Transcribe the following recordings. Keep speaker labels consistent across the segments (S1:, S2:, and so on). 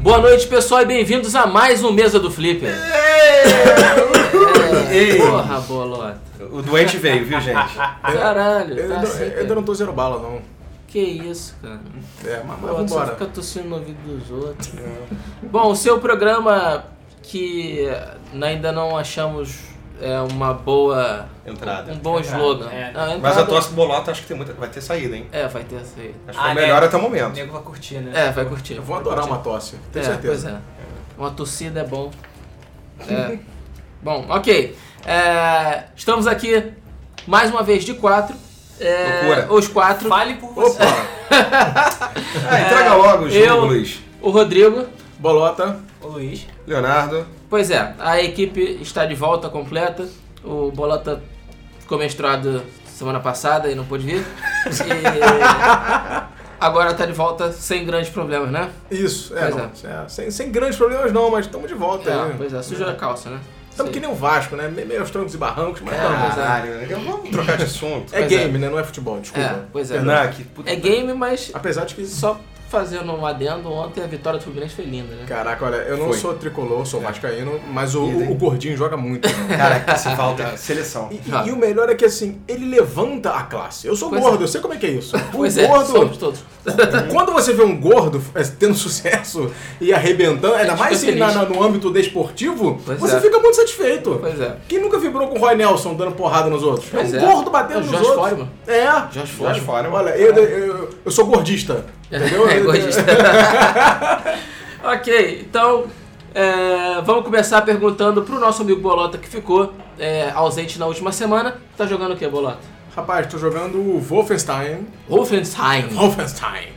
S1: Boa noite, pessoal, e bem-vindos a mais um Mesa do Flipper.
S2: Ei.
S1: Porra, bolota.
S2: O doente veio, viu, gente?
S1: Caralho,
S3: Ah, Eu,
S1: tá
S3: ainda-
S1: assim,
S3: eu
S1: cara.
S3: ainda não tô zero bala, não.
S1: Que isso, cara.
S3: É, mas, mas
S1: Pô, só
S3: vambora.
S1: fica tossindo no ouvido dos outros. Bom, o seu programa que ainda não achamos é uma boa...
S2: Entrada.
S1: Um bom slogan.
S4: É.
S1: Não,
S2: Mas a
S1: entrada-
S2: tosse bolota acho que tem muita. Vai ter saída, hein?
S1: É, vai ter essa aí.
S2: Acho que foi
S4: Ah,
S2: o melhor
S4: né?
S2: até o
S4: O
S2: momento.
S4: nego vai curtir, né?
S1: É, vai curtir.
S3: Eu vou adorar uma tosse, tenho
S1: é,
S3: certeza.
S1: Pois é. Uma torcida é bom. É. bom, ok. É, estamos aqui mais uma vez de quatro. É,
S2: Loucura.
S1: Os quatro.
S4: Fale por você.
S1: é.
S3: Opa!
S2: Ah, entrega logo o
S1: eu-
S2: jogo, Luiz.
S1: O Rodrigo.
S3: Bolota,
S4: Ô, Luiz.
S2: Leonardo.
S1: Pois é, a equipe está de volta completa. O Bolota ficou menstruado semana passada e não pôde vir. E agora está de volta sem grandes problemas, né?
S3: isso, é,
S1: Pois
S3: não, é, sem, sem grandes problemas não, mas estamos de volta.
S1: É,
S3: aí.
S1: pois é, sujou a calça, né?
S3: Estamos que nem o Vasco, né? Me- Meio aos trancos e barrancos, mas
S1: Caralho.
S3: não.
S2: né? Vamos trocar de assunto.
S3: Ah, É
S1: É, Pois
S3: game, né? Não é futebol, desculpa.
S1: É, pois é.
S2: Fernandes, que puta-
S1: É game, mas
S3: Apesar de que...
S1: Só fazendo um adendo, ontem a vitória do Fluminense foi linda, né?
S3: Caraca, olha, eu não
S2: Foi.
S3: sou tricolor,
S1: É.
S3: sou vascaíno, mas o,
S2: Ida, hein?
S3: o gordinho joga muito. né?
S2: Cara, que se falta seleção.
S3: E, e-
S1: Joga.
S3: e o melhor é que, assim, ele levanta a classe. Eu sou
S1: Pois é.
S3: gordo, eu sei como é que é isso. O
S1: Pois é,
S3: gordo,
S1: somos todos.
S3: Quando você vê um gordo é, tendo sucesso e arrebentando, ainda
S1: fica
S3: mais se
S1: feliz.
S3: na, na- no âmbito desportivo,
S1: tipo assim, Pois
S3: você
S1: é.
S3: fica muito satisfeito.
S1: Pois é.
S3: Quem nunca vibrou com o Roy Nelson dando porrada nos outros?
S1: Pois
S3: é
S1: é.
S3: um gordo batendo
S1: O
S3: nos
S1: Josh
S3: outros.
S1: Foreman.
S3: É.
S1: Josh
S2: Josh
S1: Ford.
S2: Foreman.
S3: Olha, eu, eu, eu sou gordista. Entendeu?
S1: É,
S3: Eu-
S1: gordista. ok, então é, vamos começar perguntando pro nosso amigo Bolota que ficou é, ausente na última semana. Tá jogando o que, Bolota?
S3: Rapaz, tô jogando o Wolfenstein.
S1: Wolfenstein.
S3: Wolfenstein.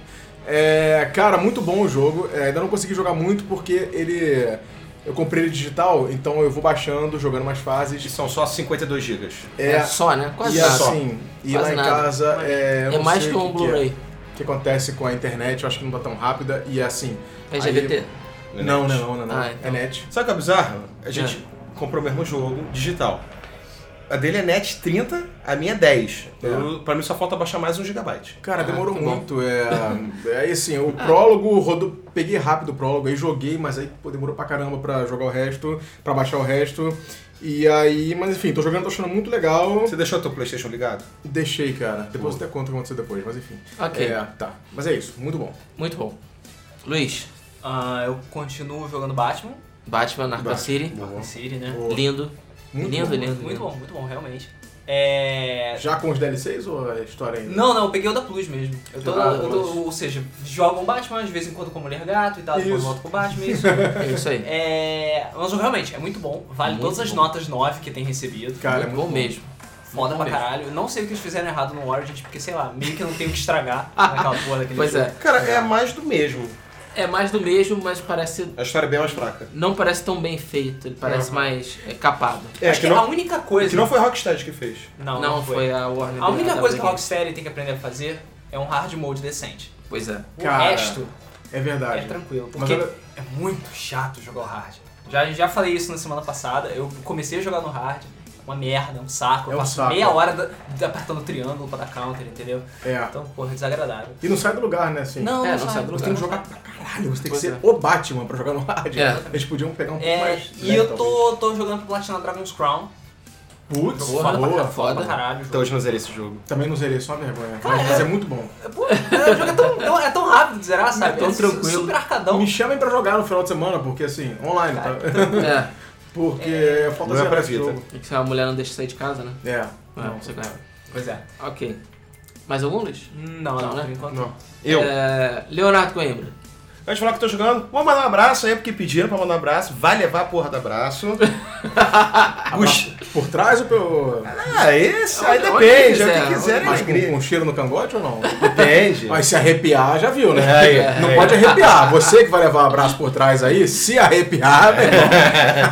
S3: É, cara, muito bom o jogo. É, ainda não consegui jogar muito porque ele. Eu comprei ele digital, então eu vou baixando, jogando mais
S2: E
S3: fases.
S2: são só 52 gigas.
S1: É, só, né? Quase
S3: e
S1: nada.
S3: assim, e lá
S1: Quase
S3: em
S1: nada.
S3: casa é. eu
S1: É
S3: não
S1: mais
S3: sei
S1: que
S3: o
S1: um
S3: é.
S1: Blu-ray.
S3: O que acontece com a internet, eu acho que não tá tão rápida, e assim.
S1: É GBT.
S3: aí- Não, não, não, não. não.
S1: Ah, então.
S3: É net.
S2: Sabe o que é bizarro? A gente comprou o mesmo jogo digital. A dele é net 30, a minha é 10. Eu, pra mim só falta baixar mais um gigabyte.
S3: Cara,
S1: Ah,
S3: demorou
S1: tá bom.
S3: muito. É, aí assim, o prólogo, rodo, peguei rápido o prólogo, aí joguei, mas aí pô, demorou pra caramba pra jogar o resto, pra baixar o resto. E aí, mas enfim, tô jogando, tô achando muito legal.
S2: Você deixou o teu Playstation ligado?
S3: Deixei, cara. Depois eu até conto o que aconteceu depois, mas enfim.
S1: Ok.
S3: É, tá. Mas é isso, muito bom.
S1: Muito bom. Luiz,
S4: Ah, eu continuo jogando Batman.
S1: Batman, Narco
S3: Batman.
S1: City.
S4: Arkham City, né?
S3: Boa.
S1: Lindo.
S3: Muito
S1: lindo,
S3: bom.
S1: lindo,
S4: Muito
S1: lindo.
S4: bom, muito bom, realmente. É...
S3: Já com os DLCs ou a história ainda?
S4: Não, não, eu peguei o da Plus mesmo. Eu tô,
S3: Ah,
S4: eu tô-
S3: Plus.
S4: ou seja, jogo um Batman, de vez em quando com a mulher gato e tal, depois
S3: Isso.
S4: volto com o Batman, isso.
S1: É isso aí.
S4: é... Mas realmente, é muito bom. Vale
S1: Muito
S4: todas as
S1: bom.
S4: notas 9 que tem recebido.
S3: Cara, é muito
S1: bom mesmo.
S4: Foda pra
S1: mesmo.
S4: caralho. Não sei o que eles fizeram errado no Origins, porque sei lá, meio que eu não tenho o que estragar naquela porra daquele
S1: Pois
S4: jogo.
S1: é.
S2: Cara, é mais do mesmo.
S1: É mais do mesmo, mas parece
S2: A história é bem mais fraca.
S1: não parece tão bem feito, ele parece mais é, capado.
S2: É,
S4: Acho que a única coisa.
S2: que não foi a Rocksteady que fez.
S4: Não,
S1: Não,
S4: não
S1: foi. a Warner.
S4: A única
S3: Tá
S1: da
S4: coisa que a
S1: Warner.
S4: Rocksteady tem que aprender a fazer é um hard mode decente.
S1: Pois é.
S4: O
S3: Cara,
S4: resto
S3: É
S4: é
S3: verdade.
S4: tranquilo,
S3: Mas
S4: porque
S3: olha,
S4: é muito chato jogar o hard. Já, já falei isso na semana passada, eu comecei a jogar no hard, uma merda, um saco,
S3: É
S4: eu
S3: um
S4: passo
S3: saco.
S4: meia hora da, da- apertando triângulo pra dar counter, entendeu?
S3: é.
S4: Então, porra, é desagradável.
S3: E não sai do lugar, né, assim?
S4: Não,
S1: É,
S4: não,
S1: não
S4: sai
S1: sai do
S4: não
S3: Você
S1: lugar.
S3: tem que
S4: sai.
S3: jogar pra caralho, você tem que
S1: Pois
S3: ser
S1: é.
S3: o Batman pra jogar no rádio.
S1: É.
S3: Eles podiam pegar um pouco
S4: É,
S3: mais.
S4: e
S3: leve,
S4: eu
S3: talvez.
S4: tô, tô jogando pro Platinum Dragon's Crown.
S3: Putz,
S1: Porra,
S3: boa.
S1: pra
S4: Foda pra
S1: Foda.
S4: caralho. o
S2: Então
S4: jogo.
S2: hoje não zerei esse jogo.
S3: Também não zerei, só vergonha.
S4: Cara,
S3: mas, mas
S4: é-
S3: é muito bom.
S4: Pô, o jogo é tão, tão- é tão rápido de zerar, sabe?
S1: tão
S4: É su-
S1: tranquilo.
S4: Super arcadão.
S3: Me chamem pra jogar no final de semana, porque assim, online, tá?
S1: É.
S3: Porque falta
S2: Não é
S3: zerar
S2: pra
S3: esse
S2: vida.
S3: jogo.
S1: É que se a mulher não deixa sair de casa, né?
S3: É.
S1: É,
S3: Não.
S1: você ganha.
S4: Pois é.
S1: Ok. Mais algum, Luiz?
S4: Não,
S1: Não,
S4: não,
S1: né?
S4: por enquanto.
S3: Não.
S2: Eu.
S1: É, Leonardo Coimbra.
S2: Antes de falar que eu tô jogando, vou mandar um abraço aí, porque pediram pra mandar um abraço. Vai levar a porra do abraço. Gust...
S3: Por trás ou pelo.
S2: Ah, esse aí
S1: Onde- onde
S2: depende.
S1: quiser,
S2: O que quiser é
S3: Mas com,
S2: alegria.
S3: com cheiro no cangote ou não?
S2: Depende.
S3: Mas se arrepiar, já viu, né?
S2: Aí,
S3: não
S2: aí.
S3: pode arrepiar. Você que vai levar o abraço por trás aí, se arrepiar,
S2: É.
S3: meu irmão.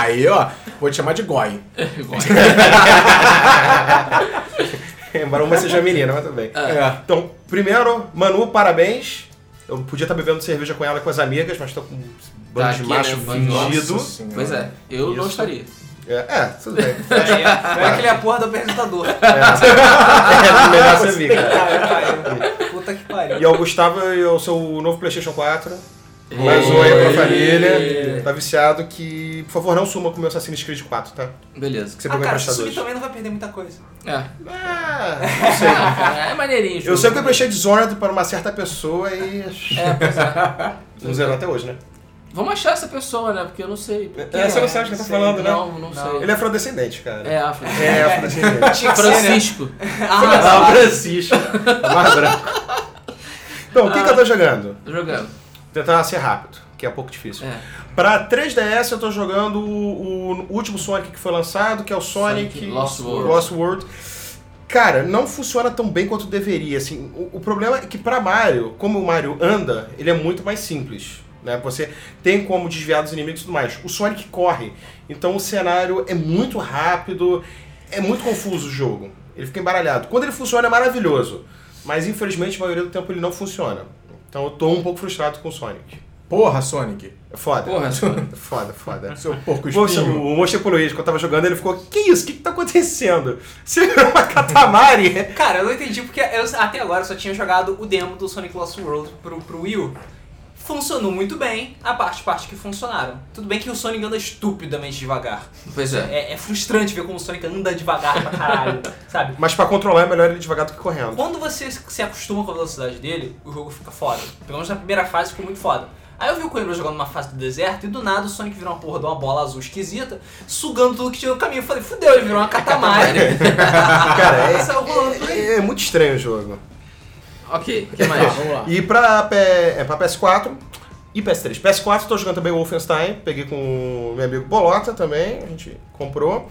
S3: Aí, ó, vou te chamar de goi.
S2: Embora uma seja menina, mas também.
S3: É.
S2: Então, primeiro, Manu, parabéns. Eu podia estar bebendo cerveja com ela e com as amigas, mas tô com um bando
S1: Tá
S2: de
S1: aqui,
S2: macho
S1: né?
S2: fingido.
S3: Nossa Senhora.
S1: Pois é, eu não
S2: Isso.
S1: estaria.
S2: É, é, tudo bem.
S4: É, é aquele é a porra do apresentador.
S2: É melhor você vir, cara.
S4: Puta que pariu.
S2: E ao Gustavo, eu sou o novo PlayStation 4. Mais um aí pra
S3: Oi.
S2: família. Tá viciado que. Por favor, não suma com o meu Assassin's Creed 4, tá?
S1: Beleza.
S2: Que você
S4: ah,
S2: pegou
S4: cara,
S2: emprestado
S4: Sumi
S2: hoje.
S4: também não vai perder muita coisa.
S1: É.
S2: Ah, não sei.
S1: Ah, cara, é maneirinho. o
S2: Eu
S1: jogo.
S2: sempre que eu emprestei Dishonored para uma certa pessoa e.
S1: É, pois é.
S2: Não zerou até hoje, né?
S1: Vamos achar essa pessoa, né? Porque eu não sei.
S2: É, você não sabe o que tá falando, né?
S1: Não, não,
S4: Não.
S1: sei.
S2: Ele é afrodescendente, cara.
S1: É afro.
S2: É, afrodescendente.
S4: Tinha que ser, né? tá.
S1: Francisco.
S2: Ah, o Francisco. É mais branco. Então, o que, que eu tô jogando?
S1: Jogando.
S2: Vou tentar ser rápido, que é um pouco difícil.
S1: É.
S2: Pra 3DS eu tô jogando o, o último Sonic que foi lançado, que é o Sonic,
S1: Sonic Lost World.
S2: Lost World. Cara, não funciona tão bem quanto deveria, assim. O, o problema é que pra Mario, como o Mario anda, ele é muito mais simples, né? Você tem como desviar dos inimigos e tudo mais. O Sonic corre, então o cenário é muito rápido, é muito confuso o jogo. Ele fica embaralhado. Quando ele funciona é maravilhoso, mas infelizmente a maioria do tempo ele não funciona. Então eu tô um pouco frustrado com o Sonic.
S3: Porra, Sonic.
S2: É foda.
S1: Porra, Sonic.
S2: Foda, foda.
S3: Seu porco
S2: Poxa,
S3: espinho.
S2: o mostrei pro Luiz, quando eu tava jogando, ele ficou, que isso? O que, que tá acontecendo? Você virou uma catamari?
S4: Cara, eu não entendi porque eu até agora só tinha jogado o demo do Sonic Lost World pro, pro Wii U. Funcionou muito bem, a parte, parte que funcionaram. Tudo bem que o Sonic anda estupidamente devagar.
S1: Pois é.
S4: É, é frustrante ver como o Sonic anda devagar pra caralho, sabe?
S2: Mas pra controlar é melhor ele devagar do que correndo.
S4: Quando você se acostuma com a velocidade dele, o jogo fica foda. Pelo menos na primeira fase ficou muito foda. Aí eu vi o Coimbra jogando uma fase do deserto e do nada o Sonic virou uma porra de uma bola azul esquisita, sugando tudo que tinha no caminho. Eu falei, fudeu, ele virou uma catamari.
S2: Cara,
S4: Aí saiu rolando por aí.
S2: é, é muito estranho o jogo.
S1: Ok, o que
S3: Tá,
S1: mais?
S3: vamos lá.
S2: E pra, P- é, pra PS4 e PS3. PS4 tô jogando também Wolfenstein, peguei com o meu amigo Bolota também, a gente comprou.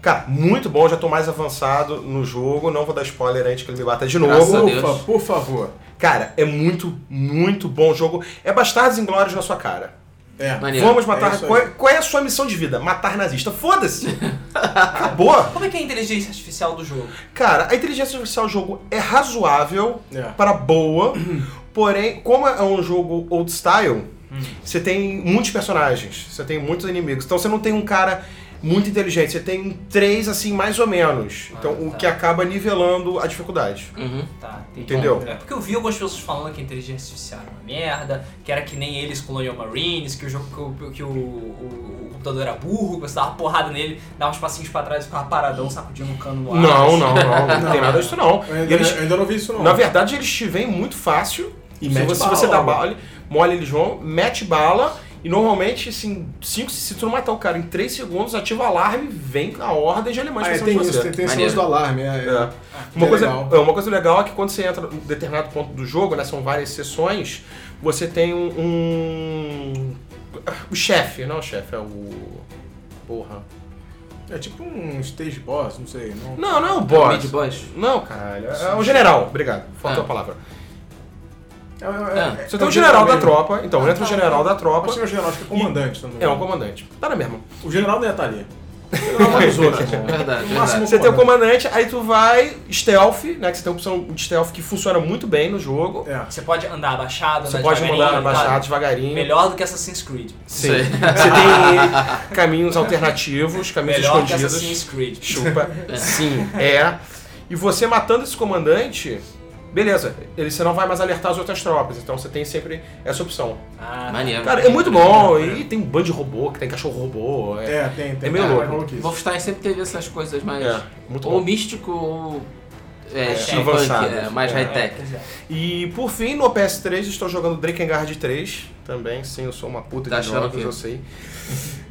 S2: Cara, muito bom, já tô mais avançado no jogo, não vou dar spoiler antes que ele me bata de
S1: Graças
S2: novo.
S1: a Deus.
S3: Ufa, por favor.
S2: Cara, é muito, muito bom o jogo. É Bastardos Inglórios na sua cara.
S3: É.
S1: Maneiro.
S2: Vamos
S3: É
S2: matar.
S3: isso aí.
S2: qual, é, qual é a sua missão de vida? Matar nazista. Foda-se! Acabou!
S4: Como é que é a inteligência artificial do jogo?
S2: Cara, a inteligência artificial do jogo é razoável
S3: É.
S2: para boa, porém, como é um jogo old style, você tem muitos personagens, você tem muitos inimigos. Então você não tem um cara muito inteligente, você tem três, assim, mais ou menos. então o
S4: tá.
S2: que acaba nivelando a dificuldade.
S1: Uhum.
S4: Tá, entendi.
S2: Entendeu?
S4: É porque eu vi algumas pessoas falando que a inteligência artificial era uma merda, que era que nem eles Colonial Marines, que o jogo que, o, que o, o- o computador era burro, que você dava uma porrada nele, dava uns passinhos pra trás e ficava paradão, sacudindo um cano no ar.
S2: Não, não, não, não, tem nada disso não.
S3: Eu ainda,
S2: E eles-
S3: eu ainda não vi isso, não.
S2: Na verdade, eles te vêm muito fácil.
S3: E
S2: se
S3: mete
S2: você,
S3: bala
S2: você dá
S3: logo.
S2: bala, mole eles vão, mete bala. E normalmente, assim, cinco, se tu não matar o cara em 3 segundos, ativa o alarme, vem a ordem de alemães
S3: Ah,
S2: pra
S3: é,
S2: cima de
S3: tem
S2: você.
S3: isso, tem, tem esse
S1: Maneiro.
S3: lance do alarme. É, é.
S2: É.
S3: Que
S2: Uma,
S3: é
S2: coisa,
S3: legal.
S2: é, uma coisa legal é que quando você entra em determinado ponto do jogo, né? São várias sessões, você tem um. um- o chefe, não é o chefe, é o. Porra.
S3: É tipo um stage boss, não sei. Não...
S2: Não, não é o boss.
S1: Mid boss.
S2: Não, caralho. É o general, obrigado. Faltou
S1: Ah.
S2: a palavra.
S3: É,
S2: Ah, Você tem o general da tropa, então
S4: Ah,
S2: entra o
S4: tá.
S2: general da
S3: Acho que
S2: tropa.
S3: é o general, acho que é comandante. se eu não me
S2: É um
S3: engano.
S2: comandante. Tá na mesma.
S3: O general não ia estar ali. O general tá nos outros, irmão.
S2: é
S1: Verdade,
S3: O máximo
S1: verdade.
S2: Você tem o comandante, aí tu vai stealth, né? Que você tem a opção de stealth que funciona muito bem no jogo.
S3: É.
S4: Você pode andar abaixado,
S2: Você
S4: andar
S2: pode
S4: devagarinho,
S2: mandar
S4: tá?
S2: abaixar devagarinho.
S4: Melhor do que Assassin's Creed.
S2: Sim.
S1: Sei.
S2: Você tem caminhos alternativos, caminhos
S4: Melhor do que
S2: escondidos.
S4: Assassin's Creed.
S2: Chupa. Sim, é. E você matando esse comandante, beleza. Ele, você não vai mais alertar as outras tropas. Então você tem sempre essa opção.
S4: Ah,
S1: Maneiro.
S2: Cara, é muito bom. E tem um bando de robô, que tem cachorro robô. É,
S3: É, tem, tem.
S2: É meio
S3: cara,
S2: louco.
S3: é maluquice.
S1: Wolfenstein tá sempre teve essas coisas mais.
S2: É, muito
S1: ou
S2: bom.
S1: místico ou. É,
S4: Mais
S1: steampunk,
S2: avançado.
S1: é, mais
S2: É.
S1: high-tech.
S4: pois é.
S2: E por fim, no PS3 estou jogando Drakengard 3 também. Sim, eu sou uma puta
S1: Tá
S2: de
S1: achando
S2: jogos,
S1: o quê?
S2: eu sei.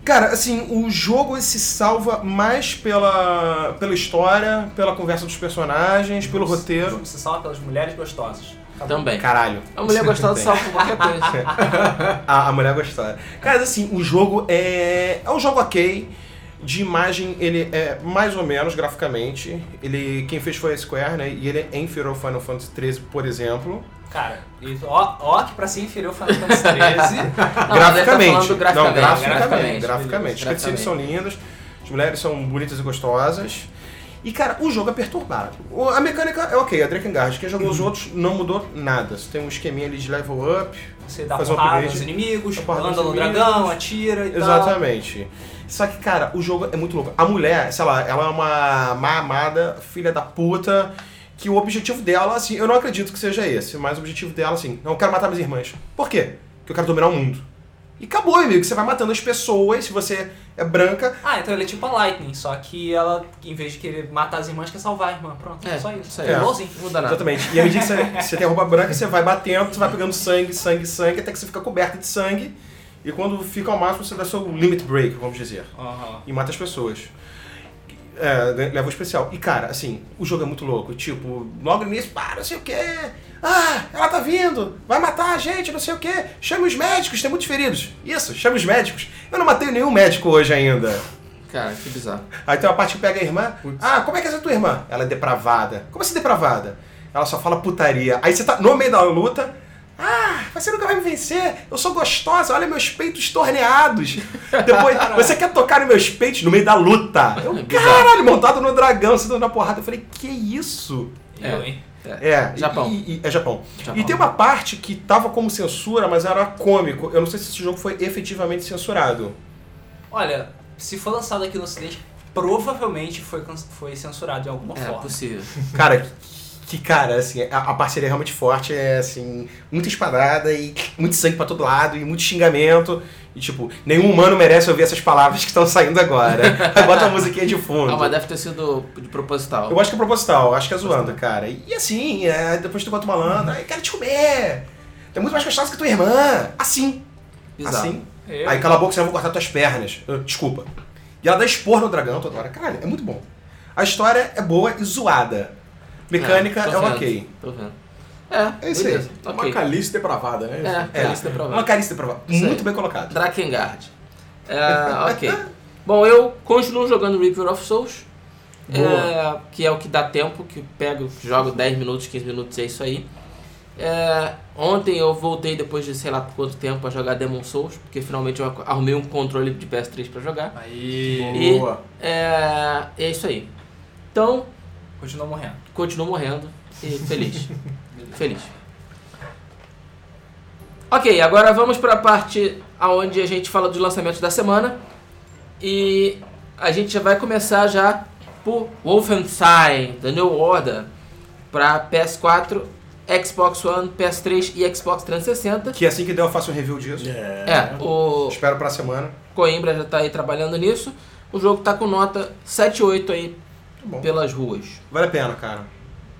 S2: Cara, assim, o jogo ele se salva mais pela, pela história, pela conversa dos personagens, pelo
S4: O
S2: roteiro.
S4: jogo se salva pelas mulheres gostosas. Tá
S1: Também.
S2: Caralho.
S1: A mulher gostosa
S2: Tem.
S1: salva por qualquer coisa.
S2: A, a mulher gostosa. Cara, assim, o jogo é. É um jogo ok. De imagem, ele é mais ou menos graficamente. Ele. Quem fez foi a Square, né? E ele é inferior ao Final Fantasy XIII, por exemplo.
S4: Cara, e ó, ó que pra ser inferior Final Fantasy
S1: Não, mas
S4: XIII.
S1: ele tá
S2: graficamente.
S1: falando graficamente.
S2: Não, graficamente.
S1: graficamente.
S2: Graficamente. Os
S1: Beleza,
S2: cutscenes são lindas, as mulheres são bonitas e gostosas. E, cara, o jogo é perturbado. O- A mecânica é ok, a Drakengard. Quem jogou os
S1: Uhum.
S2: outros não mudou nada. Você tem um esqueminha ali de level up.
S4: Você dá
S2: Faz um
S4: porrada
S2: upgrade.
S4: nos inimigos,
S2: Dá porrada
S4: anda
S2: nos
S4: no
S2: inimigos.
S4: dragão, atira e tal.
S2: Exatamente. Só que, cara, o jogo é muito louco. A mulher, sei lá, ela é uma má amada, filha da puta, que o objetivo dela, assim, eu não acredito que seja esse, mas o objetivo dela, assim, não eu quero matar minhas irmãs. Por quê? que eu quero dominar o mundo. E acabou, amigo. Você vai matando as pessoas, se você é branca.
S4: Ah, então ela é tipo a Lightning, só que ela, em vez de querer matar as irmãs, quer salvar a irmã. Pronto,
S1: É,
S4: só isso.
S1: isso aí.
S4: Igualzinho.
S1: Não muda nada.
S2: Exatamente. E à medida que você, você tem a roupa branca, você vai batendo, você vai pegando sangue, sangue, sangue, até que você fica coberta de sangue. E quando fica ao máximo, você dá seu limit break, vamos dizer.
S4: Aham.
S2: e mata as pessoas. É, le- leva o especial. E cara, assim, o jogo é muito louco. Tipo, logo no início, para, não sei o que. Ah, ela tá vindo, vai matar a gente, não sei o que. Chame os médicos, tem muitos feridos. Isso, chame os médicos. Eu não matei nenhum médico hoje ainda.
S1: Cara, que bizarro.
S2: Aí tem uma parte que pega a irmã.
S3: Putz.
S2: Ah, como é que é essa tua irmã? Ela é depravada. Como assim depravada? Ela só fala putaria. Aí você tá no meio da luta. Ah, você nunca vai me vencer. Eu sou gostosa, olha meus peitos torneados. Depois, você quer tocar nos meus peitos no meio da luta? Eu,
S1: É bizarro.
S2: caralho, montado no dragão, se dando na porrada. Eu falei, que isso?
S1: É.
S4: Eu, hein?
S2: É, e-
S1: Japão.
S2: e- e- é Japão.
S1: Japão.
S2: E tem uma parte que tava como censura, mas era cômico. Eu não sei se esse jogo foi efetivamente censurado.
S4: Olha, se for lançado aqui no ocidente, provavelmente foi, can- foi censurado de alguma
S1: É,
S4: forma.
S1: possível.
S2: Cara, que- que cara, assim, a, a parceria é realmente forte, é assim, muita espadada e muito sangue pra todo lado e muito xingamento. E tipo, nenhum humano merece ouvir essas palavras que estão saindo agora. Aí bota a musiquinha de fundo.
S1: Ah, mas deve ter sido de proposital.
S2: Eu acho que é proposital, acho que é zoando, cara. E assim, é, depois tu bota uma lana, ai, quero te comer. Tu é muito mais gostosa que tua irmã. Assim.
S1: Bizarro.
S2: Assim.
S4: Eu,
S2: Aí cala a boca, senão eu vou cortar tuas pernas. Eu, Desculpa. E ela dá expor no dragão toda hora. Caralho, é muito bom. A história é boa e zoada. Mecânica
S1: tô
S2: é,
S1: vendo,
S2: ok.
S1: Tô vendo. É,
S2: É isso aí.
S1: beleza.
S3: Uma
S1: Ok.
S3: calice depravada, né?
S1: É,
S2: É,
S1: calice
S2: Uma
S1: depravado.
S2: carícia provada.
S1: Isso
S2: Muito
S1: aí.
S2: bem colocado.
S1: Drakengard. É, ok. Bom, eu continuo jogando Reaper of Souls. é, que é o que dá tempo, que pego, jogo 10 minutos, 15 minutos, é isso aí. É, ontem eu voltei depois de sei lá quanto tempo a jogar Demon Souls, porque finalmente eu arrumei um controle de PS3 pra jogar.
S4: Aí.
S1: E-
S3: Boa.
S1: É, é isso aí. Então,
S4: Continua morrendo.
S1: continuo morrendo e feliz. feliz. Ok, agora vamos para a parte onde a gente fala dos lançamentos da semana. E a gente já vai começar já por Wolfenstein, The New Order, para PS4, Xbox One, PS3 e Xbox 360.
S2: Que assim que der eu faço um review disso.
S1: É, Tá o
S2: Espero pra semana.
S1: Coimbra já está aí trabalhando nisso. O jogo tá com nota 7.8 aí
S2: Tá bom.
S1: pelas ruas.
S2: Vale a pena, cara.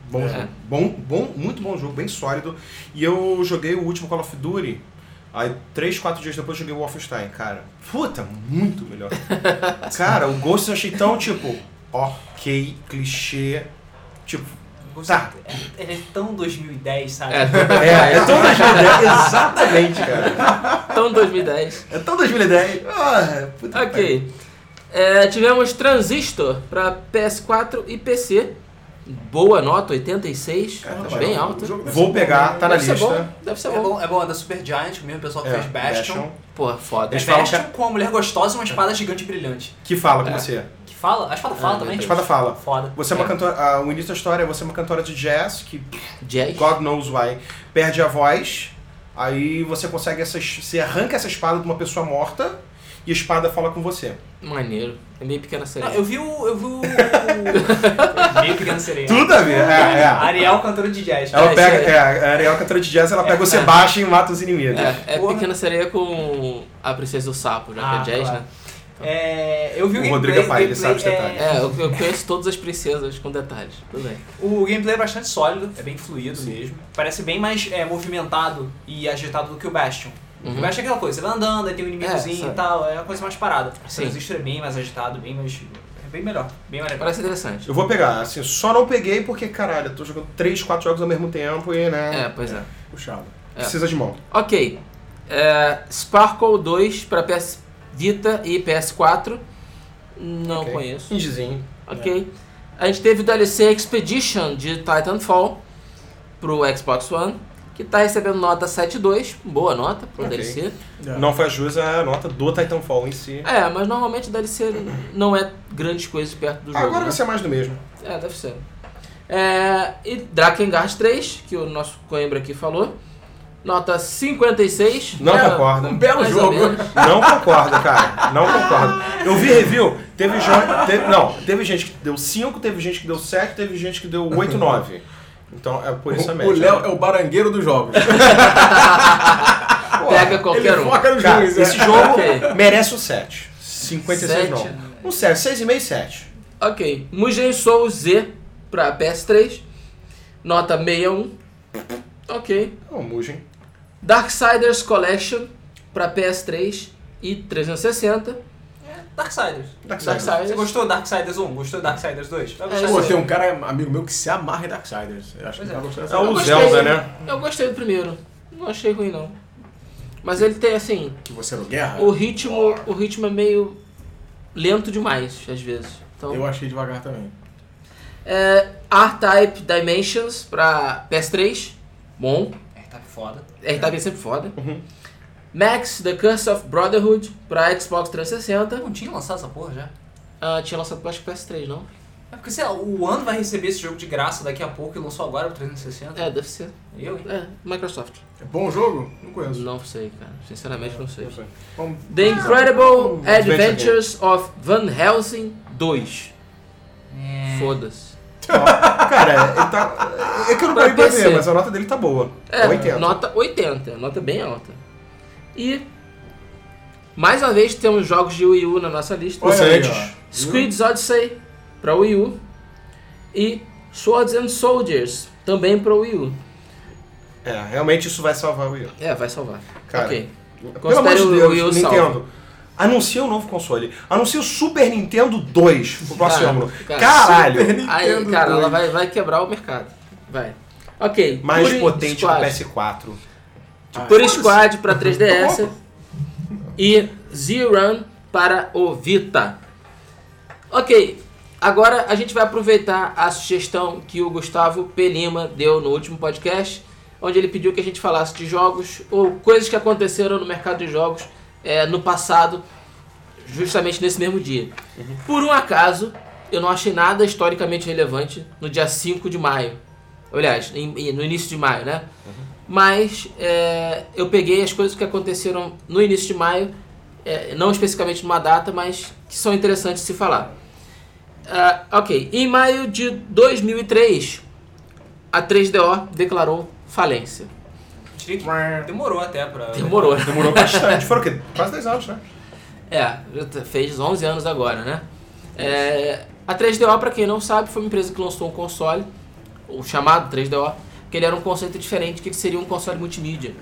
S2: Bom,
S1: É.
S2: jogo. bom, bom, muito bom jogo, bem sólido. E eu joguei o último Call of Duty. Aí, três, quatro dias depois, eu joguei o Wolfenstein, cara. Puta, muito melhor. cara, o Ghost eu achei tão, tipo, ok, clichê. Tipo, tá.
S4: Ele é tão 2010, sabe?
S1: É,
S2: É, é tão 2010. Exatamente, cara.
S1: então 2010.
S2: É tão 2010. Ah, puta que pariu.
S1: Ok. É, tivemos Transistor para PS4 e PC. Boa nota, 86.
S2: Cara,
S3: Tá
S2: tá
S1: bem
S3: bom.
S1: alta.
S3: O jogo deve ser
S2: Vou
S3: bom,
S2: pegar,
S3: né?
S2: tá na
S1: deve ser
S2: lista.
S1: bom. Deve ser
S4: É
S1: bom.
S4: bom, é bom, é da Super Giant, o mesmo pessoal que fez Bastion.
S1: Porra, foda.
S4: É
S2: É, Eles falam que-
S4: Bastion com uma mulher gostosa e uma espada gigante brilhante.
S2: Que fala com
S1: É.
S2: você.
S4: Que fala? A espada fala
S1: Ah,
S4: também?
S2: É, A espada fala.
S4: Foda.
S2: Você é uma
S1: É.
S2: cantora. ah, o início da história é você é uma cantora de jazz que,
S4: É.
S1: Jazz.
S2: God knows why, perde a voz. Aí você consegue essa. es- Você arranca essa espada de uma pessoa morta e a espada fala com você.
S1: Maneiro. É meio pequena
S4: Não,
S1: sereia.
S4: eu vi o. Eu vi o. o- Meio pequeno sereia.
S2: Tudo a ver. É, é.
S4: Ariel cantando de jazz.
S2: Ela
S1: É,
S2: pega.
S1: isso aí.
S2: É, a Ariel cantora de jazz, ela pega você baixa e mata os inimigos.
S1: É, é
S4: Porra.
S1: pequena sereia com a princesa do sapo, já
S4: Ah,
S1: que é jazz,
S4: claro.
S1: né?
S4: É, eu vi o,
S2: O
S4: gameplay.
S2: Rodrigo é pai, ele sabe
S4: gameplay
S2: os
S4: é-
S1: É, eu, eu conheço todas as princesas com detalhes. Tudo bem.
S4: O gameplay é bastante sólido, é bem fluido mesmo. Parece bem mais é, movimentado e agitado do que o Bastion.
S1: Uhum.
S4: O Bastion é aquela coisa, você vai andando, aí tem um inimigozinho
S1: sabe.
S4: e tal, é uma coisa mais parada. O
S1: Sim.
S4: Transistor é bem mais agitado, bem mais. É bem melhor, bem mais legal.
S1: Parece interessante.
S2: Eu vou pegar, assim, só não peguei porque, caralho, eu tô jogando 3, 4 jogos ao mesmo tempo e, né,
S1: É, pois é.
S3: Puxado.
S1: é.
S2: precisa de mão.
S1: Ok. É, Sparkle 2 para PS Vita e PS4. Não
S2: Ok.
S1: conheço.
S2: Indizinho.
S1: Ok. A gente teve o DLC Expedition de Titanfall pro Xbox One, que tá recebendo nota 7.2, boa nota pro
S2: Ok.
S1: DLC.
S2: Não faz jus à nota do Titanfall em si.
S1: É, mas normalmente o DLC não é grandes coisas perto do jogo.
S2: Agora
S1: né?
S2: vai ser mais do mesmo.
S1: É, deve ser. É, e Drakengard 3, que o nosso Coimbra aqui falou, nota 56.
S2: Não
S1: É,
S2: concordo.
S3: Um belo
S1: Mais ou
S3: jogo.
S1: menos.
S2: Não concordo, cara. Não concordo. Eu vi review, teve gente. não, teve gente que deu 5, teve gente que deu 7, teve gente que deu 8, 9. Então é por isso a
S3: Uhum. O
S2: média.
S3: o Léo é o barangueiro dos jogos.
S2: Pô,
S1: pega qualquer
S3: Ele
S1: um.
S3: foca no
S2: Cara,
S3: juiz, é.
S2: esse jogo
S1: Ok.
S2: merece um 7. 56
S1: Sete?
S2: não. Um 7, 6,5 7.
S1: Ok, Mugen Soul Z pra PS3, nota 61. Ok.
S2: É um Mugen.
S1: Darksiders Collection pra PS3 e 360.
S4: Darksiders.
S2: Darksiders.
S1: Darksiders.
S4: Você gostou do Darksiders 1? Gostou do Darksiders 2?
S1: É,
S4: Vai gostar
S3: Pô,
S4: desse
S3: tem
S4: jogo.
S3: um cara, amigo meu, que se amarra em Darksiders. Eu acho que ele vai gostar dessa
S2: É
S1: Eu
S2: o
S1: gostei
S2: Zelda,
S1: do-
S2: né?
S1: Eu gostei do primeiro. Não achei ruim, não. Mas ele tem, assim,
S3: Que você era o
S4: Ah.
S3: Guerra?
S1: o ritmo, o ritmo é meio lento demais, às vezes. Então,
S3: Eu achei devagar também.
S1: é, R-Type Dimensions pra PS3. Bom.
S4: É, tá foda.
S1: R-Type é sempre foda.
S4: Uhum.
S1: Max The Curse of Brotherhood pra Xbox 360.
S4: Não tinha lançado essa porra já?
S1: Ah, tinha lançado pro acho que PS3, não?
S4: É porque, sei lá, o ano vai receber esse jogo de graça daqui a pouco e lançou agora o 360.
S1: É, deve ser.
S4: Eu, hein?
S1: É, Microsoft.
S3: É bom o jogo? Não conheço.
S1: Não sei, cara. Sinceramente, não sei.
S3: Vamos-
S1: The Incredible
S2: Ah.
S1: Adventures of Van Helsing 2.
S4: É.
S1: Foda-se.
S2: Cara, ele tá. É que eu não parei pra
S1: PC.
S2: ver, mas a nota dele tá boa.
S1: É,
S2: 80.
S1: nota 80, nota bem alta. E, mais uma vez, temos jogos de Wii U na nossa lista.
S2: Olha
S3: Olha aí,
S2: antes.
S3: ó.
S1: Squid's Odyssey pra Wii U e Swords and Soldiers também pra Wii U.
S2: É, realmente isso vai salvar o Wii U.
S1: É, vai salvar.
S2: Cara,
S1: ok.
S2: Pelo amor de
S1: o
S2: Deus,
S1: Wii U salvo.
S2: Nintendo. Anuncia um novo console. Anuncia o Super Nintendo 2 pro próximo
S1: Caramba,
S2: ano.
S1: cara,
S2: Caralho!
S3: Super Nintendo
S1: Aí, cara,
S3: dois.
S1: ela vai, vai quebrar o mercado. Vai. Ok.
S2: Mais
S1: Puri
S2: potente que o
S1: Squad.
S2: PS4.
S3: Ah,
S1: Puri
S3: foda-se.
S1: Squad pra 3DS
S2: Opa.
S1: e Z-Run para o Vita. Ok, agora a gente vai aproveitar a sugestão que o Gustavo P. Lima deu no último podcast, onde ele pediu que a gente falasse de jogos ou coisas que aconteceram no mercado de jogos eh, no passado, justamente nesse mesmo dia. Por um acaso, eu não achei nada historicamente relevante no dia 5 de maio. Aliás, em- em- no início de maio, né? Mas é, eu peguei as coisas que aconteceram no início de maio, é, não especificamente numa data, mas que são interessantes de se falar. Ah, ok, em maio de 2003, a 3DO declarou falência.
S4: Diria que Demorou até pra.
S1: Demorou, né?
S2: Demorou bastante. Foram o quê? Quase 10 anos, né?
S1: É, já t- fez 11 anos agora, né? É, a 3DO, pra quem não sabe, foi uma empresa que lançou um console, o chamado 3DO, que ele era um conceito diferente do que seria um console multimídia.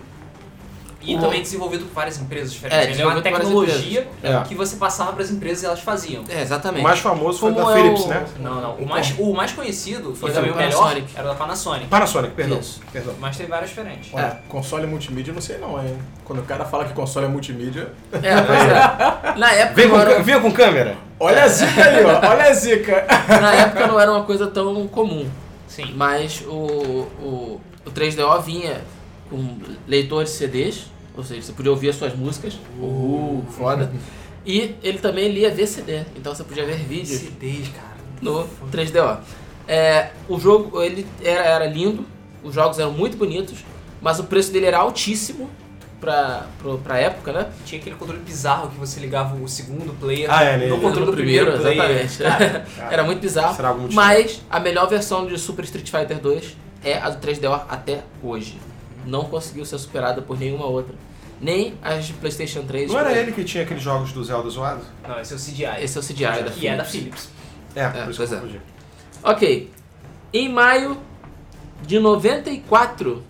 S4: E
S1: O-
S4: também desenvolvido por várias empresas diferentes.
S1: É,
S4: Ele é uma
S1: desenvolvido por várias
S4: tecnologia
S2: É.
S4: que você passava pras empresas e elas faziam.
S1: É,
S2: O
S1: exatamente.
S2: mais famoso foi o
S1: Como
S2: da
S1: é o-
S2: Philips, né?
S4: Não, não. O mais, o mais conhecido
S1: Foi
S4: foi também
S1: da
S4: o melhor.
S1: Panasonic.
S4: Era da Panasonic.
S2: Panasonic, perdão.
S1: Isso.
S2: Perdão.
S4: Mas tem vários diferentes.
S3: Olha, console é multimídia, eu não sei não, hein? Quando o cara fala que console é multimídia.
S1: É, pois é. Na época,
S2: Vem
S1: não
S2: com,
S1: era,
S2: vem com câmera?
S3: Olha a zica aí, ó. Olha a zica.
S1: na época não era uma coisa tão comum,
S4: Sim.
S1: mas o, o, o 3DO vinha com leitor de CDs, ou seja, você podia ouvir as suas músicas. Uhul, Uh, foda. E ele também lia VCD, então você podia ver vídeos
S4: Lucidez, cara.
S1: no 3DO. É, o jogo ele era, era lindo, os jogos eram muito bonitos, mas o preço dele era altíssimo pra, pro- pra época, né?
S4: Tinha aquele controle bizarro que você ligava o segundo player
S2: Ah, é, né?
S4: no
S2: No
S4: controle do primeiro, player.
S1: exatamente. Era muito bizarro.
S2: Será algum
S1: Mas a melhor versão de Super Street Fighter 2 é a do 3DO até hoje. Não conseguiu ser superada por nenhuma outra. Nem as de PlayStation 3.
S2: Não era ele que tinha aqueles jogos do Zelda zoado?
S4: Não, esse é o CGI.
S1: Esse é o CGI da
S4: que é da
S1: Philips.
S4: Philips.
S2: É, por isso
S1: pois
S2: que
S1: é.
S2: eu confundi.
S1: Ok. Em maio de 94,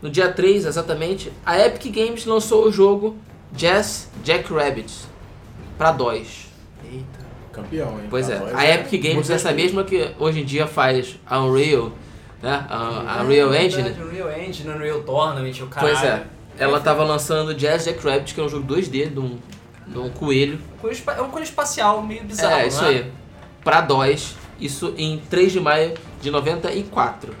S1: no dia 3 exatamente, a Epic Games lançou o jogo Jazz Jackrabbit para DOS.
S4: Eita.
S3: Campeão, hein?
S1: Pois é,
S3: Rapaz,
S1: a Epic Games,
S3: muito
S1: essa mesma que hoje em dia faz a Unreal, né? A, a Unreal Engine.
S4: Unreal Engine, Unreal Tournament, o caralho.
S1: Pois é. Ela tava lançando Jazz Jackrabbit, que é um jogo 2D de um, de um coelho.
S4: Coisa espa- É um coisa espacial meio bizarro,
S1: É, isso
S4: né?
S1: aí. Pra DOS. Isso em 3 de maio de 94.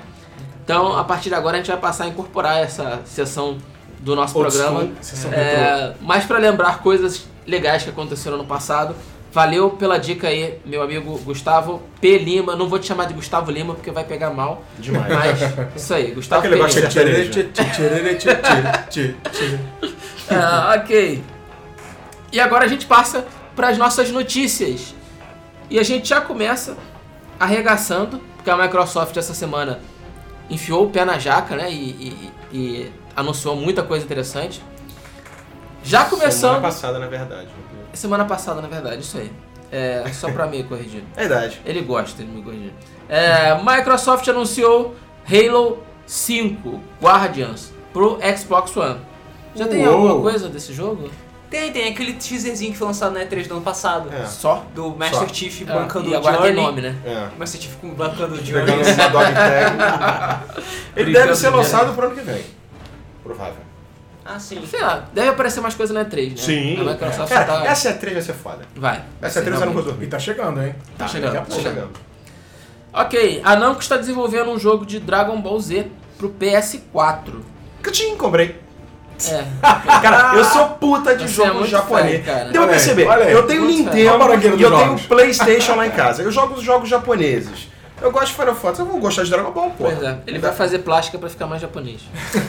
S1: Então, a partir de agora, a gente vai passar a incorporar essa sessão do nosso
S3: Old
S1: programa.
S3: school, sessão retrô.
S1: É, mas pra lembrar coisas legais que aconteceram no passado. Valeu pela dica aí, meu amigo Gustavo P. Lima. Não vou te chamar de Gustavo Lima porque vai pegar mal.
S2: Demais.
S1: Mas, tá isso aí, Gustavo
S2: Aquele
S1: P.
S2: negócio
S1: Lima.
S2: de
S3: Tchê, tchê, tchê, tchê, tchê, tchê, tchê, tchê.
S1: Ah, ok. E agora a gente passa para as nossas notícias. E a gente já começa arregaçando, porque a Microsoft essa semana enfiou o pé na jaca, né? E, e- e anunciou muita coisa interessante. Já começamos.
S2: Semana passada, na verdade.
S1: Semana passada, na verdade, isso aí. É, só pra me corrigir.
S2: Verdade.
S1: Ele gosta, ele me corrigir. É, Microsoft anunciou Halo 5 Guardians pro Xbox One. Já tem
S2: Uou.
S1: alguma coisa desse jogo?
S4: Tem, tem aquele teaserzinho que foi lançado na E3 do ano passado.
S2: É.
S1: Só?
S4: Do Master
S2: Só.
S4: Chief
S1: É,
S4: bancando
S1: e
S4: o
S1: agora tem
S4: Journey.
S1: nome, né?
S2: É.
S4: Master Chief com- bancando o Journey.
S2: Pegando esse Adobe Tag. Ele deve ser
S1: Brincando,
S2: lançado pro ano que vem. Provável.
S4: Ah, sim.
S1: Sei lá, deve aparecer mais coisa na E3, né?
S2: Né? Sim.
S1: A Microsoft
S2: Cara,
S1: tá...
S2: essa E3 vai ser foda.
S1: Vai.
S2: Essa E3
S1: Sim,
S2: eu não vou
S1: realmente.
S3: E
S2: dormir.
S3: tá chegando, hein?
S1: Tá chegando,
S3: Daqui a
S2: Tá
S3: pouco.
S2: chegando.
S1: Ok, a Namco está desenvolvendo um jogo de Dragon Ball Z pro PS4.
S2: Catim, comprei.
S1: É,
S2: Cara, eu sou puta de
S1: Você é
S2: jogo
S1: muito
S2: japonês.
S1: fã, cara.
S2: Deu pra
S3: Olha aí,
S2: perceber.
S3: olha aí.
S2: Eu tenho
S1: Muito fã.
S3: Olha o
S2: Nintendo
S3: paraqueiro
S2: e eu
S3: dos
S2: tenho
S3: jogos.
S2: Playstation lá em casa. Eu jogo os jogos japoneses. Eu gosto de Final Fantasy. Eu vou gostar de Dragon Ball, pô.
S1: pois é. Ele vai fazer plástica pra ficar mais japonês.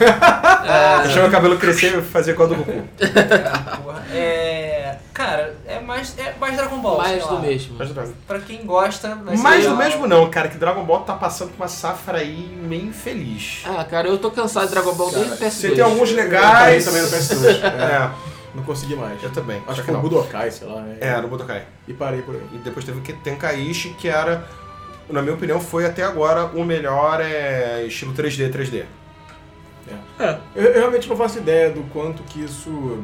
S1: É,
S2: Deixar meu cabelo crescer e fazer igual do Goku.
S4: Porra. É. Cara, é mais, é mais Dragon Ball.
S1: mais
S4: sei
S1: do
S4: lá.
S1: mesmo.
S2: Mas Dragon-
S4: Pra quem gosta, vai ser
S2: Mais do
S4: legal.
S2: mesmo não, cara, que Dragon Ball tá passando por uma safra aí meio infeliz.
S1: Ah, cara, eu tô cansado de Dragon Ball desde o PS2.
S2: Você tem alguns
S3: Legais.
S1: Tá
S2: legais.
S3: Eu também no PS2. é.
S2: É,
S3: Não consegui mais.
S2: eu também.
S3: Acho
S2: só
S3: que foi o
S2: não.
S3: Budokai, sei lá. né?
S2: É, era o Budokai.
S3: E parei por aí.
S2: E depois teve o que Tenkaichi, que era, na minha opinião, foi até agora o melhor é, estilo 3D, 3D.
S3: é.
S2: É.
S3: Eu, eu realmente não faço ideia do quanto que isso...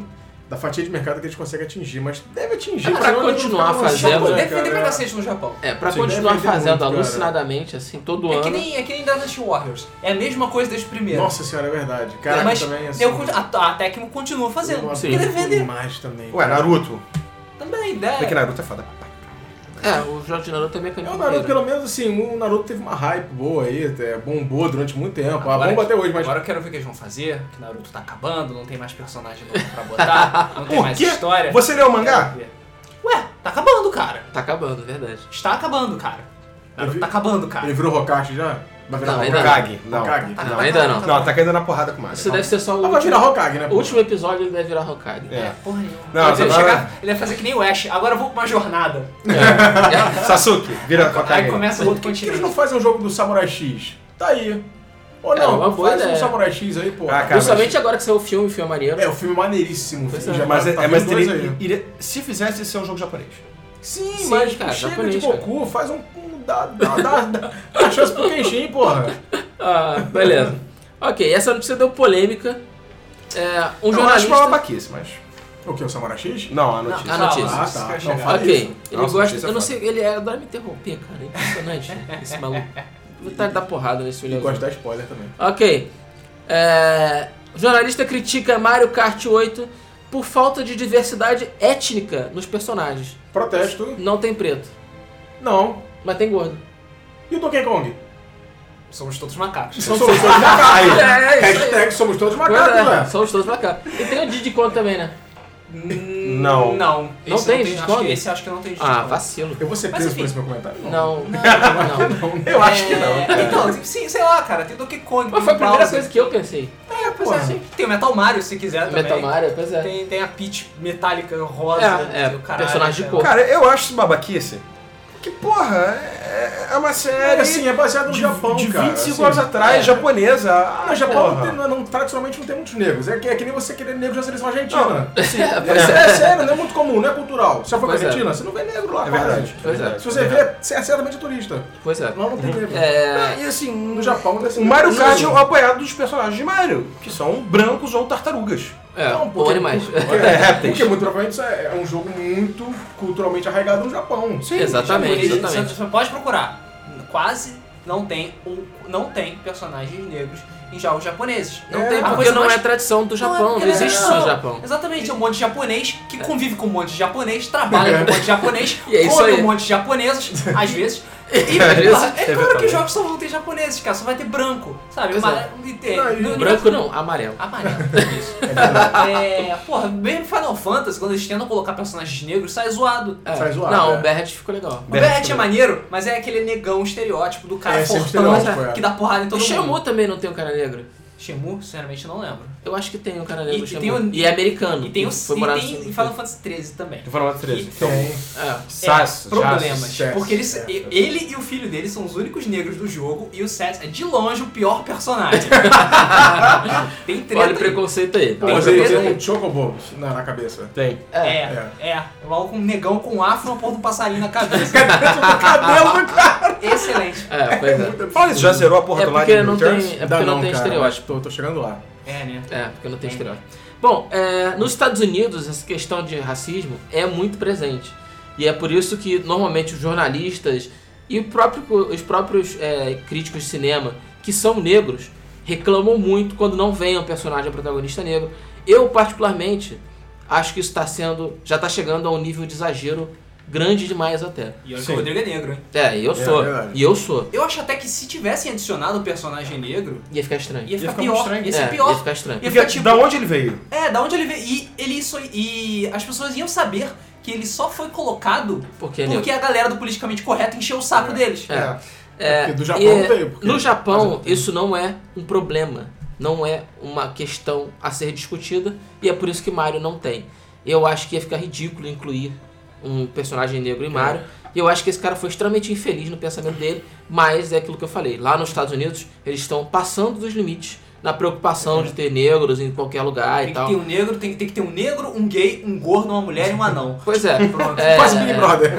S3: Da fatia de mercado que eles conseguem atingir, mas deve atingir.
S1: Pra
S3: senão eles
S1: continuar
S3: não ficam lançando,
S1: fazendo,
S4: Pô,
S1: né,
S3: cara?
S4: Defender pra cacete no Japão.
S1: É, pra
S3: Sim,
S1: continuar
S3: deve ter
S1: fazendo
S3: muito, cara.
S1: alucinadamente, assim, todo
S4: É
S1: ano.
S4: que nem, é que nem Dynasty Warriors. É a mesma coisa desde o primeiro.
S3: Nossa senhora, é verdade. Caraca,
S4: mas
S2: é
S3: também assim...
S4: eu, conti- a, a Tecmo continua fazendo.
S3: Eu
S4: Porque deve vender.
S3: demais também.
S2: Ué, Naruto.
S4: Também, né? ideia.
S2: É que Naruto é foda.
S1: É, o jogo de Naruto também é
S3: É,
S1: canhão.
S3: o Naruto, pelo menos assim, o Naruto teve uma hype boa aí, até bombou durante muito tempo. a
S4: Agora- é
S3: bomba até hoje, mas.
S4: Agora eu quero ver o que eles vão fazer, que Naruto tá acabando, não tem mais personagem novo pra botar, não tem
S2: Por
S4: mais
S2: quê?
S4: história.
S2: Você leu o mangá?
S4: Quero ver. Ué, tá acabando, cara.
S1: Tá acabando, é verdade.
S4: Está acabando, cara.
S3: Eu vi-
S4: Tá acabando, cara.
S3: Ele virou Hokashi já? Vai virar
S1: Não, ainda
S3: Hokage?
S2: Hokage. Não.
S3: Hokage.
S2: Não.
S1: Não, ainda não.
S2: Não, tá caindo na porrada com o Mario.
S1: Isso deve ser só o
S3: Ah, vai
S1: último,
S3: virar Hokage, né?
S1: o último episódio, ele deve virar Hokage.
S2: É.
S4: Porra nenhuma.
S2: Não,
S4: ele,
S2: agora-
S4: vai chegar, ele vai fazer que nem o Ash. Agora eu vou pra uma jornada.
S1: É.
S2: Sasuke, vira
S4: Aí
S2: Hokage.
S4: começa
S3: Por
S4: outro
S3: que eles
S4: continente.
S3: não fazem um jogo do Samurai X? Tá aí. Ou
S1: É,
S3: não,
S1: uma boa
S3: faz
S1: ideia.
S3: um Samurai X aí, pô.
S2: Ah, cara,
S1: Principalmente agora que saiu o filme, o filme é maneiro.
S3: É, o filme maneiríssimo.
S1: Pois
S3: filho,
S1: é.
S3: já
S2: Mas,
S3: tá-
S2: é,
S3: tá
S2: é, mas
S3: vindo dois
S2: teria,
S3: aí.
S2: iria- se fizesse, esse é um jogo japonês.
S3: Sim,
S1: Sim,
S3: mas
S1: cara,
S3: chega
S1: japonês,
S3: de Goku, faz um... um- Dá, dá, dá, dá, dá chance pro Kenshin, porra.
S1: Ah, beleza. ok, essa notícia deu polêmica. É, um
S2: não, acho que
S1: jornalista.
S2: é uma babaquice, mas...
S3: O que, o Samurai X?
S2: Não, a notícia.
S1: a notícia.
S3: Ah,
S4: Isso
S3: tá.
S4: que eu ia
S3: Não,
S4: chegar.
S3: fala
S1: ok,
S3: isso.
S1: ele
S2: Nossa,
S1: gosta.
S2: notícia
S1: Eu não
S2: foda.
S1: sei, ele é adora me interromper, cara. É impressionante esse maluco. Vontade de dar porrada nesse
S3: E
S1: filho.
S3: gosta de dar spoiler também.
S1: Ok. É, jornalista critica Mario Kart 8 por falta de diversidade étnica nos personagens.
S3: Protesto.
S1: Não tem preto,
S3: Não.
S1: mas tem gordo.
S3: E o Donkey Kong?
S4: Somos todos macacos.
S3: Somos todos macacos.
S2: Aí,
S1: É, é isso aí.
S3: Hashtag somos todos
S1: Pois
S3: macacos, né?
S1: é,
S3: velho.
S1: somos todos pra cá. E tem o Diddy Kong também, né?
S2: Não.
S4: Hum, Não.
S1: Não
S4: Esse
S1: tem
S4: acho
S1: Digimon?
S4: que- Esse acho que não tem
S1: Ah,
S4: Digimon.
S1: vacilo.
S3: Eu vou ser
S4: Mas
S3: preso
S4: enfim.
S3: por esse meu comentário.
S1: Não, não, não.
S2: eu acho que não.
S4: É,
S2: cara.
S4: Então, sim, sei lá, cara. Tem Donkey Kong.
S1: Mas
S4: tem
S1: foi a primeira
S4: Bowser.
S1: coisa que eu pensei.
S4: É, pois
S3: Porra.
S4: é, sim. Tem o Metal Mario, se quiser também.
S1: Metal Mario, pois é.
S4: Tem, tem a Peach metálica rosa.
S1: É, é,
S4: do caralho,
S1: personagem de
S4: cara.
S1: cor.
S2: Cara, eu acho isso babaquice. Que porra, é, é uma série
S3: É assim, é baseado no
S2: de,
S3: Japão,
S2: de
S3: cara.
S2: 25
S3: assim.
S2: anos atrás, japonesa. Ah,
S3: Ah, Japão não,
S2: porra.
S3: tem- não, não- tradicionalmente não tem muitos negros. É que, é que nem você querer negro na seleção argentina.
S1: Sim, é,
S3: É,
S1: pois é.
S3: é sério, não é muito comum, não é cultural. Se você for pra
S1: Pois é.
S3: Argentina, você não vê negro lá,
S2: É
S3: cara.
S2: verdade.
S1: Pois é.
S3: Se você vê, você é certamente turista.
S1: Pois é.
S3: Lá não tem negro.
S1: É,
S2: E assim,
S3: No Japão deve ser
S2: o Mario
S3: negro.
S2: Kart é o apoiado dos personagens de Mario, que são brancos ou tartarugas.
S1: é,
S4: um
S3: Não,
S1: ou animais.
S3: Porque, é, porque muito provavelmente isso é, é um jogo muito culturalmente arraigado no Japão. Sim.
S1: Exatamente,
S4: Japonês,
S1: exatamente.
S4: Você, você pode procurar. Quase não tem, ou não tem personagens negros em jogos japoneses.
S1: Não
S3: É,
S1: tem,
S4: a
S1: porque
S4: Ah, coisa
S1: não
S4: mais-
S1: é tradição do
S4: é
S1: Japão, não
S4: porque
S1: existe
S4: não.
S1: isso no Japão. É.
S4: Exatamente, é um monte de japonês que convive com um monte de japonês, trabalha com um monte de japonês,
S1: E é isso
S4: come
S1: aí.
S4: um monte de japoneses, às vezes. E,
S1: Às vezes,
S4: porra, é claro que os jogos só vão ter japoneses, cara, só vai ter branco, sabe?
S1: Pois é.
S4: Mas, e tem-
S3: Não, e
S4: no- no-
S1: Branco não, amarelo.
S4: Amarelo, isso.
S3: É verdade.
S4: É, porra, mesmo Final Fantasy, quando eles tentam colocar personagens negros, sai zoado.
S1: É.
S3: Sai zoado,
S1: Não,
S4: né?
S3: é.
S1: o Berret ficou legal.
S4: O Bert é maneiro, mas é aquele negão estereótipo do cara
S3: É, sempre
S4: fortão
S3: estereótipo, é.
S4: que dá porrada em
S1: O
S4: todo mundo.
S1: Shamu também não tem um cara negro.
S4: Shenmue, sinceramente, não lembro.
S1: Eu acho que tem um cara
S4: E-
S1: lembra
S4: e
S1: de
S4: tem
S1: Xamã.
S4: o-
S1: E é americano.
S4: E tem o
S1: que foi
S4: e
S1: morar assim,
S4: tem
S1: no-
S4: e Final Fantasy XIII também.
S2: Então, Final Fantasy 13.
S4: E-
S2: Então,
S1: É.
S2: Sass,
S4: é,
S2: já-
S4: problemas.
S3: Seth,
S4: porque ele,
S3: Seth.
S4: e- ele e o filho dele são os únicos negros do jogo e o Seth é de longe o pior personagem. Tem
S1: Olha o
S4: treta. aí.
S1: preconceito aí.
S4: Tem
S1: Olha o
S3: Mas ele
S4: certeza.
S3: tem
S1: preconceito.
S3: um chocobo na, na cabeça.
S2: Tem.
S4: É, é. É logo com um negão com um afro na porra do passarinho na cabeça. Ah,
S3: Cabelo do cara!
S4: Excelente.
S1: É, pois é.
S2: Fala isso, já zerou a porra
S1: É
S2: do
S1: porque
S2: Lightning
S1: não
S2: Returns?
S1: tem, é porque não tem estereótipo.
S3: Tô, tô chegando lá.
S4: É, né?
S1: É, porque não tem
S4: É.
S1: estereótipo. Bom, é, nos Estados Unidos, essa questão de racismo é muito presente. E é por isso que, normalmente, os jornalistas e o próprio- os próprios é, críticos de cinema, que são negros, reclamam muito quando não vem um personagem um protagonista negro. Eu, particularmente, acho que isso está sendo... Já está chegando a um nível de exagero grande demais até.
S4: E olha que
S2: Sim.
S4: o Rodrigo é negro, hein?
S1: É, e eu
S3: É,
S1: sou.
S3: verdade.
S1: e eu sou.
S4: Eu acho até que se tivessem adicionado o personagem negro,
S1: Ia ficar estranho.
S4: ia ficar,
S2: ficar muito
S4: pior.
S2: estranho.
S4: Ia ser
S1: é, Ia
S4: pior.
S1: ficar estranho.
S4: Ia
S2: Porque
S4: ficar tipo-
S2: Da onde ele veio?
S4: É, da onde ele veio. E ele isso e as pessoas iam saber que ele só foi colocado
S1: Porque é negro.
S4: porque a galera do politicamente correto encheu o saco deles.
S1: É.
S3: É,
S1: É,
S3: porque do Japão
S1: e-
S3: veio. porque-
S1: No
S3: Mas eu
S1: Japão,
S3: tenho-
S1: isso não é um problema. Não é uma questão a ser discutida. E é por isso que Mario não tem. Eu acho que ia ficar ridículo incluir um personagem negro
S3: É.
S1: em Mario. E eu acho que esse cara foi extremamente infeliz no pensamento dele. Mas é aquilo que eu falei. Lá nos Estados Unidos, eles estão passando dos limites na
S3: É.
S1: preocupação de ter negros em qualquer lugar
S4: Tem
S1: e
S4: que
S1: tal.
S4: ter um negro, tem, tem que ter um negro, um gay, um gordo, uma mulher e um anão.
S1: Pois é.
S4: Pronto.
S1: É,
S3: Quase Big
S1: é.
S3: Brother.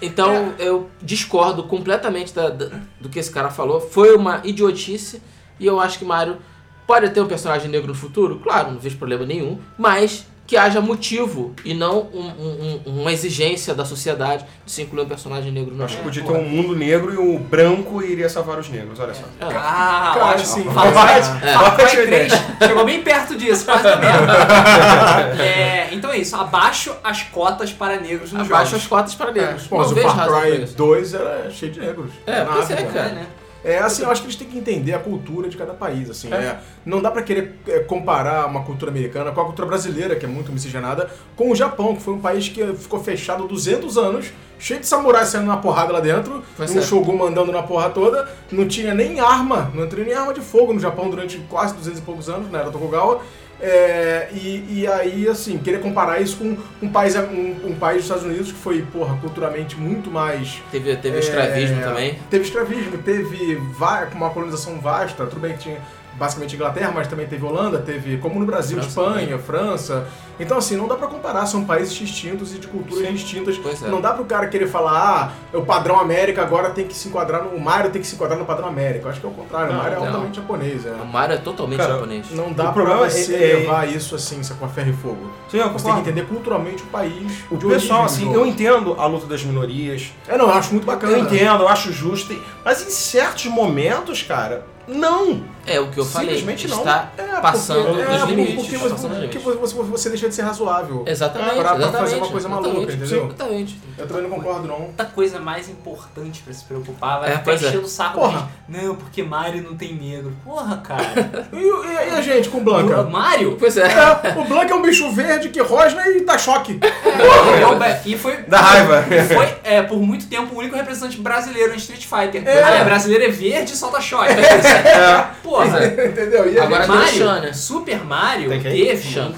S1: Então eu discordo completamente da- da- do que esse cara falou. Foi uma idiotice e eu acho que Mario pode ter um personagem negro no futuro, claro, não vejo problema nenhum, mas que haja motivo e não um- um- um- uma exigência da sociedade de se incluir um personagem negro no
S2: Acho que
S1: jogo.
S2: podia ter
S4: porra.
S2: um mundo negro e o branco iria salvar os negros, olha só.
S1: É.
S4: Ah,
S3: Cara,
S4: ótimo.
S3: sim.
S4: Far Cry-
S2: É.
S4: Far Cry
S2: Ótima ideia.
S4: 3. Chegou bem perto disso, quase deu merda. É, então é isso, abaixo as cotas para negros nos
S1: Abaixo as
S4: jogos.
S1: cotas para
S2: É.
S1: negros.
S3: Pô,
S1: não
S3: mas o
S1: vejo razão
S3: Far
S1: pra
S3: Cry
S1: isso.
S3: 2 era cheio de negros.
S1: É,
S3: Na
S1: pois é,
S3: África.
S1: cara.
S4: É, né?
S3: É, assim, eu acho que eles têm que entender a cultura de cada país, assim. é. não dá pra querer é, comparar uma cultura americana com a cultura brasileira, que é muito miscigenada, com o Japão, que foi um país que ficou fechado 200 anos, cheio de samurais saindo na porrada lá dentro,
S1: Foi
S3: um
S1: certo.
S3: shogun mandando na porra toda, não tinha nem arma, não tinha nem arma de fogo no Japão durante quase 200 e poucos anos, na era Tokugawa. É, e, e aí, assim, querer comparar isso com um país, um, um país dos Estados Unidos que foi, porra, culturalmente muito mais
S1: Teve, teve
S3: É,
S1: escravismo também.
S3: Teve escravismo, teve va- uma colonização vasta, tudo bem que tinha basicamente Inglaterra, mas também teve Holanda, teve, como no Brasil,
S1: França
S3: Espanha, França. Então, assim, não dá pra comparar, são países distintos e de culturas distintas.
S1: Pois é.
S3: Não dá pro cara querer falar, ah, o padrão América agora tem que se enquadrar no. O Mario tem que se enquadrar no padrão América. Eu acho que é o contrário,
S2: Não,
S3: o Mario
S1: não.
S3: é altamente japonês,
S1: O
S3: é.
S1: Mario é totalmente
S2: Cara,
S1: japonês.
S3: Não dá
S2: O problema
S3: pra você
S2: é- é-
S3: levar isso assim, só com a ferro e fogo.
S2: Sim, eu
S3: Você tem que
S2: concordo.
S3: entender culturalmente o país.
S2: O
S3: de
S2: pessoal,
S3: origem do
S2: assim,
S3: jogo.
S2: eu entendo a luta das minorias,
S3: É, não, eu acho muito bacana.
S2: eu entendo, eu acho justo, e- mas em certos momentos, cara, não.
S1: É o que eu falei.
S2: Simplesmente não.
S1: Está
S3: É,
S1: passando
S3: porque,
S1: dos
S3: é,
S1: limites,
S3: Porque,
S1: está
S3: você,
S1: passando dos
S3: porque
S1: limites.
S3: você, você deixa de ser razoável.
S1: Exatamente.
S3: Pra- pra
S1: exatamente,
S3: fazer uma coisa maluca,
S1: exatamente,
S3: entendeu?
S1: Exatamente.
S3: Eu também não concordo, não.
S4: Outra coisa mais importante pra se preocupar, vai
S1: É,
S4: ficar
S1: pois é.
S4: enchendo o saco.
S3: Porra.
S4: deles. Não, porque Mario não tem negro. Porra, cara.
S3: É. E, e- e a gente com o Blanca?
S4: Mario?
S1: Pois é.
S3: É, o Blanca é um bicho verde que rosna e dá choque.
S4: É, o Be- E foi.
S2: Dá raiva.
S4: E Foi, é, por muito tempo, o único representante brasileiro em Street Fighter.
S3: É.
S4: Ah, é brasileiro é verde e solta choque.
S2: É.
S4: Porra.
S3: Entendeu? E é a
S1: Agora-
S3: gente-
S1: tem o
S4: Mario,
S1: Chan, né?
S4: Super Mario
S2: Tem quem?
S4: teve.
S1: Chan.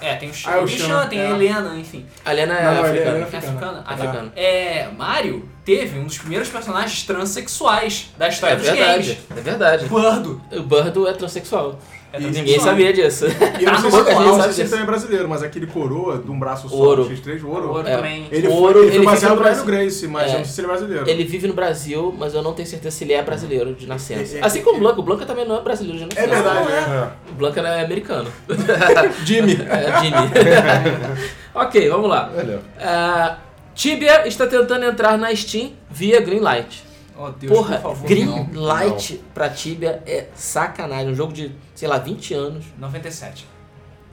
S4: É, tem o Chan,
S3: Ah, o
S4: tem o
S3: Chan,
S4: Chan, tem a
S3: é.
S4: Helena, enfim.
S1: A Lena é
S3: Não, a
S1: africana.
S3: Helena
S4: É africana?
S1: Tá.
S4: Africana. É, Mario teve um dos primeiros personagens transexuais da história
S1: É
S4: dos
S1: verdade,
S4: games.
S1: é verdade.
S4: Gordo.
S1: O Birdo é transexual.
S4: É
S1: E
S4: transexual.
S1: ninguém sabia Tá disso.
S3: e eu não sei se,
S1: Pouca
S3: eu
S1: gente
S3: não sei
S1: sabe
S3: se ele
S1: disso.
S3: também é brasileiro, mas aquele coroa de um braço só,
S1: Ouro.
S3: X3,
S4: O
S3: ouro.
S4: Ouro
S1: É.
S4: também.
S3: Ele,
S1: Ouro,
S3: foi,
S1: ele
S3: ele foi
S1: fica
S3: baseado
S1: no
S3: no
S1: Brasil.
S3: Grace, mas
S1: É.
S3: eu não sei se ele é brasileiro.
S1: Ele vive no Brasil, mas eu não tenho certeza se ele é brasileiro de nascença.
S3: É, é,
S1: Assim como o Blanca, o Blanca também não é brasileiro de nascença.
S3: É verdade.
S1: O Blanca é americano.
S3: Jimmy.
S1: É Jimmy. ok, vamos lá.
S2: Olha.
S1: Ah, Tibia está tentando entrar na Steam via Greenlight.
S4: Oh, Deus,
S1: Porra,
S4: por favor, não.
S1: Greenlight pra Tibia é sacanagem. Um jogo de, sei lá, 20 anos.
S4: 97.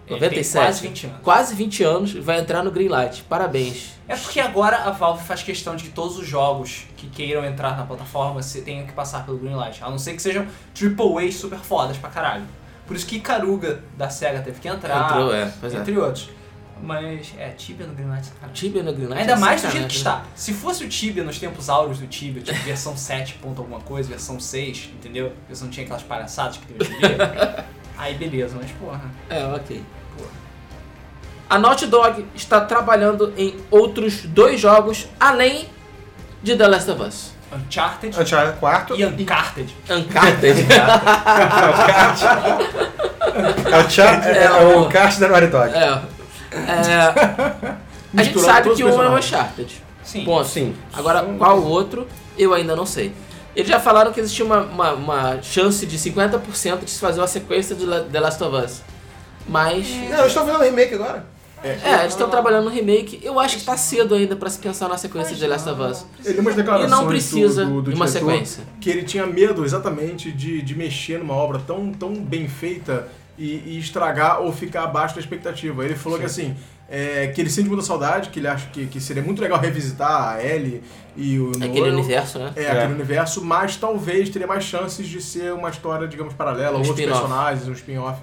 S4: Ele É, tem
S1: 97.
S4: Quase 20 anos.
S1: Quase 20 anos e vai entrar no Greenlight. Parabéns.
S4: É porque agora a Valve faz questão de que todos os jogos que queiram entrar na plataforma se tenham que passar pelo Greenlight, a não ser que sejam AAA super fodas pra caralho. Por isso que Ikaruga da SEGA teve que entrar,
S1: Entrou, é, pois é.
S4: entre outros. Mas é, Tibia no Green Knight, cara.
S1: Tibia no Green Knight
S4: Ainda
S1: é
S4: mais do
S1: sacanagem,
S4: jeito que está. Se fosse o Tibia nos tempos áureos do Tibia, tipo versão 7 ponto alguma coisa, versão 6, entendeu? Versão não tinha aquelas palhaçadas que tem hoje em dia. Aí beleza, mas porra.
S1: É, ok. A Naughty Dog está trabalhando em outros dois jogos além de The Last of Us.
S4: Uncharted
S3: é
S2: Uncharted 4
S4: e Uncharted.
S1: Uncharted.
S2: Uncharted é, o cast da Naughty Dog.
S1: é. É, a gente
S3: Misturando
S1: sabe
S3: todos
S1: que
S3: os
S1: um é o
S3: personagens.
S1: Uncharted.
S4: Sim.
S1: Bom, assim,
S2: Sim.
S1: Agora, qual o outro, eu ainda não sei. Eles já falaram que existia uma, uma, uma chance de 50% de se fazer uma sequência de La- The Last of Us. Mas.
S2: Não, eles estão fazendo remake agora.
S1: É, eles estão trabalhando no remake. Eu acho que tá cedo ainda pra se pensar na sequência de The Last of Us.
S3: Ele deu umas declarações
S1: E não precisa
S3: do, do, do
S1: de uma
S3: diretor
S1: sequência.
S3: Que ele tinha medo exatamente de, de mexer numa obra tão, tão bem feita e, e estragar ou ficar abaixo da expectativa. Ele falou que assim. é, que ele sente muita saudade, que ele acha que, que seria muito legal revisitar a Ellie e o
S1: Aquele
S3: Noel.
S1: universo, né?
S3: É,
S2: É.
S3: aquele universo, mas talvez teria mais chances de ser uma história, digamos,
S1: Um
S3: paralela, outros
S1: spin-off.
S3: personagens, um spin-off.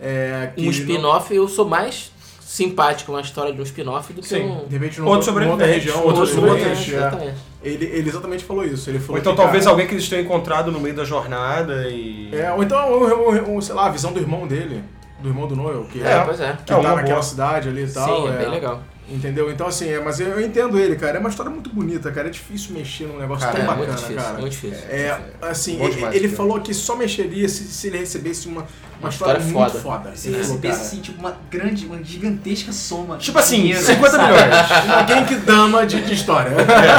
S3: É, que
S1: Um
S3: não-
S1: spin-off, eu sou mais simpático com a história de um spin-off do que
S2: Sim.
S1: um.
S3: De repente, num
S2: Outro
S3: outro- numa
S2: sobrevivente,
S3: outra região,
S2: outro
S3: outro
S2: sobrevivente,
S3: sobrevivente. é.
S1: exatamente.
S3: Ele, ele exatamente falou isso. Ele falou
S2: Ou então
S3: que, cara,
S2: talvez alguém que eles tenham encontrado no meio da jornada e.
S3: É, ou então, um, um- um, sei lá, a visão do irmão dele, do irmão do Noel, que,
S1: É, pois é.
S3: que
S2: É
S3: tá
S2: uma
S3: naquela
S2: boa.
S3: cidade ali e tal.
S1: Sim, é bem legal.
S3: Entendeu? Então, assim, é, mas eu, eu entendo ele, cara. É uma história muito bonita, cara. É difícil mexer num negócio
S2: Cara,
S3: tão
S1: É
S3: bacana,
S1: muito difícil,
S3: cara.
S1: muito difícil.
S3: É, assim,
S2: Bom
S3: ele,
S2: demais,
S3: ele
S2: cara.
S3: falou que só mexeria se, se ele recebesse uma, uma,
S1: Uma
S3: história,
S1: história
S3: muito
S1: foda.
S3: foda.
S4: Se
S3: Ele
S4: ele
S3: falou,
S4: recebesse,
S3: cara,
S4: assim, tipo, uma grande, uma gigantesca soma.
S2: Tipo assim,
S4: dinheiro,
S2: 50
S4: sabe?
S2: milhões.
S3: Alguém que dama de, de história.
S1: É.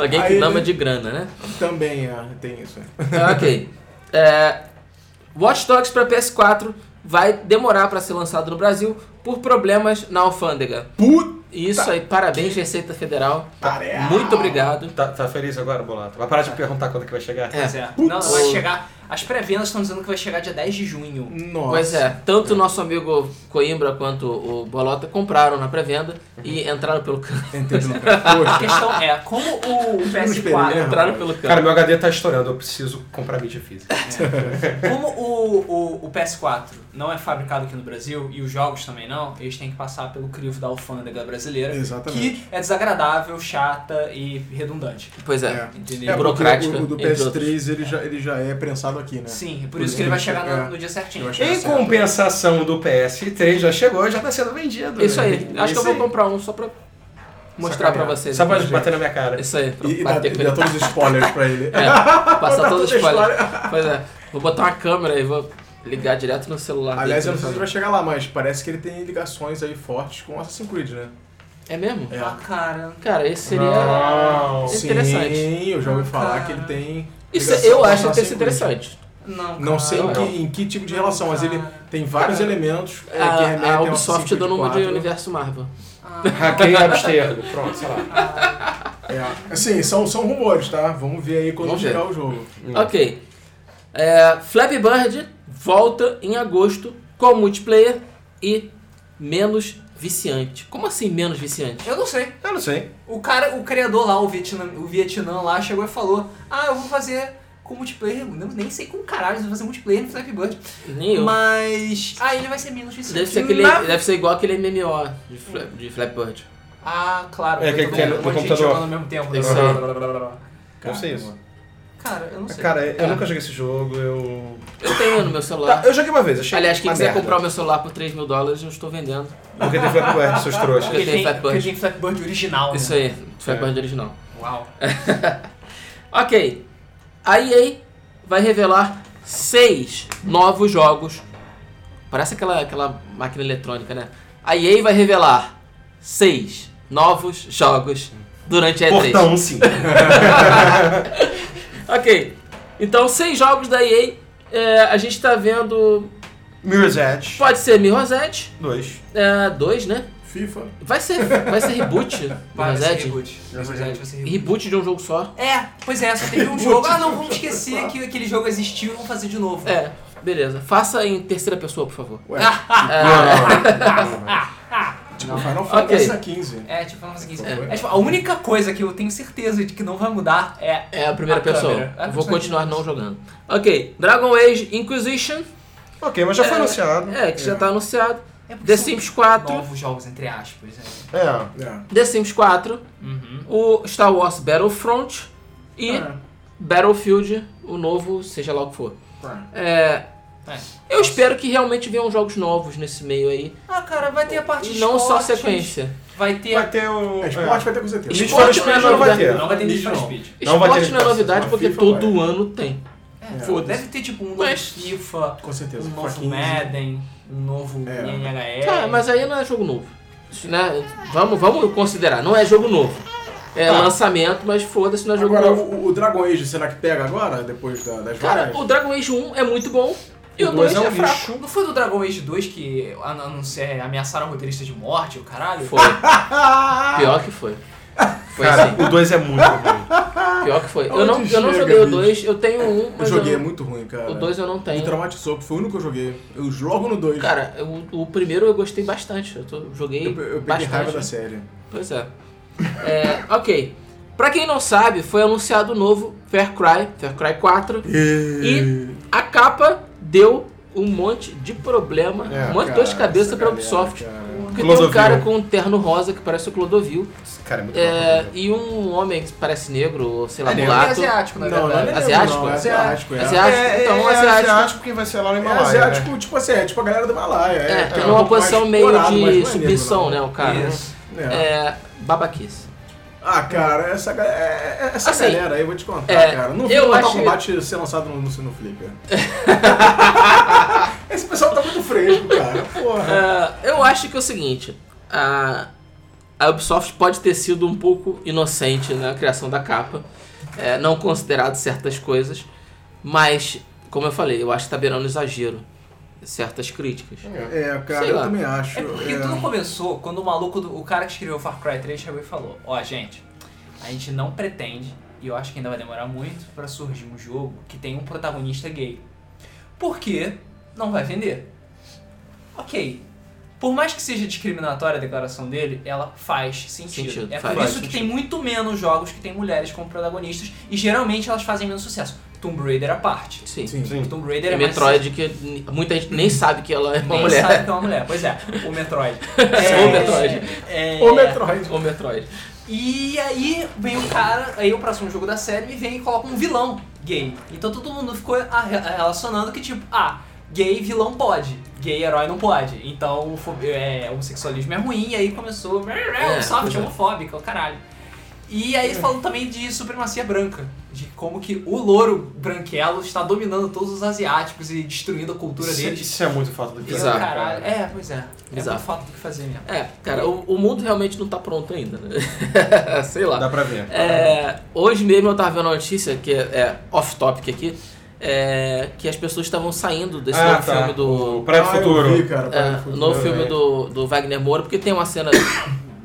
S1: Alguém
S3: Aí
S1: que dama
S3: ele-
S1: de grana, né?
S3: Também é, tem isso. é.
S1: Ah, ok. É, Watch Dogs para PS4 vai demorar para ser lançado no Brasil por problemas na alfândega.
S3: Puta!
S1: Isso aí, parabéns Receita Federal.
S3: Parabéns.
S1: Muito obrigado.
S2: Tá, tá feliz agora, Bolata? Vai parar de perguntar quando que vai chegar?
S1: É.
S4: Pois é.
S3: Putz.
S4: Não, vai chegar. As pré-vendas estão dizendo que vai chegar dia 10 de junho.
S3: Nossa.
S1: Pois é, tanto o nosso amigo Coimbra quanto o Bolota compraram na pré-venda e entraram pelo cano.
S3: Entendo, não, cara.
S4: A
S3: Poxa.
S4: questão é, como o
S3: esperei,
S4: PS4.
S3: né?
S1: Entraram pelo
S2: Cara,
S1: cano.
S2: meu HD tá estourando, eu preciso comprar mídia física.
S4: Como o, o, o PS4 não é fabricado aqui no Brasil e os jogos também não, eles têm que passar pelo crivo da alfândega brasileira,
S3: Exatamente.
S4: que é desagradável, chata e redundante.
S1: Pois é.
S3: É.
S4: Entendeu?
S3: É,
S1: burocrática,
S3: porque o, o do
S1: entre outros.
S3: PS3 ele já, ele já é prensado aqui, né?
S4: Sim, é por isso que ele vai chegar no, no dia certinho.
S3: Eu achei-
S2: Em compensação do PS3 já chegou e já tá sendo vendido.
S1: Isso aí, acho que eu vou
S2: aí.
S1: comprar um só pra mostrar pra
S3: Sacanear.
S1: vocês.
S2: Só pra
S1: Gente.
S2: bater na minha cara.
S1: Isso aí, pra
S3: E, e dá,
S1: bater
S3: e
S1: com
S3: dá
S1: ele.
S3: todos os spoilers pra ele.
S1: É, passar
S3: Contar
S1: todo o
S3: toda a
S1: spoiler. Pois é, vou botar uma câmera e vou ligar direto no celular. dele
S3: Aliás,
S1: pra
S3: eu não sei se
S1: ele
S3: vai chegar lá, mas parece que ele tem ligações aí fortes com Assassin's Creed, né?
S1: falar. É mesmo?
S4: Ah, cara.
S1: Cara, esse seria.
S2: Não.
S1: É interessante. Ah,
S3: Sim, eu já ouvi falar
S4: Cara.
S3: que ele tem.
S1: Isso é-
S3: ligação
S1: eu
S3: com
S1: acho até
S3: Assassin's
S1: isso
S3: Creed.
S1: interessante. Ah,
S4: Não, cara.
S3: Não sei em
S1: Não. Ah,
S3: que, em que tipo de relação, mas ele
S4: Cara.
S3: tem vários elementos é, que remetem
S1: A, a
S3: ao
S1: Ubisoft
S3: Assassin's
S1: deu
S3: Creed
S1: número de
S3: 4.
S1: universo Marvel.
S4: Ah,
S2: Hackei abstergo. Pronto, sei lá.
S3: É, assim, são, são rumores, tá? Vamos ver aí quando
S1: Vamos ver.
S3: chegar o jogo.
S1: Ok. É, Flappy Bird volta em agosto com multiplayer e menos viciante. Como assim menos viciante?
S4: eu não sei.
S2: Eu não sei.
S4: O cara, o criador lá, o Vietnã, o Vietnã lá, chegou e falou: Ah, eu vou fazer com multiplayer. Eu nem sei como caralho eu vou fazer multiplayer no Flappy Bird.
S1: Nem eu.
S4: Mas. Ah, ele vai ser menos viciante.
S1: Deve ser, aquele,
S4: Na-
S1: deve ser igual aquele MMO de, Fla, de Flappy Bird.
S4: Ah, claro.
S2: É, que
S4: todo
S2: tem no
S4: mundo- um monte de gente
S2: computador.
S4: jogando ao mesmo tempo. né?
S1: Isso aí.
S2: Não sei isso.
S4: Cara, eu não sei.
S2: Cara, eu
S1: É.
S2: nunca joguei esse jogo, eu.
S1: Eu tenho no meu
S2: Tá,
S1: celular.
S2: eu joguei uma vez, achei.
S1: Aliás, quem
S2: uma
S1: quiser
S2: merda.
S1: comprar o meu celular por 3 mil dólares, eu estou vendendo.
S2: Porque tem Flappy Bird, seus trouxas.
S4: porque
S1: eu tenho
S4: tem,
S1: Flappy
S4: porque
S1: Bird.
S4: tem Flappy Bird original.
S1: Isso
S4: né?
S1: aí, É foi a banda original.
S4: Uau.
S1: Ok, a EA vai revelar seis novos jogos. Parece aquela, aquela máquina eletrônica, né? A EA vai revelar seis novos jogos durante a E3.
S2: Portão 5.
S1: Ok, então seis jogos da EA. é, a gente tá vendo.
S2: Mirror's Edge
S1: Pode ser Mirror's Edge,
S2: 2.
S1: é, dois, né?
S3: FIFA.
S1: Vai ser, vai ser reboot,
S4: Vai
S1: Mirror's
S4: ser
S1: Edge.
S4: reboot. Vai ser reboot, vai ser reboot.
S1: Reboot de um jogo só.
S4: É, pois é, só teve um jogo. Ah, não, vamos esquecer que aquele jogo existiu e vamos fazer de novo.
S1: É, beleza. Faça em terceira pessoa, por favor. É,
S3: Ué,
S4: Ah,
S2: Ah, Não, não, não.
S3: tipo, Final Fantasy XV.
S4: É, tipo, vamos seguir.
S3: É.
S4: É, tipo, a única coisa que eu tenho certeza de que não vai mudar é.
S1: É a primeira
S4: A
S1: pessoa.
S4: câmera. É a
S1: Eu Vou
S4: pessoa
S1: continuar não jogando. Ok, Dragon Age Inquisition,
S2: Ok, mas já foi anunciado.
S1: é, que já tá anunciado.
S4: É porque
S1: The
S4: são
S1: Sims 4.
S4: Novos jogos, entre aspas. né?
S2: É.
S3: É.
S1: The Sims 4,
S4: Uhum.
S1: o Star Wars Battlefront e
S4: Ah.
S3: É.
S1: Battlefield, o novo, seja lá o que for.
S3: É.
S1: É,
S4: É.
S1: eu espero que realmente venham jogos novos nesse meio aí.
S4: Ah, cara, vai ter a parte
S1: E
S4: de
S1: não só
S4: esportes,
S1: sequência.
S4: Vai ter...
S2: Vai ter o.
S3: É, esporte vai ter com certeza.
S2: Need for
S1: Esporte
S2: Speed
S1: não é
S2: não vai ter.
S1: novidade.
S4: Não vai ter Need for
S3: Não.
S4: Speed.
S2: Não vai
S1: Esporte
S2: ter
S1: não é
S2: graça,
S1: novidade
S3: mas
S1: porque
S3: FIFA
S1: todo ano tem.
S4: É,
S3: Foda-se.
S4: deve ter tipo um novo
S1: Mas-
S4: FIFA,
S3: Com certeza.
S4: um
S3: FIFA
S4: novo
S3: 15.
S4: Madden, um novo
S3: É.
S4: NHL.
S1: Tá, mas aí não é jogo novo. Isso, Né? Vamos, vamos considerar, não é jogo novo. É
S4: Tá.
S1: lançamento, mas foda-se, não é jogo
S3: Agora,
S1: novo.
S3: o, o Dragon Age, será que pega agora, depois da, das
S1: Cara,
S3: várias?
S1: o Dragon Age 1 é muito bom e o
S2: O dois
S1: 2
S2: é um
S1: é fraco.
S2: lixo.
S4: Não foi do Dragon Age 2 que an- anuncia- ameaçaram o roteirista de morte, o caralho?
S1: Foi. Pior que foi. Foi
S2: Cara,
S1: assim.
S2: o 2 é muito ruim.
S1: Pior que foi. Eu
S3: Onde
S1: não, eu não
S3: chega,
S1: joguei o
S3: bicho?
S1: 2, eu tenho um,
S3: eu
S1: mas
S3: joguei, é
S1: eu não-
S3: muito ruim, cara.
S1: o 2 eu não
S3: Me
S1: tenho.
S3: traumatizou, que foi o único que eu joguei. Eu logo no 2.
S1: Cara, eu- o primeiro eu gostei bastante. Eu tô- joguei
S3: eu, eu peguei raiva
S1: bastante.
S3: da série.
S1: Pois é. É, ok. Pra quem não sabe, foi anunciado o novo Far Cry, Far Cry 4. E a capa deu um monte de problema,
S2: É,
S1: um monte de dor de cabeça pra Ubisoft. Porque tem um
S2: Clodovil.
S1: cara com um terno rosa que parece o Clodovil.
S2: Cara, é muito
S1: é,
S2: ruim.
S1: e um homem que parece negro, ou sei lá,
S2: É negro.
S4: É
S1: mulato.
S4: asiático, na
S3: Não, não é
S4: verdade.
S3: negro,
S1: Asiático?
S3: não, é asiático, é.
S1: Asiático? então,
S2: é,
S1: asiático.
S2: asiático quem vai ser lá no
S3: É
S2: Himalaia. né?
S3: asiático, tipo assim, é tipo a galera do Himalaia. É,
S1: É,
S3: é
S1: tem
S3: um
S1: uma
S3: pouco mais
S1: posição meio
S3: explorado, mas não
S1: de
S3: é
S1: subição,
S3: negro,
S1: né, o cara.
S4: Isso.
S3: não. É.
S1: É, babaquice.
S3: Ah, cara, essa, ga- é- é- essa
S1: Assim,
S3: galera aí, eu vou te contar,
S1: é,
S3: cara. Não vi
S1: eu
S3: o Mortal
S1: acho-
S3: Kombat ser lançado no, no, no Flipper. Esse pessoal tá muito fresco, cara. Porra.
S1: É, eu acho que é o seguinte, a, a Ubisoft pode ter sido um pouco inocente na criação da capa, é, não considerado certas coisas, mas, como eu falei, eu acho que tá beirando exagero certas críticas.
S3: É, cara,
S1: Sei
S3: eu
S1: lá.
S3: também acho.
S4: É porque
S3: é.
S4: tudo começou quando o maluco, do- o cara que escreveu Far Cry 3 chegou e falou: Ó, gente, a gente não pretende, e eu acho que ainda vai demorar muito, pra surgir um jogo que tem um protagonista gay. Porque não vai vender. Ok. Por mais que seja discriminatória a declaração dele, ela faz sentido.
S1: Sentido,
S4: é
S1: faz
S4: por isso que
S1: sentido.
S4: tem muito menos jogos que tem mulheres como protagonistas e geralmente elas fazem menos sucesso. Tomb Raider à parte.
S1: Sim.
S3: Sim.
S2: Sim.
S4: Tomb Raider
S1: E
S4: é mais
S1: Metroid, que n- muita gente nem sabe que ela é uma
S4: nem
S1: mulher.
S4: sabe que é uma mulher. Pois é, o Metroid.
S1: Ou Metroid.
S4: É,
S3: O Metroid.
S1: Ou Metroid.
S4: E aí vem o cara, aí o próximo jogo da série me vem e coloca um vilão gay. Então todo mundo ficou a- relacionando que tipo, ah, gay vilão pode, gay herói não pode. Então fo- é, homossexualismo é ruim, e aí começou
S1: É,
S4: é, soft
S1: pois é.
S4: homofóbico, caralho. E aí falou também de supremacia branca, de como que o louro branquelo está dominando todos os asiáticos e destruindo a cultura
S2: Isso,
S4: deles.
S2: isso é muito fato do
S4: E eu,
S1: Exato.
S4: caralho, é, pois é. É
S1: Exato.
S4: uma falta do que fazer mesmo.
S1: É, cara, o, o mundo realmente não tá pronto ainda, né? Sei lá.
S2: Dá pra ver.
S1: É, hoje mesmo eu tava vendo uma notícia, que é, é off-topic aqui, é, que as pessoas estavam saindo desse
S2: Ah,
S1: novo
S2: tá.
S1: filme do.
S2: O Praia do
S3: Ah, eu
S2: Futuro.
S3: vi, cara, Praia
S1: É,
S3: do Futuro,
S1: novo filme
S3: velho.
S1: do, do Wagner Moura, porque tem uma cena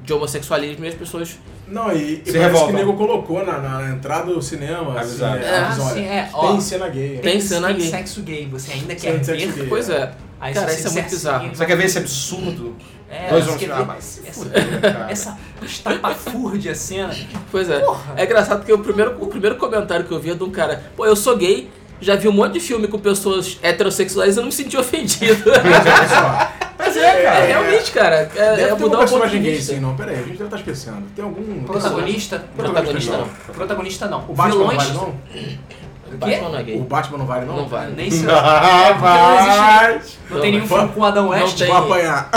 S1: de homossexualismo e as pessoas.
S3: Não, e, e
S2: Se
S3: parece
S2: revoltam.
S3: que o nego colocou na, na entrada do cinema. Assim,
S2: Avisado.
S3: é,
S1: É,
S3: avisou,
S4: assim,
S3: olha,
S4: é, ó.
S3: Tem cena gay.
S1: Tem cena gay.
S4: sexo gay, você ainda
S3: Tem
S4: quer
S3: sexo
S4: ver?
S3: gay.
S1: Pois é.
S4: Aí
S1: Cara,
S4: se
S1: isso é
S4: você
S1: muito
S4: disser
S1: bizarro.
S4: assim,
S2: Você quer ver esse absurdo?
S4: É,
S2: Dois
S4: você
S2: vão
S4: quer
S2: tirar,
S4: ver
S2: mas se
S4: essa-
S2: fuder, cara.
S4: Essa estapafúrdia cena.
S1: Pois é. É engraçado porque o primeiro, o primeiro comentário que eu vi é de um cara, pô, eu sou gay. Já vi um monte de filme com pessoas heterossexuais e eu não me senti ofendido.
S3: Mas é,
S1: É,
S3: cara.
S1: realmente, cara. É,
S3: Deve
S1: é
S3: ter um
S1: mudar um pouco de
S3: personagem gay,
S1: vista.
S3: sim. Não, pera aí, a gente deve estar esquecendo. Tem algum...
S4: Protagonista?
S1: Protagonista não.
S4: Protagonista não.
S3: O Batman não
S4: Vilões?
S3: vale, não?
S1: O
S4: O quê?
S1: Batman não é
S3: O
S1: gay.
S3: Batman não vale, não?
S1: Não vale.
S4: Nem sei.
S2: Ah,
S4: Não
S2: vai.
S4: Não tem nenhum
S3: Não,
S4: filme com o Adam West.
S1: tem.
S3: Vou apanhar.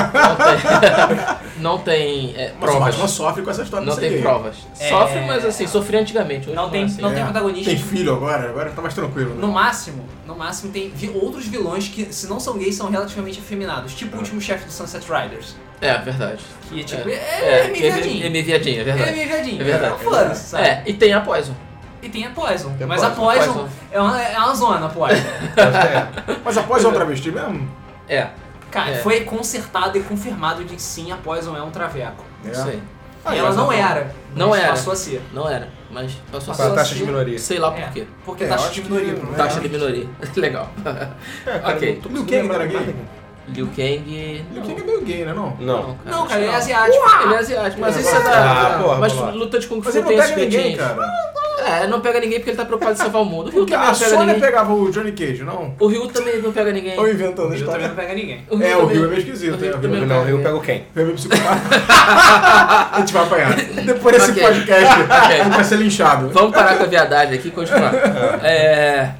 S1: Não tem é,
S3: Mas o
S1: provas.
S3: Batman sofre com essa história
S1: Não
S3: de ser
S1: tem
S3: gay.
S1: provas.
S4: É.
S1: Sofre, mas assim, sofria antigamente. Hoje
S4: Não tem,
S1: é assim.
S4: não tem
S3: É.
S4: protagonista.
S3: Tem filho agora, agora tá mais tranquilo. né?
S4: No máximo, no máximo tem vi- outros vilões que, se não são gays, são relativamente afeminados. Tipo o último chefe do Sunset Riders.
S1: É, verdade.
S4: Que é tipo,
S1: É.
S4: é, é,
S1: É,
S4: meio
S1: é,
S4: viadinho.
S1: é meio viadinho, é
S4: É
S1: verdade.
S4: meio viadinho.
S1: É verdade.
S4: Então, foda-se, sabe?
S1: É, e tem a Poison.
S4: E tem a Poison.
S2: Tem a
S4: mas
S2: Poison.
S4: a Poison,
S1: Poison.
S4: É, uma, é uma zona, a Poison.
S2: É.
S3: Mas após é um travesti mesmo?
S1: É,
S4: Cara,
S1: É.
S4: foi consertado e confirmado de que sim, a Poison é um traveco.
S3: É.
S1: isso aí.
S3: Ah,
S4: e ela
S3: mas
S4: não é,
S3: a-
S4: era.
S1: Não
S4: mas
S1: era.
S4: Passou a ser.
S1: Não era, mas passou assim. a
S4: Passou
S1: ser.
S2: Pra
S4: a
S2: taxa de
S4: ser.
S2: minoria.
S1: Sei lá
S4: É,
S1: por quê.
S4: Porque
S3: É,
S4: taxa
S3: acho
S4: de
S3: que
S4: minoria.
S3: não é.
S1: Taxa Tá de minoria. Legal.
S2: É, cara,
S1: Ok.
S2: não tô
S3: Liu Kang
S2: conseguindo
S3: era
S2: lembrar
S3: gay?
S2: nada.
S1: Liu Kang.
S3: Liu Kang é meio gay, né, não?
S2: Não.
S4: Não, cara, ele é
S1: acho que
S4: asiático.
S1: não. Ele é asiático, mas
S3: Ah,
S1: isso é da.
S2: porra,
S1: mas
S2: vamos lá.
S1: luta de Kung
S3: Mas
S1: Fu
S3: ele não
S1: tem esses
S3: pega ninguém,
S1: petinhos.
S3: cara.
S1: É, não pega ninguém porque ele tá preocupado em salvar o mundo. O Ryu
S3: Porque
S1: também
S3: a
S1: não pega
S3: Sônia
S1: ninguém.
S3: pegava o Johnny Cage, não?
S1: O Ryu também não pega ninguém.
S3: Tô inventando a
S4: Eu também não
S3: história.
S4: pega ninguém.
S1: Ryu
S3: É, o
S1: também-
S3: Ryu é meio esquisito,
S1: o Ryu
S3: é, o
S1: também não
S2: Eu não,
S1: pega
S2: eu
S1: ninguém.
S2: pego quem?
S3: Eu é meio psicopata. a gente vai apanhar. Depois desse
S1: Ok.
S3: podcast,
S1: Ok.
S3: a gente vai ser linchado.
S1: Vamos parar com a viadagem aqui e continuar. É.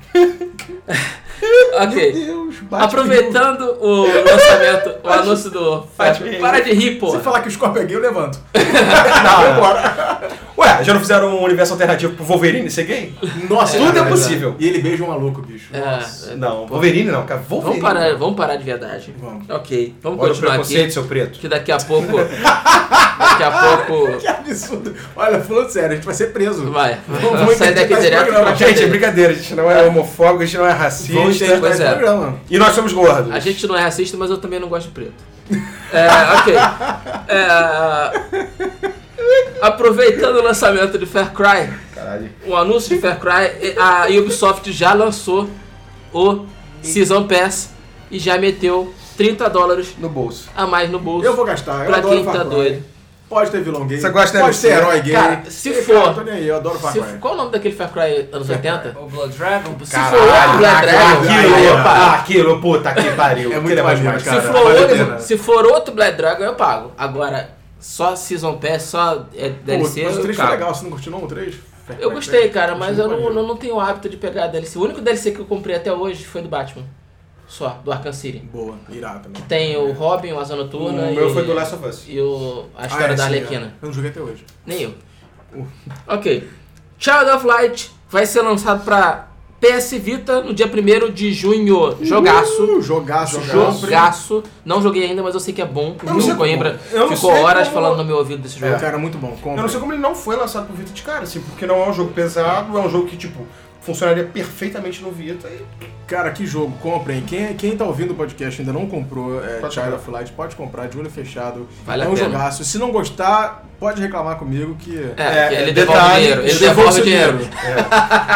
S1: ok.
S3: Deus, bate
S1: Aproveitando o lançamento, o anúncio do.
S2: Batman.
S1: Para de rir, pô.
S3: Se falar que o Scorpio é gay, eu levanto.
S2: Não, Ué, já não fizeram um universo alternativo pro Wolverine ser gay?
S3: Nossa,
S2: Tudo é
S3: cara,
S2: possível.
S3: E ele beija um maluco, bicho. Nossa.
S1: É,
S2: Não, Wolverine não, cara. Wolverine.
S1: vamos, parar, vamos parar de viadagem.
S3: Vamos.
S1: Ok, vamos
S2: Olha o
S1: continuar
S2: preconceito,
S1: aqui.
S2: seu preto.
S1: Que daqui a pouco. daqui a pouco.
S3: Que absurdo. Olha, falando sério, a gente vai ser preso.
S1: Vai. Vamos
S3: Vamos
S1: sair
S3: interpretar
S1: daqui
S3: esse
S1: direto
S3: programa.
S1: pra
S2: Gente, é
S1: cadeia.
S2: brincadeira, a gente não é homofóbico, a gente não é racista.
S3: interpretar
S1: pois
S3: esse
S1: é.
S3: programa.
S2: E nós somos gordos.
S1: A gente não é racista, mas eu também não gosto de preto. É, ok. É, aproveitando o lançamento de Far Cry,
S2: Caralho.
S1: o anúncio de Far Cry, a Ubisoft já lançou o Season Pass e já meteu 30 dólares
S2: No bolso.
S1: a mais no bolso
S3: Eu vou gastar, eu
S1: pra
S3: adoro
S1: quem
S3: Far
S1: tá
S3: Cry.
S1: doido.
S3: Pode ter vilão gay.
S2: Você gosta de
S3: Pode
S2: DLC?
S3: ser herói gay.
S1: Cara, se
S3: Ei,
S1: for-
S3: Cara, tô nem aí, eu adoro Far
S1: Se-
S3: Cry.
S1: qual o nome daquele Far Cry anos 80?
S4: O Blood Dragon.
S1: Se
S2: Caralho,
S1: for outro Black Dragon,
S2: aquilo,
S1: eu
S2: ah,
S1: pago.
S2: aquilo, puta que pariu.
S3: É muito
S2: Aquilo mais
S3: maneiro,
S2: mais.
S3: cara.
S1: Se
S2: Se
S1: for,
S3: vale a
S1: outro,
S3: pena.
S1: se for outro Black Dragon, eu pago. Agora, só Season Pass, só é,
S3: Pô,
S1: DLC,
S3: mas o
S1: eu
S3: 3 foi
S1: pago.
S3: legal, você não curtiu não, o 3?
S1: Eu gostei, cara, mas eu não,
S3: maneiro.
S1: eu não tenho o hábito de pegar DLC. O único DLC que eu comprei até hoje foi do Batman. Só, do Arkham City.
S3: Boa, irado, né?
S1: Tem o Robin, o Asa
S2: O
S1: Noturna e,
S2: meu foi do Last of Us.
S1: e o, a história
S3: Ah, é,
S1: da
S3: sim,
S1: Arlequina.
S3: é. Eu não joguei até hoje.
S1: Nem eu.
S3: Uh.
S1: Ok. Child of Light vai ser lançado pra PS Vita no dia 1 de junho. Jogaço.
S3: Uh, jogaço, jogaço.
S1: Jogaço. Não joguei ainda, mas eu sei que é bom.
S2: não
S1: O Bruno
S2: sei como-
S1: Coimbra
S2: eu não
S1: ficou
S2: sei
S1: horas
S2: como-
S1: falando no meu ouvido desse jogo.
S3: É, Cara, muito bom.
S2: Eu não sei como ele não foi lançado pro Vita de cara, assim, porque não é um jogo pesado, é um jogo que, tipo, funcionaria perfeitamente no Vita e
S3: Cara, que jogo, comprem. Quem, quem tá ouvindo o podcast e ainda não comprou é,
S2: Pode
S3: Child
S2: comprar.
S3: of Light, pode comprar de olho fechado.
S1: Vale
S3: é
S1: a
S3: um
S1: pena.
S3: jogaço. Se não gostar, pode reclamar comigo que.
S1: É,
S2: É,
S1: porque ele devolve
S2: é, detalhe,
S1: dinheiro. Ele
S3: devolve
S1: devolve
S3: seu
S1: dinheiro.
S3: dinheiro.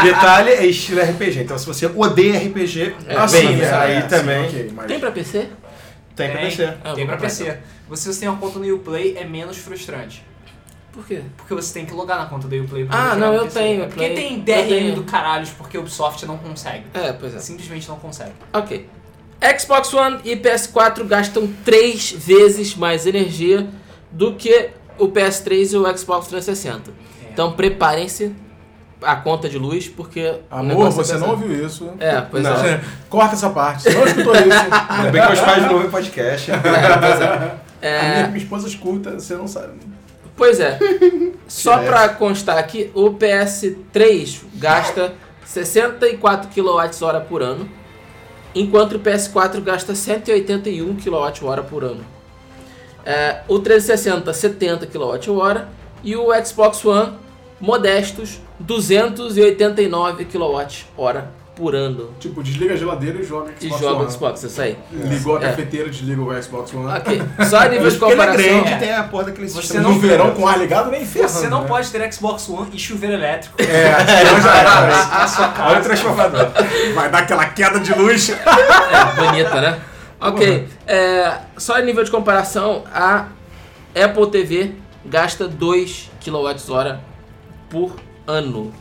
S2: Detalhe é estilo RPG, então se você odeia RPG,
S1: É,
S2: assim,
S1: bem,
S2: né?
S1: é,
S2: aí
S3: sim,
S2: também
S3: ok, mas-
S1: Tem pra PC?
S2: tem pra descer.
S1: Ah,
S4: Tem
S1: vou comprar,
S4: pra PC. Você, se você tem uma conta no Uplay, é menos frustrante.
S1: Por quê?
S4: Porque você tem que logar na conta do Uplay. pra
S1: Ah,
S4: jogar
S1: não,
S4: no
S1: eu
S4: PC.
S1: tenho
S4: Porque
S1: Uplay.
S4: tem
S1: Eu
S4: DRM
S1: tenho.
S4: do caralho, porque o Ubisoft não consegue.
S1: É, pois é.
S4: Simplesmente não consegue.
S1: Ok. Xbox One e PS4 gastam três vezes mais energia do que o PS3 e o Xbox 360. Então preparem-se a conta de luz, porque. o
S3: Amor,
S1: negócio é
S3: você não
S1: pesado.
S3: ouviu isso.
S1: É, pois
S2: Não.
S1: é.
S3: Você- Corta essa parte. Você não escutou isso.
S2: Ainda bem que meus pais não ouvem podcast.
S1: É, pois é.
S3: A
S1: É,
S3: minha, minha esposa escuta, você não sabe.
S1: Pois é. Só
S2: Que
S1: pra constar aqui, o PS3 gasta 64 kWh por ano, enquanto o PS4 gasta 181 kWh um por ano. É, o 360, 70 kWh e o Xbox One, modestos, 289 kWh por ano.
S3: Tipo, desliga a geladeira e joga Xbox
S1: E joga
S3: One.
S1: o Xbox, isso aí.
S3: Ligou a
S1: É.
S3: cafeteira, desliga o Xbox One.
S1: Ok, só a nível de
S2: Mas porque ele é
S1: comparação.
S2: grande,
S4: é.
S2: tem a porra daquele
S4: Você
S2: sistema
S4: não
S3: No
S2: de
S3: verão
S2: filtro.
S3: com ar ligado, nem ferrando.
S4: Você não
S3: né?
S4: pode ter Xbox One e chuveiro elétrico.
S3: É, senão já era.
S2: Olha o transformador.
S3: Vai dar aquela queda de luz.
S1: É, bonita, né? Ok. é, só em nível de comparação, a Apple TV gasta 2 kWh por ano.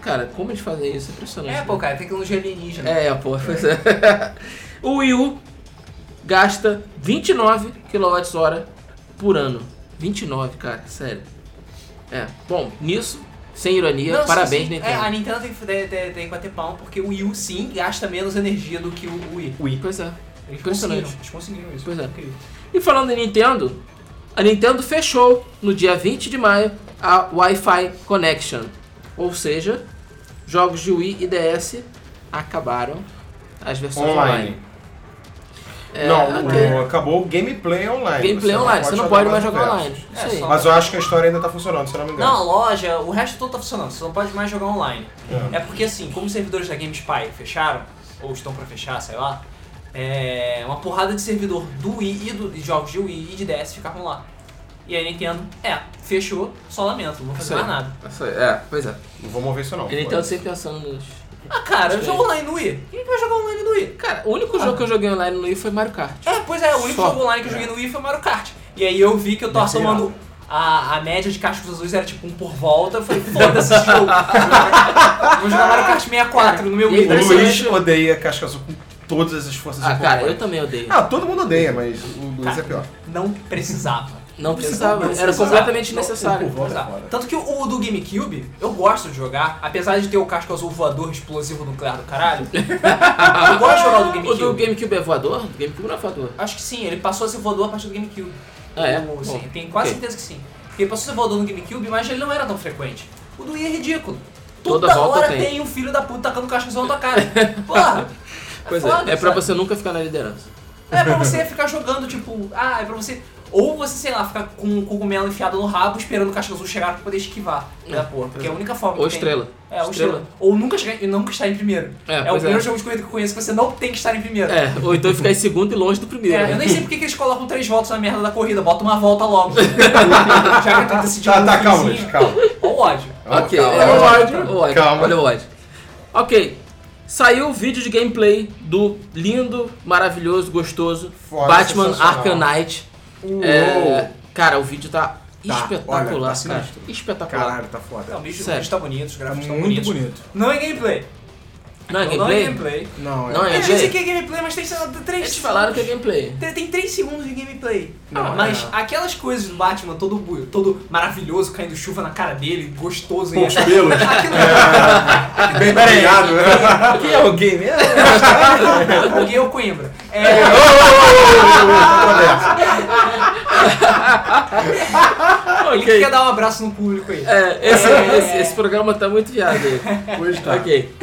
S1: Cara, como eles fazem isso? É impressionante.
S4: É,
S1: né?
S4: pô, cara, tecnologia alienígena.
S1: É, Apple. pois é. o Wii U gasta 29 kWh por ano. 29, cara, sério. É, bom, nisso, sem ironia,
S4: Não,
S1: parabéns,
S4: sim, sim. É,
S1: Nintendo.
S4: a Nintendo tem que, tem, tem- tem que bater palma, porque o Wii U sim gasta menos energia do que o Wii.
S1: Pois é.
S4: Eles
S1: Impressionante.
S4: conseguiram, eles conseguiram isso.
S1: Pois é.
S4: Incrível.
S1: E falando em Nintendo, a Nintendo fechou no dia 20 de maio a Wi-Fi Connection. Ou seja, jogos de Wii e DS acabaram as versões online.
S2: Online.
S1: É,
S2: não,
S1: ok.
S2: o- acabou o gameplay online.
S1: gameplay
S2: não
S1: online, você não pode mais
S2: os
S1: jogar online.
S2: versos.
S1: Isso aí.
S4: É, só-
S2: Mas eu acho que a história ainda tá funcionando, se eu não
S1: É.
S2: me
S4: Não, a
S2: engano.
S4: loja, o resto todo tá funcionando, você não pode mais jogar online. É porque assim, como os servidores da GameSpy fecharam, ou estão pra fechar, sei lá, é, uma porrada de servidor do Wii e do, de jogos de Wii e de DS ficavam lá. E aí a Nintendo, é, fechou, só lamento, não vou fazer mais nada.
S1: Isso aí, É, pois é.
S2: Não vou mover isso não.
S1: A Nintendo sempre pensando nos.
S4: Ah, cara, eu
S1: Isso aí.
S4: jogo online no Wii. Quem que vai jogar online no Wii?
S1: Cara, o único jogo que eu joguei online no Wii foi Mario Kart.
S4: É, pois é, o único
S1: Só.
S4: jogo online que eu joguei no Wii foi Mario Kart. E aí eu vi que eu tava
S3: Deve ser
S4: tomando.
S3: irado.
S4: a, a média de cascos azuis era tipo um por volta. Eu falei, foda-se esse jogo. Vou jogar Mario Kart 64 no meu
S1: E aí,
S2: O
S4: Wii.
S2: Luiz odeia Casca Azul com todas as forças
S1: Ah,
S2: do
S1: cara,
S2: corpo.
S1: eu também odeio.
S2: Ah, todo mundo odeia, mas o Luiz é pior.
S4: Não precisava.
S1: Não precisava, era
S4: precisava.
S1: completamente
S4: Não,
S1: necessário.
S3: não, não, Foda,
S4: Exato.
S3: é foda.
S4: Tanto que o do GameCube, eu gosto de jogar, apesar de ter o casco azul voador explosivo nuclear do caralho. eu gosto de jogar o do
S1: O
S4: GameCube.
S1: do GameCube é voador? O GameCube não é voador.
S4: Acho que sim, ele passou a ser voador a partir do GameCube.
S1: Ah, é?
S4: O- sim,
S1: Bom,
S4: tenho quase
S1: ok.
S4: certeza que sim. Porque ele passou a ser voador no GameCube, mas ele não era tão frequente. O do Wii é ridículo.
S1: Toda
S4: Toda,
S1: volta
S4: hora
S1: tem.
S4: tem. um filho da puta tacando cascozão na tua cara. Porra!
S1: Pois
S4: foda,
S1: é, é pra
S4: sabe?
S1: você nunca ficar na liderança.
S4: É pra você ficar jogando, tipo, ah, é pra você. Ou você, sei lá, ficar com o cogumelo enfiado no rabo esperando o casca azul chegar pra poder esquivar da porra. Porque é a única forma
S1: Ou
S4: que tem.
S1: estrela.
S4: É, ou estrela. Ou nunca chegar e nunca estar em primeiro.
S1: É,
S4: o
S1: pois é.
S4: primeiro jogo de corrida que eu conheço que você não tem que estar em primeiro.
S1: É, ou então ficar em segundo e longe do primeiro. né?
S4: É, eu nem sei porque que eles colocam três voltas na merda da corrida, bota uma volta logo. Já que tu decidiu.
S2: Tá, tá, calma, Luiz, calma.
S4: Olha um o ódio.
S1: Ok,
S2: Calma,
S1: é,
S2: calma.
S1: o ódio, o ódio.
S2: Calma.
S1: Olha o ódio. Ok. Saiu o vídeo de gameplay do lindo, maravilhoso, gostoso
S2: Foda,
S1: Batman
S2: sensacional.
S1: Arkham Knight.
S2: Uh,
S3: Uou.
S1: É, cara, o vídeo tá, espetacular,
S3: olha, tá
S1: cara.
S3: sinistro.
S1: Espetacular.
S3: Caralho, tá
S4: Não, o
S3: foda.
S4: bicho, o
S1: Sério.
S4: bicho tá bonito, os
S3: Tá
S4: gráficos estão
S3: muito
S4: bonitos.
S3: bonito.
S4: Não é gameplay.
S1: Não é
S4: Não é
S1: gameplay?
S4: gameplay.
S3: Não, é.
S1: Não é
S4: Eles
S1: gameplay?
S4: dizem que é gameplay, mas tem sei lá, três.
S1: Eles falaram que é gameplay.
S4: Tem- Tem 3 segundos de gameplay.
S2: Ah,
S3: Não,
S4: mas
S3: é.
S4: aquelas coisas do Batman, todo, bu- todo maravilhoso, caindo chuva na cara dele, gostoso
S3: Com os
S4: e é
S3: pelos.
S4: Aquilo-
S2: É. Bem brilhado, né? Quem é o game?
S4: Alguém é o Coimbra. É, ele
S1: Ok.
S4: quer dar um abraço no público aí.
S1: É, esse,
S4: É.
S1: esse- esse programa tá muito viado aí.
S3: Hoje tá.
S1: ok.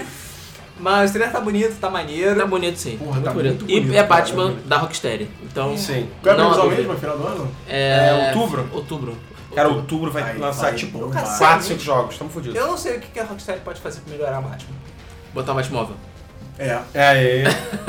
S4: Mas o trailer tá bonito, tá maneiro.
S1: Tá bonito sim.
S3: Porra,
S1: muito
S3: tá
S1: bonito.
S3: muito bonito,
S1: e é
S3: cara,
S1: Batman
S3: muito
S1: da Rocksteady. Então,
S2: Sim.
S3: Qual é a
S1: Não,
S3: previsão
S1: não vi.
S3: mesmo? É final do ano?
S1: é...
S2: É, outubro?
S1: Outubro.
S2: Cara, outubro vai
S3: Aí,
S2: lançar
S3: vai,
S2: tipo
S3: vai.
S2: 4, 5 jogos, tamo fudido.
S4: Eu não sei o que que a Rockstar pode fazer pra melhorar Batman.
S1: Botar mais móvel.
S3: É.
S2: É aí.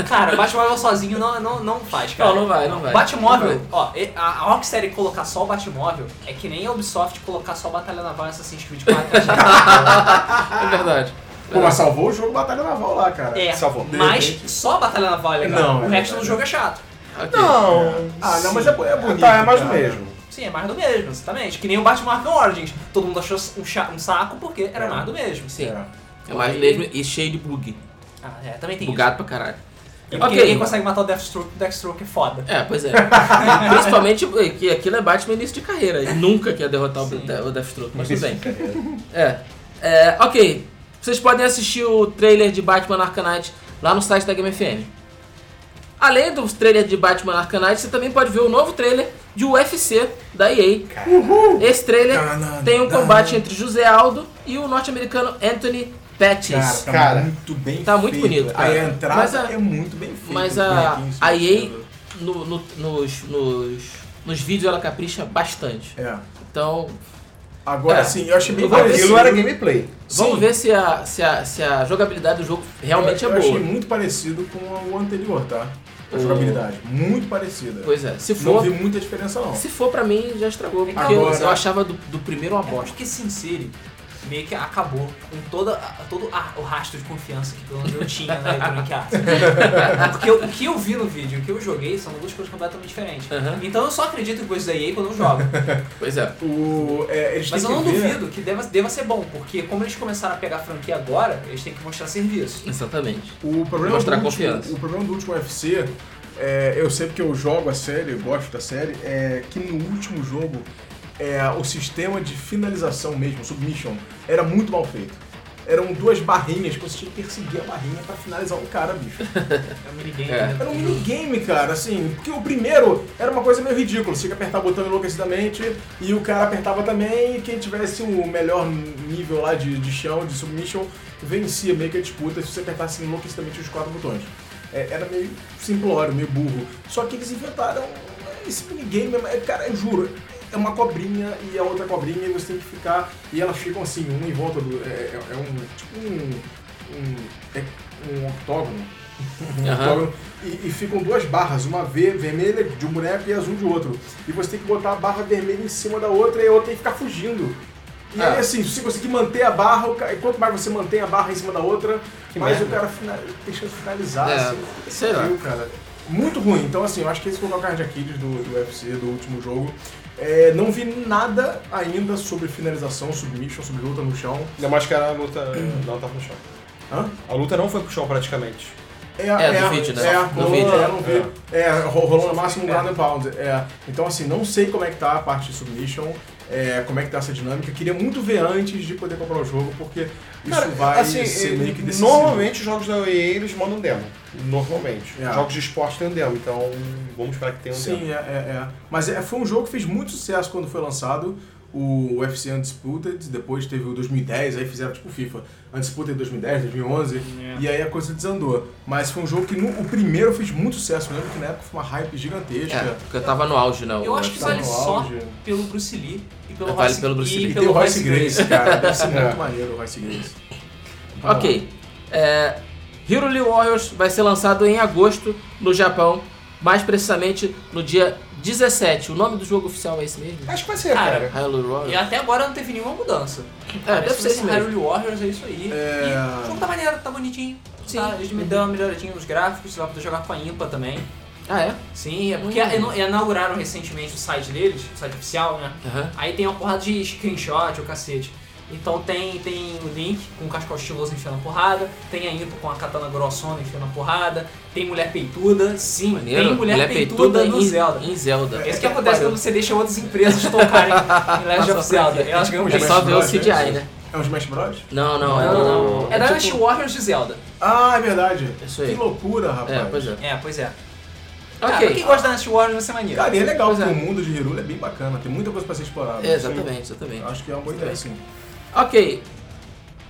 S4: Cara, Batmóvel sozinho não, não, não faz, cara.
S1: Não, não vai, não vai.
S4: Batmóvel, ó, e- a a Rockstar colocar só o Batmóvel é que nem a Ubisoft colocar só Batalha Naval em Assassin's Creed tá 4.
S1: É verdade.
S3: Pô, mas salvou o jogo Batalha Naval lá, cara.
S4: é,
S2: Salvou.
S4: mas só a Batalha Naval é legal.
S3: Não, é
S4: o resto do
S3: verdade.
S4: jogo é chato.
S1: Ok.
S2: Não.
S3: Ah, não, mas é, bo- é bonito.
S2: Tá, é mais do
S3: cara.
S2: mesmo.
S4: Sim, é mais do mesmo, exatamente. Que nem o Batman Arkham Origins. Todo mundo achou um, cha- um saco porque era
S3: É.
S4: mais do mesmo.
S1: Sim.
S3: É.
S1: É mais mesmo e cheio de bug.
S4: Ah, é, também tem
S1: Bugado pra caralho.
S4: isso. E porque
S1: Ok.
S4: ninguém consegue matar o Deathstroke, o Deathstroke é foda.
S1: É, pois é. Principalmente que aquilo é Batman início de carreira. E nunca quer derrotar o,
S4: Sim.
S1: Death- o Deathstroke, mas tudo bem. É. É, Ok. Vocês podem assistir o trailer de Batman Arkham Knight lá no site da Game FM. Além do trailer de Batman Arkham Knight, você também pode ver o novo trailer de UFC da EA. Esse trailer
S3: Caralho.
S1: tem um combate entre José Aldo e o norte-americano Anthony Pettis.
S3: Cara, tá
S2: Cara,
S3: muito bem
S1: tá muito
S3: feito.
S1: bonito, cara.
S3: Aí a entrada
S1: Mas a-
S3: é muito bem feita. né,
S1: Mas
S3: os
S1: a,
S3: bonequinhos
S1: a EA,
S3: tudo.
S1: no- no- nos, nos, nos vídeos, ela capricha bastante.
S3: É.
S1: Então,
S3: Agora
S1: É.
S3: sim, eu achei bem
S1: Eu vou ver
S3: parecido.
S2: Aquilo era gameplay.
S1: vamos
S3: Sim.
S1: ver se a, se, a, se a jogabilidade do jogo realmente
S3: eu,
S1: é
S3: eu
S1: boa.
S3: achei muito parecido com o anterior, tá? A
S1: O-
S3: jogabilidade. Muito parecida.
S1: Pois é, se
S3: Não
S1: for,
S3: vi muita diferença, não.
S1: se for pra mim, já estragou. Porque eu,
S3: Agora-
S1: eu achava do, do primeiro uma
S4: É
S1: bosta.
S4: porque Sin City meio que acabou com toda, a- todo a- o rastro de confiança que pelo menos eu tinha né, na Electronic Arts. Porque eu- o que eu vi no vídeo e o que eu joguei são duas coisas completamente diferentes.
S1: Aham.
S4: Então eu só acredito em coisas da EA quando eu jogo.
S1: Pois é.
S3: O, é, eles
S4: Mas eu
S3: têm
S4: não
S3: que ver...
S4: duvido que deva, deva ser bom, porque como eles começaram a pegar a franquia agora, eles têm que mostrar serviço.
S1: É. Exatamente.
S3: O problema
S1: Mostrar
S3: do
S1: confiança.
S3: Último, o problema do último UFC, é, eu sei porque eu jogo a série, eu gosto da série, é que no último jogo é, o sistema de finalização mesmo, submission, era muito mal feito. Eram duas barrinhas que você tinha que perseguir a barrinha pra finalizar o cara, bicho.
S4: É um minigame,
S1: É.
S4: né?
S3: Era um minigame, cara, assim, porque o primeiro era uma coisa meio ridícula, você tinha que apertar o botão enlouquecidamente e o cara apertava também e quem tivesse o melhor nível lá de, de chão, de submission, vencia meio que a disputa se você apertasse enlouquecidamente os quatro botões. É, era meio simplório, meio burro. Só que eles inventaram esse minigame, é- cara, eu juro, é uma cobrinha e a outra cobrinha e você tem que ficar, e elas ficam assim, uma em volta do... é, é- é um... tipo um... um, é um octógono. Um
S1: Aham.
S3: octógono e, e ficam duas barras, uma V vermelha de um boneco e azul de outro. E você tem que botar a barra vermelha em cima da outra e a outra tem que ficar fugindo. E
S1: Ah.
S3: aí, assim, se você conseguir manter a barra, o ca- quanto mais você mantém a barra em cima da outra, mais
S2: merda.
S3: o cara fina... deixa de finalizar.
S1: É,
S3: assim.
S1: sei lá.
S3: Viu, cara? Muito ruim. Então, assim, eu acho que esse foi o calcanhar de Aquiles do, do UFC, do último jogo. É, não vi nada ainda sobre finalização, submission, sobre luta no chão.
S2: Ainda mais que a luta não tava no chão.
S3: Hã?
S2: A luta não foi pro chão praticamente.
S3: É,
S1: É, do vídeo, né?
S3: É,
S1: Do
S3: rolou,
S1: vídeo,
S3: é,
S1: é.
S3: não vi. É, ro- rolou no máximo um Garden Pound. É. Então, assim, não sei como é que tá a parte de submission, é, como é que tá essa dinâmica. Eu queria muito ver antes de poder comprar o jogo, porque isso
S2: Cara,
S3: vai
S2: assim,
S3: ser
S2: eh,
S3: meio que decisivo.
S2: normalmente os jogos da OEA eles mandam um demo. Normalmente.
S3: É.
S2: Jogos de esporte tem demo, então vamos esperar que tenha um demo.
S3: Sim, é, é, é. Mas é, foi um jogo que fez muito sucesso quando foi lançado. O UFC Undisputed, depois teve o 2010, aí fizeram tipo FIFA. Undisputed 2010, 2011, e aí a coisa desandou. Mas foi um jogo que no- o primeiro fez muito sucesso, eu lembro que na época foi uma hype gigantesca.
S1: É, porque eu tava no auge, não.
S4: Eu acho que
S3: tá
S4: vale
S3: no
S4: só
S3: auge.
S4: pelo Bruce Lee e pelo
S1: É, Vale
S4: Royce
S1: pelo Bruce
S4: Lee
S1: Lee.
S4: e
S3: E tem o
S4: pelo
S3: Royce
S4: Royce
S3: Grace, cara. Deve ser
S2: É.
S3: muito maneiro o Royce Grace. Vamos
S1: Ok. É, Hero Lee Warriors vai ser lançado em agosto no Japão, mais precisamente no dia 17. O nome do jogo oficial é esse mesmo?
S2: Acho que vai ser,
S4: Cara,
S2: cara.
S1: Hyrule
S4: E
S1: Warriors?
S4: até agora não teve nenhuma mudança.
S1: É, deve ser esse mesmo.
S4: Harry Warriors, é isso aí. E o jogo tá maneiro, tá bonitinho. Sim. Tá, eles me dão uma melhoradinha nos gráficos, dá pra poder jogar com a Impa também.
S1: Ah, é?
S4: Sim, é porque ino- inauguraram recentemente o site deles, o site oficial, né?
S1: Aham.
S4: Aí tem uma porrada de screenshot ou cacete. Então tem, tem o Link com o cascal estiloso enfiando a porrada, tem a Impa com a katana grossona enfiando a porrada, tem mulher peituda, sim,
S1: Maneiro.
S4: tem mulher, peituda,
S1: peituda
S4: no
S1: em
S4: Zelda.
S1: Em Zelda.
S4: É isso que acontece quando você deixa outras empresas tocarem em Legend of Zelda. Elas ganham
S1: É
S4: dinheiro.
S1: só ver o
S3: Smash Bros,
S1: CGI,
S3: né?
S1: né?
S3: É um Smash Bros?
S1: Não, não,
S4: Não,
S1: é,
S4: não, não. É Dynasty
S1: tipo-
S4: Warriors de Zelda.
S3: Ah, é verdade.
S1: Isso aí.
S3: Que loucura, rapaz.
S1: É, pois é.
S4: É, pois é. Cara, pra quem
S1: Ok.
S4: gosta de Dynasty Warriors vai ser maneiro.
S3: Cara, e é legal,
S1: Pois
S3: porque
S1: é.
S3: o mundo de Hyrule é bem bacana, tem muita coisa pra ser explorada.
S1: É, Exatamente, exatamente.
S3: Acho que é uma boa ideia, sim.
S1: Ok.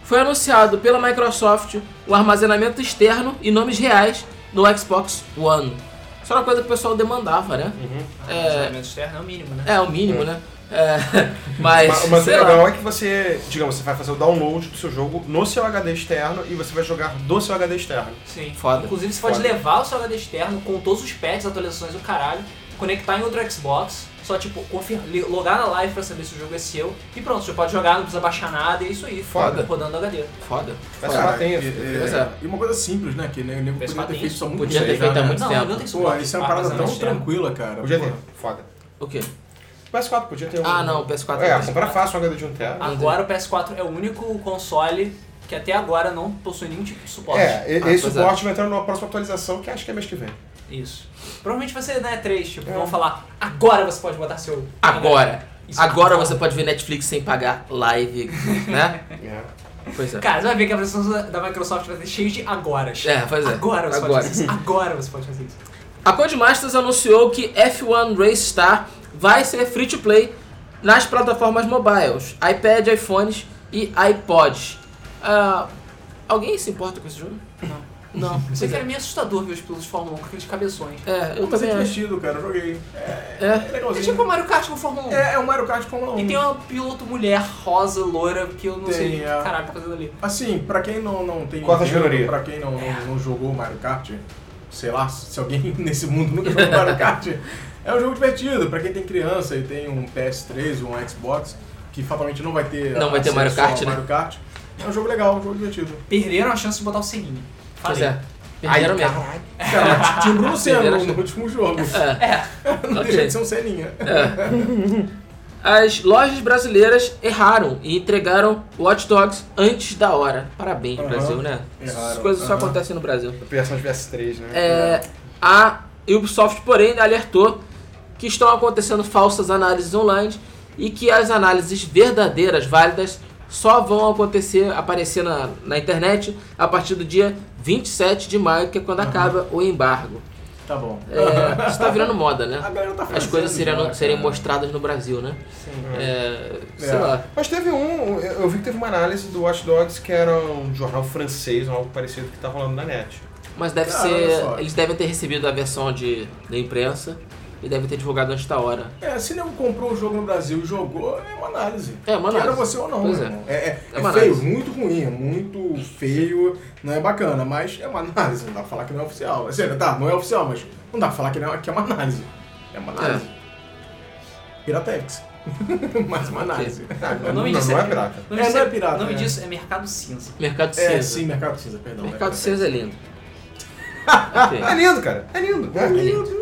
S1: Foi anunciado pela Microsoft o armazenamento externo e nomes reais no Xbox One. Isso era uma coisa que o pessoal demandava, né?
S2: Uhum.
S4: É... externo é o mínimo, né?
S1: É, o mínimo, né? É, mas,
S2: Hum. Mas, mas o
S1: sei lá.
S2: legal é que você, digamos, você vai fazer o download do seu jogo no seu HD externo e você vai jogar do seu HD externo.
S4: Sim.
S1: Foda.
S4: Inclusive, você pode
S2: Foda.
S4: levar o seu HD externo com todos os patches, atualizações do caralho, conectar em outro Xbox, só tipo, confir- li- logar na live pra saber se o jogo é seu, e pronto, você pode jogar, não precisa baixar nada, é isso aí.
S2: Foda.
S4: Rodando HD.
S1: Foda.
S2: Vai
S3: Cara,
S2: ser tem
S3: e,
S2: isso.
S1: Pois é.
S3: e uma coisa simples, né? Que né, o nego
S4: Fez
S3: podia ter
S4: patente.
S3: feito isso há muito
S1: Podia
S3: tempo.
S1: ter feito
S3: já,
S1: há
S3: né?
S1: muito
S4: Não,
S1: tempo.
S4: não tem Ah,
S3: Pô, isso é uma parada tão
S4: armazenamento externo.
S3: tranquila, cara.
S2: Podia
S3: Pô.
S2: ter, foda.
S1: O quê?
S2: PS4 podia ter um.
S1: Ah, não, o PS4
S2: É,
S1: não tem.
S2: comprar fácil um HD de 1 tera.
S4: Agora o PS4 é o único console que até agora não possui nenhum tipo de suporte.
S2: É, e-
S1: Ah,
S2: esse
S1: pois é.
S2: suporte vai entrar numa próxima atualização, que acho que é mês que vem.
S4: Isso. Provavelmente vai ser na E3, tipo, vão falar, agora você pode botar seu.
S1: Agora.
S4: Isso.
S1: Agora você pode ver Netflix sem pagar live, né?
S2: É.
S1: Pois é.
S4: Cara, você vai ver que a apresentação da- da Microsoft vai ser cheia de agoras.
S1: É, pois é.
S4: Agora você
S1: Agora.
S4: pode fazer isso. Agora você pode fazer isso.
S1: A Codemasters anunciou que F1 Race Star vai ser free to play nas plataformas mobiles, iPad, iPhones e iPods. Ah, alguém se importa com esse jogo?
S4: Não.
S1: Não.
S4: Isso
S1: Pois
S4: aqui
S1: é.
S4: era meio assustador ver os pilotos de Fórmula 1 com aqueles cabeções.
S1: É, eu
S3: Mas
S1: também
S3: é
S1: acho.
S3: divertido, cara. Eu joguei. É,
S1: É.
S3: é
S4: É
S3: legalzinho.
S4: tipo o Mario Kart com Fórmula 1.
S3: É, é um Mario Kart com uma
S4: E tem uma piloto mulher rosa, loira, que eu não
S3: Tem,
S4: sei o que
S3: é.
S4: caralho tá fazendo ali.
S3: Assim, pra quem não, não tem.
S2: Quarta
S3: Nintendo,
S2: categoria.
S3: Pra quem não,
S1: É.
S3: não, não jogou Mario Kart, sei lá, se alguém nesse mundo nunca jogou Mario Kart, é um jogo divertido. Pra quem tem criança e tem um PS3 ou um Xbox, que fatalmente não vai ter.
S1: Não vai ter
S3: acesso
S1: Mario Kart,
S3: ao
S1: né?
S3: Mario Kart. É um jogo legal, um jogo divertido.
S4: Perderam a chance de botar o Seninho.
S1: Pois
S4: Falei.
S1: é. Perderam mesmo.
S3: Cara, mas tinha o Bruno Senna
S1: Primeira
S3: no último jogo. Não
S1: É, Ok.
S3: tem jeito de ser um Seninha.
S2: É.
S1: As lojas brasileiras erraram e entregaram Watch Dogs antes da hora. Parabéns,
S3: Aham.
S1: Brasil, né?
S3: Erraram,
S1: Essas coisas só
S3: aham.
S1: acontecem no Brasil.
S2: Versão de PS3, né?
S1: É, a Ubisoft, porém, né, alertou que estão acontecendo falsas análises online e que as análises verdadeiras, válidas, só vão acontecer, aparecer na, na internet a partir do dia 27 de maio, que é quando acaba o embargo.
S3: Tá bom.
S1: É, isso tá virando moda,
S3: A
S1: né?
S3: galera tá
S1: As
S3: fazendo
S1: coisas
S3: já,
S1: seriam,
S3: cara.
S1: serem mostradas no Brasil, né? É, sei
S3: É.
S1: lá.
S2: Mas teve um, eu eu vi que teve uma análise do Watch Dogs que era um jornal francês ou algo parecido que tá rolando na net.
S1: Mas deve
S3: Cara,
S1: ser.
S3: olha só.
S1: Eles devem ter recebido a versão de, da imprensa e devem ter divulgado antes da hora.
S3: É, se nego comprou o jogo no Brasil e jogou, é uma análise.
S1: É, uma análise.
S3: Queira você ou não,
S1: Pois
S3: meu
S1: é.
S3: irmão. É, é,
S1: É
S3: é
S1: uma
S3: feio,
S1: análise.
S3: muito ruim, é muito feio, não é bacana, mas é uma análise, não dá pra falar que não é oficial. É sério, tá, não é oficial, mas não dá pra falar que, não, é- que é uma análise. É uma análise. Piratex. Mais uma análise.
S4: O nome
S2: não,
S4: disso
S2: não é
S4: é.
S2: pirata.
S4: o nome
S3: É,
S4: disso
S3: não é pirata,
S4: O nome
S3: é.
S4: disso é Mercado Cinza.
S1: Mercado Cinza.
S3: É, sim, Mercado Cinza, perdão.
S1: Mercado
S3: Mercado
S1: Cinza é lindo. Ok.
S2: É lindo, cara. É lindo.
S1: É lindo.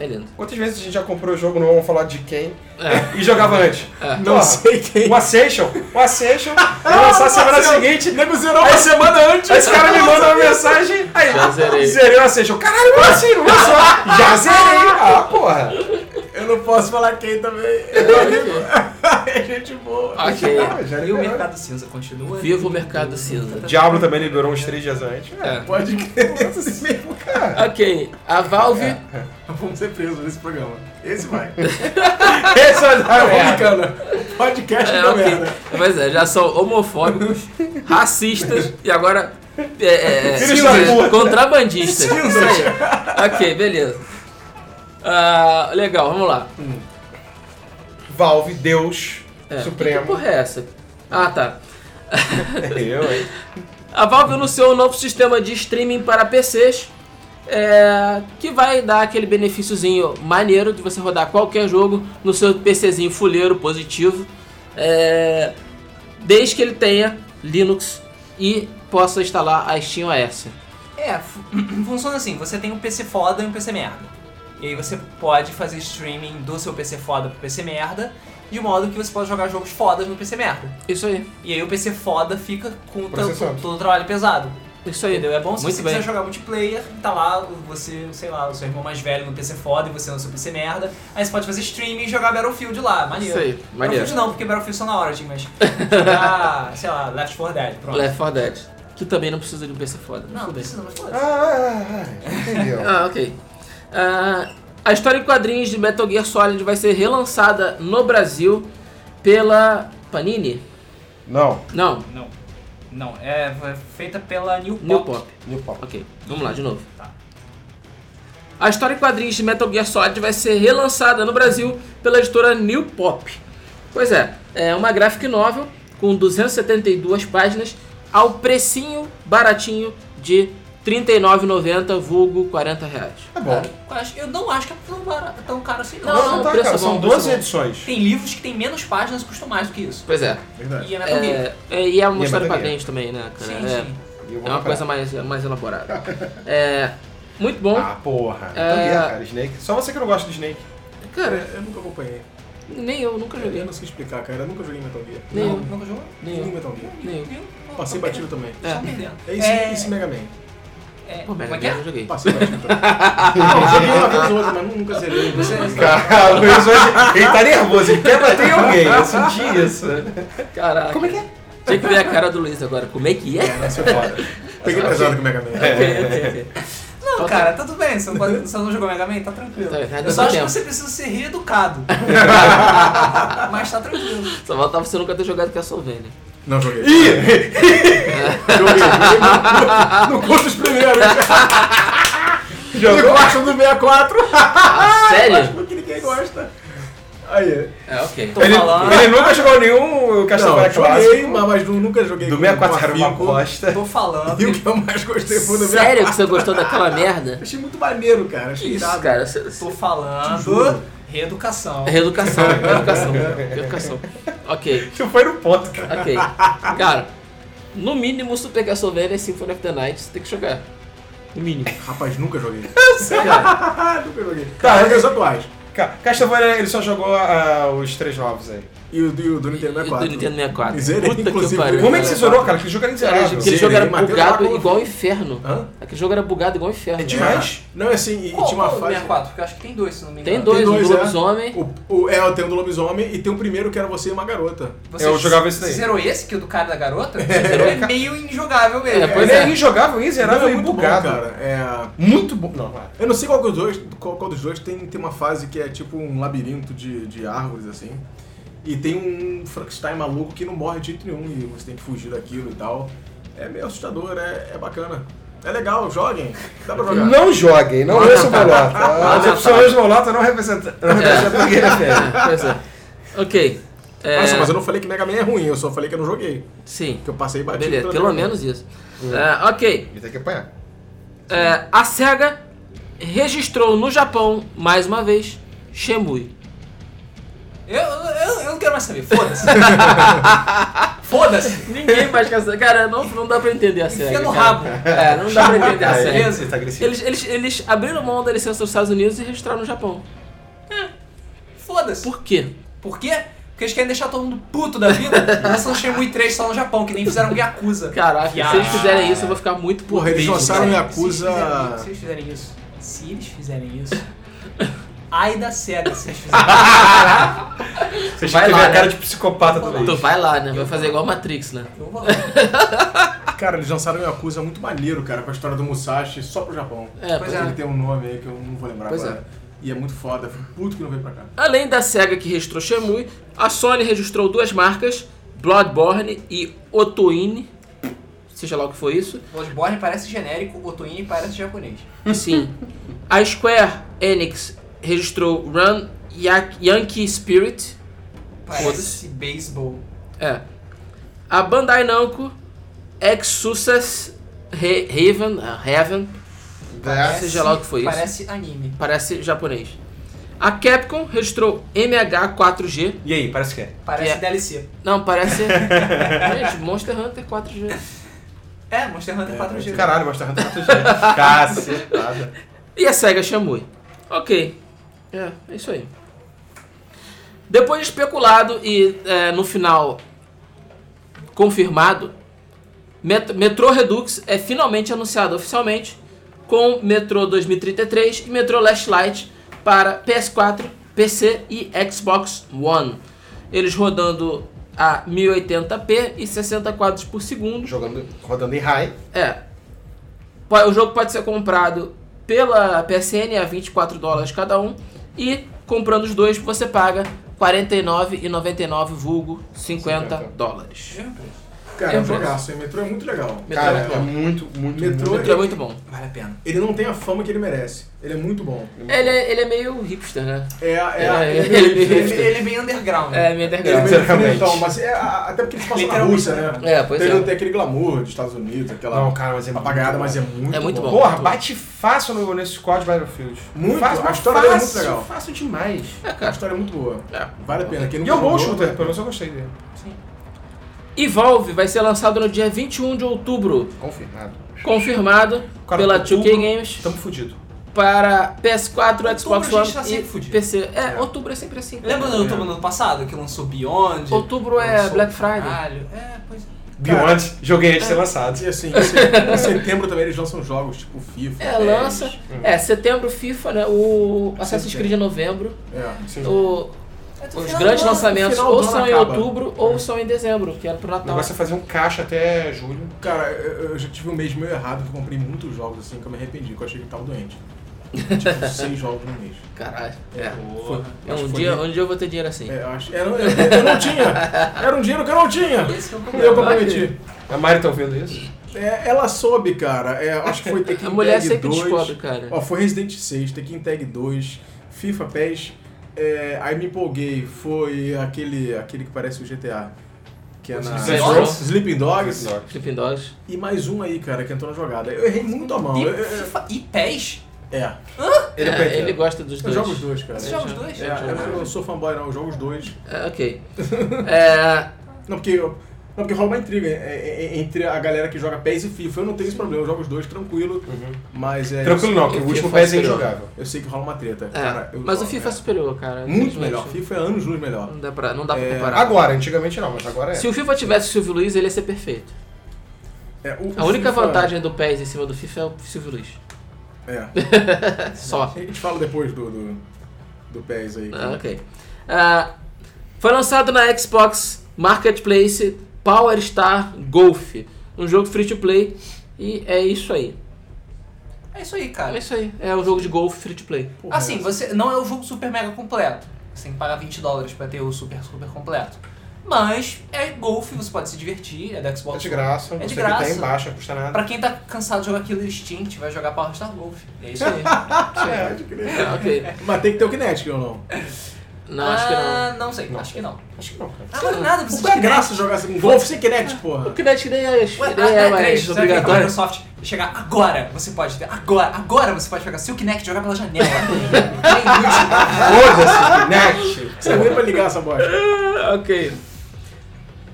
S1: É lindo.
S2: Quantas vezes a gente já comprou o jogo, não vamos falar de quem,
S1: É.
S2: e jogava antes?
S3: Não
S2: Porra,
S3: sei quem.
S2: O Ascension, o Ascension, eu lançar a semana seguinte,
S3: Nego zerou uma semana antes.
S2: aí esse cara me manda uma mensagem, aí
S1: Já zerei.
S2: zerei o Ascension, caralho, como assim, não lançou? Já zerei, ah, porra.
S3: Eu não posso falar quem também. É meu amigo. É gente boa.
S1: Ok.
S2: Ah, já
S4: E o
S2: liberou.
S4: mercado cinza continua. Tá
S1: Viva o mercado cinza.
S2: Diablo também liberou uns três dias antes. É,
S1: É.
S3: Pode crer.
S2: esse mesmo, cara.
S1: Ok, a Valve.
S2: É.
S3: Vamos ser presos nesse programa. Esse vai.
S2: Esse é o da merda.
S3: Americana. Podcast
S1: É,
S3: da
S1: ok.
S3: merda.
S1: Mas é, já são homofóbicos, racistas e agora. É, é, é,
S2: Filhos da
S1: cinzas,
S2: puta.
S1: contrabandistas. Isso aí. Ok, beleza. Ah, legal, vamos lá.
S2: Valve, Deus,
S1: É, Que
S2: Supremo.
S1: porra é essa? Ah, tá.
S2: Eu, hein?
S1: A Valve anunciou um novo sistema de streaming para PCs é, que vai dar aquele benefíciozinho maneiro de você rodar qualquer jogo no seu PCzinho fuleiro positivo, é, desde que ele tenha Linux e possa instalar a SteamOS.
S4: É, fu- funciona assim, você tem um PC foda e um PC merda. E aí você pode fazer streaming do seu PC foda pro PC merda, de modo que você pode jogar jogos fodas no PC merda.
S1: Isso aí,
S4: E aí o PC foda fica com o teu-
S2: Processado.
S4: todo o trabalho pesado.
S1: isso aí.
S4: Entendeu? É bom se
S1: Muito
S4: você
S1: bem.
S4: quiser jogar multiplayer, tá lá, você, sei lá, o seu irmão mais velho no PC foda e você no seu PC merda. Aí você pode fazer streaming e jogar Battlefield lá,
S1: Isso
S4: maneiro.
S1: aí,
S4: Battlefield
S1: maneiro.
S4: não, porque Battlefield só na Origin, mas jogar, sei lá, Left 4 Dead, pronto.
S1: Left 4 É, Dead, que também não precisa de um PC foda. mas
S4: Não, não
S1: tudo bem.
S4: precisa, mas foda-se.
S2: Ah, entendeu.
S1: Ah, ok. Ah, a história em quadrinhos de Metal Gear Solid vai ser relançada no Brasil pela Panini?
S2: Não,
S1: Não,
S4: Não. Não, é é feita pela New Pop.
S1: New Pop.
S2: meu pau.
S1: Ok, vamos lá de novo.
S4: Tá.
S1: A história em quadrinhos de Metal Gear Solid vai ser relançada no Brasil pela editora New Pop. Pois é, é uma graphic novel com 272 páginas ao precinho baratinho de R$ 39,90 vulgo R$ 40 reais.
S2: Tá bom.
S4: Eu acho- Eu não acho que é tão, barato, tão caro assim, não.
S2: Não, não, tá,
S1: preço
S2: cara.
S1: bom,
S2: São
S1: preço
S2: 12
S1: bom. É
S2: edições.
S4: Tem livros que tem menos páginas e custam mais do que isso.
S1: Pois é,
S3: Verdade.
S4: E é Metal Gear.
S1: é, é- e é uma
S2: E
S1: história em
S2: é Metal Gear.
S1: quadrinhos também, né, cara?
S4: Sim,
S1: é,
S4: sim.
S2: E
S1: é uma
S2: eu vou comprar.
S1: coisa mais, mais elaborada. É, muito bom.
S2: Ah, porra.
S1: É.
S2: Metal Gear, cara. Snake. Só você que não gosta do Snake.
S3: Cara,
S1: Cara,
S3: eu nunca acompanhei.
S1: nem eu nunca
S3: Eu
S1: joguei.
S3: não sei explicar, cara. Eu nunca joguei Metal Gear.
S1: Nem
S4: Não,
S1: eu.
S4: nunca jogou?
S1: Nem
S3: Nenhum
S1: eu.
S3: Metal Gear.
S1: Nem eu.
S4: Nenhum.
S3: Passei
S4: Pô,
S3: batido também.
S4: Só
S1: É.
S4: perdendo.
S3: É isso,
S4: É-
S3: isso e Mega Man.
S4: é-
S1: Pô, Mega
S4: como é
S1: Man
S4: que
S1: eu
S4: é?
S1: joguei.
S3: Passei batido também. não, joguei uma vez ou outra, mas nunca zerei.
S4: Você-
S2: Cara, o Luiz hoje. Ele tá nervoso. Ele quer bater em alguém. Eu senti isso.
S1: Caraca. Como é que é? Tinha que ver a cara do Luiz agora. Como é que é?
S2: Essa é foda.
S3: Peguei pesado com o Mega Man.
S2: É.
S1: Ok, ok, ok.
S4: Não, cara, tudo bem. Você não, pode, você não jogou Mega Man? Tá tranquilo.
S1: Tá, tá
S4: Eu só
S1: dando
S4: acho que
S1: tempo.
S4: você precisa ser reeducado. Mas tá tranquilo.
S1: Só faltava você nunca ter jogado Castlevania.
S3: Não joguei.
S2: Ih!
S3: Joguei. joguei no, no custo dos primeiros.
S2: Jogou?
S3: No custo do 64.
S1: Ah, sério?
S3: Acho que ninguém gosta. Aí.
S1: É, ok.
S4: Tô
S2: Ele,
S4: falando.
S2: ele nunca jogou nenhum Castlevania
S3: Não, joguei,
S2: clássico.
S3: mas, mas nu- nunca joguei.
S2: Do
S3: com-
S2: 64
S3: com
S2: era uma
S3: afinco.
S2: bosta.
S4: Tô falando.
S3: E o que eu mais gostei foi do 64.
S1: Sério que você gostou daquela merda?
S3: Achei muito maneiro, cara. Achei
S1: Isso,
S3: irado.
S1: cara. Você... É você-
S4: Tô
S3: Te
S4: falando.
S3: juro.
S4: Reeducação.
S1: Reeducação, reeducação, reeducação. é Ok,
S2: Tu foi no ponto, cara.
S1: ok. Cara, no mínimo Super Castlevania e Symphony of the Night você tem que jogar. No mínimo.
S3: Rapaz, nunca joguei.
S1: Cara,
S3: nunca joguei.
S2: Tá,
S3: Cara, joguei os atuais.
S2: Ca- Castlevania, ele só jogou ah, os três novos aí.
S3: E o do, e o do Nintendo
S1: e do
S3: 64.
S1: Nintendo 64.
S3: Zerei,
S1: Puta que
S3: inclusive.
S1: pariu.
S2: Como é que você
S1: cara.
S2: zerou, cara? Que jogo era inzerável.
S1: Aquele
S3: Zerei,
S1: jogo era
S3: matei o
S1: bugado
S3: Drácula.
S1: igual o inferno.
S3: Hã?
S1: Aquele jogo era bugado igual o inferno.
S2: É demais.
S3: Não, é assim, e, e
S4: Qual,
S3: tinha uma
S4: qual o
S3: fase...
S4: 64? Porque eu acho que tem dois, se não me engano.
S1: Tem dois, um
S3: dois,
S1: do
S3: é.
S1: lobisomem.
S3: O, o, é, tem o do lobisomem e tem o primeiro que era você e uma garota.
S2: Eu jogava esse daí.
S4: Você zerou esse, que é o do cara da garota? Você zerou é meio injogável mesmo.
S1: É, pois
S2: ele
S1: é.
S2: é injogável, inzerável
S3: Não,
S2: e
S3: é muito
S2: bugado.
S3: bom, cara. É...
S2: Muito bom. Não, vai.
S3: Eu não sei qual, que os dois, qual, qual dos dois tem, tem uma fase que é tipo um labirinto de, de árvores, assim. E tem um Frankenstein maluco que não morre de jeito nenhum e você tem que fugir daquilo e tal. É meio assustador, é, é bacana. É legal, joguem. Dá pra jogar.
S2: Não joguem, não ouçam bolota.
S1: Ah,
S2: As opções bolota não representam não representam ninguém na fé.
S1: Pois é. Ok. É,
S3: Nossa, mas eu não falei que Mega Man é ruim, eu só falei que eu não joguei.
S1: Sim.
S3: Que eu passei batido.
S1: Beleza,
S3: pela
S1: pelo
S3: Mega Man.
S1: menos isso. Ah, tipo, né? É, ok.
S2: Ele tem que apanhar.
S1: É, a SEGA registrou no Japão, mais uma vez, Shemui.
S4: Eu, eu, eu, eu, quero mais saber. Foda-se. Foda-se.
S1: Ninguém mais quer saber. Cara, não, não dá pra entender a série.
S4: Enfia no
S1: cara.
S4: rabo.
S1: É, não dá pra entender a
S4: Ai,
S1: série.
S4: beleza.
S2: Ele tá agressivo.
S1: Eles, eles, eles abriram mão da licença dos Estados Unidos e registraram no Japão.
S4: Foda-se.
S1: Por quê?
S4: Por quê? Porque eles querem deixar todo mundo puto da vida. Lançando Shenmue 3 só no Japão, que nem fizeram Yakuza.
S1: Caraca, se
S4: Viado.
S1: eles fizerem isso, eu vou ficar muito puto.
S3: Porra, eles
S1: mesmo,
S3: lançaram
S1: cara.
S3: Yakuza.
S4: Se eles fizerem isso. Se eles fizerem isso. Ai da cega se eles fizerem isso.
S2: Você
S1: Vai
S2: teve
S1: lá,
S2: a cara
S1: né?
S2: de psicopata do
S1: Tu
S2: Luiz.
S1: vai lá, né? Vai fazer igual Matrix, né?
S4: Eu vou lá.
S3: Ah, Cara, eles lançaram uma coisa muito maneiro, cara, com a história do Musashi só pro Japão.
S1: É,
S4: Pois
S3: Mas
S1: pois
S4: é.
S3: ele tem um nome aí que eu não vou lembrar
S1: Pois
S3: agora. E é muito foda, fico puto que não veio pra cá.
S1: Além da SEGA que registrou Shenmue, a Sony registrou duas marcas, Bloodborne e Otoine, seja lá o que foi isso.
S4: Bloodborne parece genérico, o Twin parece japonês.
S1: Sim. A Square Enix registrou Run Ya- Yankee Spirit.
S4: Parece beisebol.
S1: É. A Bandai Namco Exusus Re- Raven, ah, Heaven,
S2: É.
S1: seja lá o que foi isso.
S4: Parece anime.
S1: parece japonês. A Capcom registrou MH4G.
S2: E aí, parece que é?
S4: Parece
S1: É.
S4: DLC.
S1: Não, parece. Gente, Monster Hunter 4G.
S4: É, Monster Hunter 4G.
S2: Caralho, tá Monster Hunter 4G. Cacetada.
S1: E a SEGA Shamui. Ok. É, é isso aí. Depois de especulado e é, no final confirmado, Met Metro Redux é finalmente anunciado oficialmente com Metro 2033 e Metro Last Light para PS4, PC e Xbox One. Eles rodando a 1080p e 60 quadros por segundo.
S2: Jogando, rodando em high.
S1: É. Po- O jogo pode ser comprado pela PSN a 24 dólares cada um. E comprando os dois, você paga 49,99 vulgo 50,
S2: 50.
S1: dólares.
S3: Cara, é um
S1: Eu vou-
S3: jogaço, hein? Metrô é muito legal.
S1: Metrô
S2: Cara,
S1: é muito
S2: é
S1: bom.
S2: muito, muito,
S3: Metrô-
S2: muito.
S1: Metrô é muito bom.
S4: Vale a pena.
S3: Ele não tem a fama que ele merece. Ele é muito bom.
S1: Ele é, ele é meio hipster, né?
S3: É, é,
S1: É,
S3: ele
S1: ele-
S3: meio-
S4: Ele, ele é bem underground.
S1: É, meio
S3: ele é
S1: underground.
S3: meio
S2: Literalmente.
S3: diferentão, mas é, a- até porque ele passa na
S4: Literalmente,
S3: Rússia, né?
S1: É, pois
S3: Então ele
S1: é.
S3: não tem aquele glamour dos Estados Unidos, aquela
S2: Não, cara, mas é muito
S3: apagada,
S2: bom.
S3: mas é muito
S1: É muito bom.
S2: Porra, bate fácil no, nesse squad Battlefield.
S3: Muito,
S2: fácil,
S3: a
S2: mas
S3: história dele é muito
S2: fácil,
S3: legal.
S2: Fácil demais.
S1: É,
S3: A
S1: cara.
S3: história é muito boa.
S1: É.
S3: Vale a pena. Quem
S2: E
S3: não
S2: é um bom shooter, pelo menos eu gostei dele.
S1: Evolve vai ser lançado no dia 21 de outubro,
S2: Confirmado.
S1: confirmado
S2: Cara,
S1: pela
S2: outubro, Então-
S1: 2K Games
S2: Tamo fudido.
S1: para PS4, Xbox
S4: Outubro a gente tá
S1: One
S4: sempre
S1: e
S4: fudido.
S1: PC. É, outubro é sempre assim.
S4: Lembra do outubro do ano passado, que lançou Beyond?
S1: Outubro é
S4: Lançou
S1: Black Friday.
S4: Caralho. É, pois é.
S2: Beyond, joguei antes de ser lançado.
S3: E assim, em se- em setembro também eles lançam jogos, tipo FIFA.
S1: É, lança. É, setembro FIFA, né? O Assassin's Creed é novembro.
S3: É, sim.
S1: O-
S4: É do
S1: os
S4: final
S1: grandes
S4: do ano.
S1: lançamentos
S3: final do
S1: ou
S3: ano
S1: são em
S3: acaba. É.
S1: outubro ou são em dezembro, que era pro
S2: O
S1: Natal.
S2: negócio é fazer um caixa até julho.
S3: Cara, eu eu já tive um mês meio errado que eu comprei muitos jogos assim que eu me arrependi, que eu achei que tava doente. tipo, seis jogos no mês.
S1: Caralho. É.
S3: Foi,
S1: É,
S3: acho
S1: um,
S3: que foi
S1: dia,
S3: bem-
S1: um dia eu vou ter dinheiro assim.
S3: É, eu acho. Era, eu, eu não tinha! Era um dinheiro que eu não tinha!
S4: Esse que é o
S3: E eu
S4: problema.
S3: comprometi.
S2: A Mari tá ouvindo isso?
S3: É, ela soube, cara. É, acho que foi Tekken
S1: A mulher
S3: Tag
S1: sempre
S3: 2.
S1: descobre, cara.
S3: Ó, foi Resident 6, Tekken Tag 2, FIFA PES. é, aí me empolguei. Foi aquele, aquele que parece o GTA. Que é na...
S2: Sleeping
S4: Dogs?
S3: Sleeping Dogs.
S1: Flipping Dogs.
S3: E mais um aí, cara, que entrou na jogada. Eu errei muito a mão.
S4: E,
S3: Eu- eu-
S4: FIFA e PES?
S3: é.
S2: Ele é,
S1: É,
S2: perfeito.
S1: ele gosta dos
S3: Eu
S1: dois.
S3: jogo os dois, cara.
S4: Você joga os dois?
S3: É, eu não- eu não sou fanboy, não. Eu jogo os dois.
S1: É, ok. É,
S3: Não, porque, eu- não, porque rola uma intriga é, é, entre a galera que joga PES e FIFA. Eu não tenho esse problema. Eu jogo os dois tranquilo. Mas é...
S2: Uhum. Tranquilo não, que
S1: eu
S2: o último
S1: faço
S2: PES é
S1: melhor.
S2: injogável.
S3: Eu sei que rola uma treta.
S1: é,
S3: cara, eu
S1: mas o
S3: jogo,
S1: FIFA é
S3: é.
S1: superior, cara.
S3: Muito
S1: Infelizmente.
S3: melhor. FIFA é anos luz melhor.
S1: Não dá pra, não dá pra
S3: É,
S1: comparar.
S2: Agora, antigamente não, mas agora é.
S1: Se o FIFA tivesse o Silvio Luiz, ele ia ser perfeito.
S3: É, o-
S1: A
S3: o
S1: única
S3: FIFA-
S1: vantagem do PES em cima do FIFA é o Silvio Luiz.
S3: É.
S1: Só.
S3: A gente fala depois do, do, do PES aí.
S1: Ah, ok. Ah, foi lançado na Xbox Marketplace Power Star Golf, um jogo free to play e é isso aí.
S4: É isso aí,
S1: É
S4: cara.
S1: isso aí, é um jogo de golfe free to play.
S3: Porra,
S4: Assim, você não é o jogo super mega completo. Você tem que pagar 20 dólares pra ter o super super completo. Mas é golfe, você pode se divertir, é da Xbox.
S2: É de graça,
S4: É de
S2: você
S4: graça.
S2: tá em baixa, custa nada.
S4: Pra quem tá cansado de jogar Killer Instinct, vai jogar Power Star Golf. É isso aí.
S2: É.
S3: pode crer.
S1: Ah, ok. É,
S3: Mas tem que ter o Kinetic ou não?
S1: Não, acho que não.
S4: Ah, não sei, acho que não.
S2: Acho que não, cara.
S4: Ah, mas nada, precisa
S3: Qual é a graça de jogar assim, um golfe sem Kinetic, porra?
S1: O Kinect nem é, nem
S4: Ué,
S1: é
S4: até
S1: mais
S4: 3, a
S1: obrigatório.
S4: Microsoft chegar agora, você pode ter, agora, agora você pode pegar seu Kinect e jogar pela janela. É inútil.
S2: Foda-se, Kinect!
S3: Você nem pra ligar essa bosta.
S1: Ah, ok.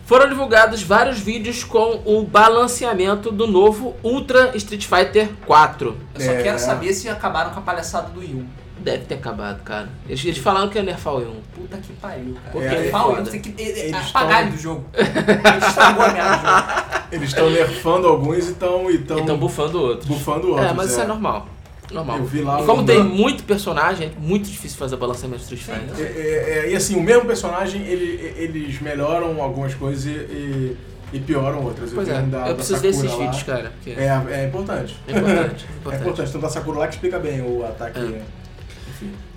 S1: Foram divulgados vários vídeos com o balanceamento do novo Ultra Street Fighter 4.
S4: Eu só
S3: É.
S4: quero saber se acabaram com a palhaçada do Yu.
S1: Deve ter acabado, cara. Eles, eles falaram que é ia nerfar o Yun.
S4: Puta que pariu, cara.
S1: Porque
S4: Porque
S3: ele
S4: ele
S3: é
S4: pau,
S1: foda.
S4: tem que
S3: Eles
S4: ele,
S3: tão-
S4: apagar ele do jogo. Ele estragou a merda do jogo.
S3: Eles estão nerfando alguns e estão
S1: Então bufando outros.
S3: bufando outros.
S1: é, mas isso é normal. Normal.
S3: Eu vi lá
S1: e como
S3: o-
S1: tem muito personagem, é muito difícil fazer balanceamento do Street Fighter.
S3: É, é, é, e assim, o mesmo personagem, ele- eles melhoram algumas coisas e, e- e pioram outras.
S1: Pois
S3: vi
S1: é,
S3: um da-
S1: eu
S3: da
S1: preciso ver
S3: Sakura
S1: esses
S3: lá.
S1: vídeos, cara. porque é.
S3: É, é importante.
S1: importante, é
S3: É
S1: importante.
S3: importante. Então da Sakura lá que explica bem o ataque.
S1: É.
S3: né?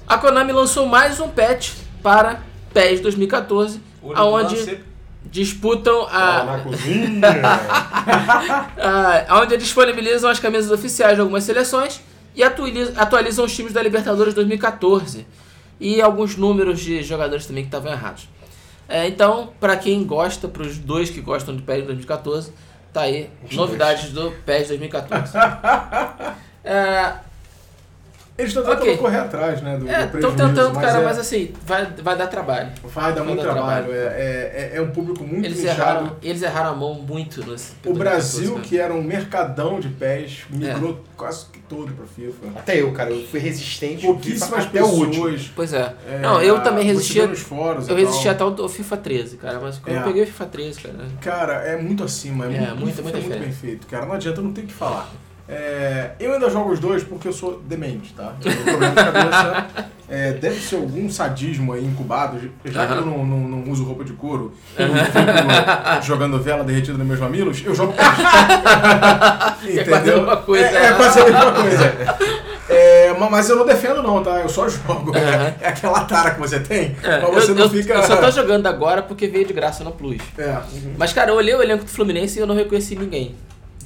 S1: A Konami lançou mais um patch para PES 2014,
S4: Olho do
S1: aonde
S4: lance.
S1: disputam
S2: Lá
S1: a,
S2: na cozinha.
S1: Ah, onde disponibilizam as camisas oficiais de algumas seleções e atualiz- atualizam os times da Libertadores 2014 e alguns números de jogadores também que estavam errados. É, então, pra quem gosta, pros dois que gostam do PES 2014, tá aí
S2: Os
S1: novidades do PES 2014. é,
S3: Eles estão tentando
S1: Ok.
S3: correr atrás, né? Do, do
S1: estão
S3: prejuízo,
S1: tentando,
S3: mas
S1: cara,
S3: é-
S1: mas assim, vai, vai dar trabalho.
S3: Vai dar
S1: Vai
S3: muito
S1: dar
S3: trabalho.
S1: trabalho.
S3: É, é- é um público muito
S1: Eles
S3: nichado.
S1: erraram, eles erraram a mão muito nesse.
S3: O
S1: 2014,
S3: Brasil,
S1: cara. É.
S3: que era um mercadão de pés, migrou quase que todo pra FIFA.
S2: Até eu, cara, eu fui resistente.
S3: Pouquíssimas
S2: até o último.
S3: pessoas.
S1: Pois é.
S3: é,
S1: Não, eu também
S3: você
S1: resistia-
S3: vê nos fóruns e
S1: Eu resisti
S3: tal.
S1: até o do FIFA 13, cara, mas quando
S3: Então- É.
S1: eu peguei o FIFA 13, cara. né?
S3: Cara, é muito acima, é,
S1: É,
S3: muito,
S1: muito,
S3: muito,
S1: muito
S3: muito
S1: diferente.
S3: bem feito, cara. Não adianta, eu não tenho o que falar. É, eu ainda jogo os dois porque eu sou demente, tá? Eu tenho problema de cabeça. É, deve ser algum sadismo aí incubado, já que eu não, não, não uso roupa de couro e fico jogando vela derretida nos meus mamilos, eu jogo peixe.
S1: É quase a mesma coisa.
S3: É, é quase a mesma coisa. É, ma- mas eu não defendo não, tá? Eu só jogo. É, aquela tara que você tem,
S1: É,
S3: mas você
S1: eu,
S3: não
S1: eu-
S3: fica...
S1: eu só tô jogando agora porque veio de graça na Plus.
S3: É.
S1: Mas, cara, eu olhei o elenco do Fluminense e eu não reconheci ninguém.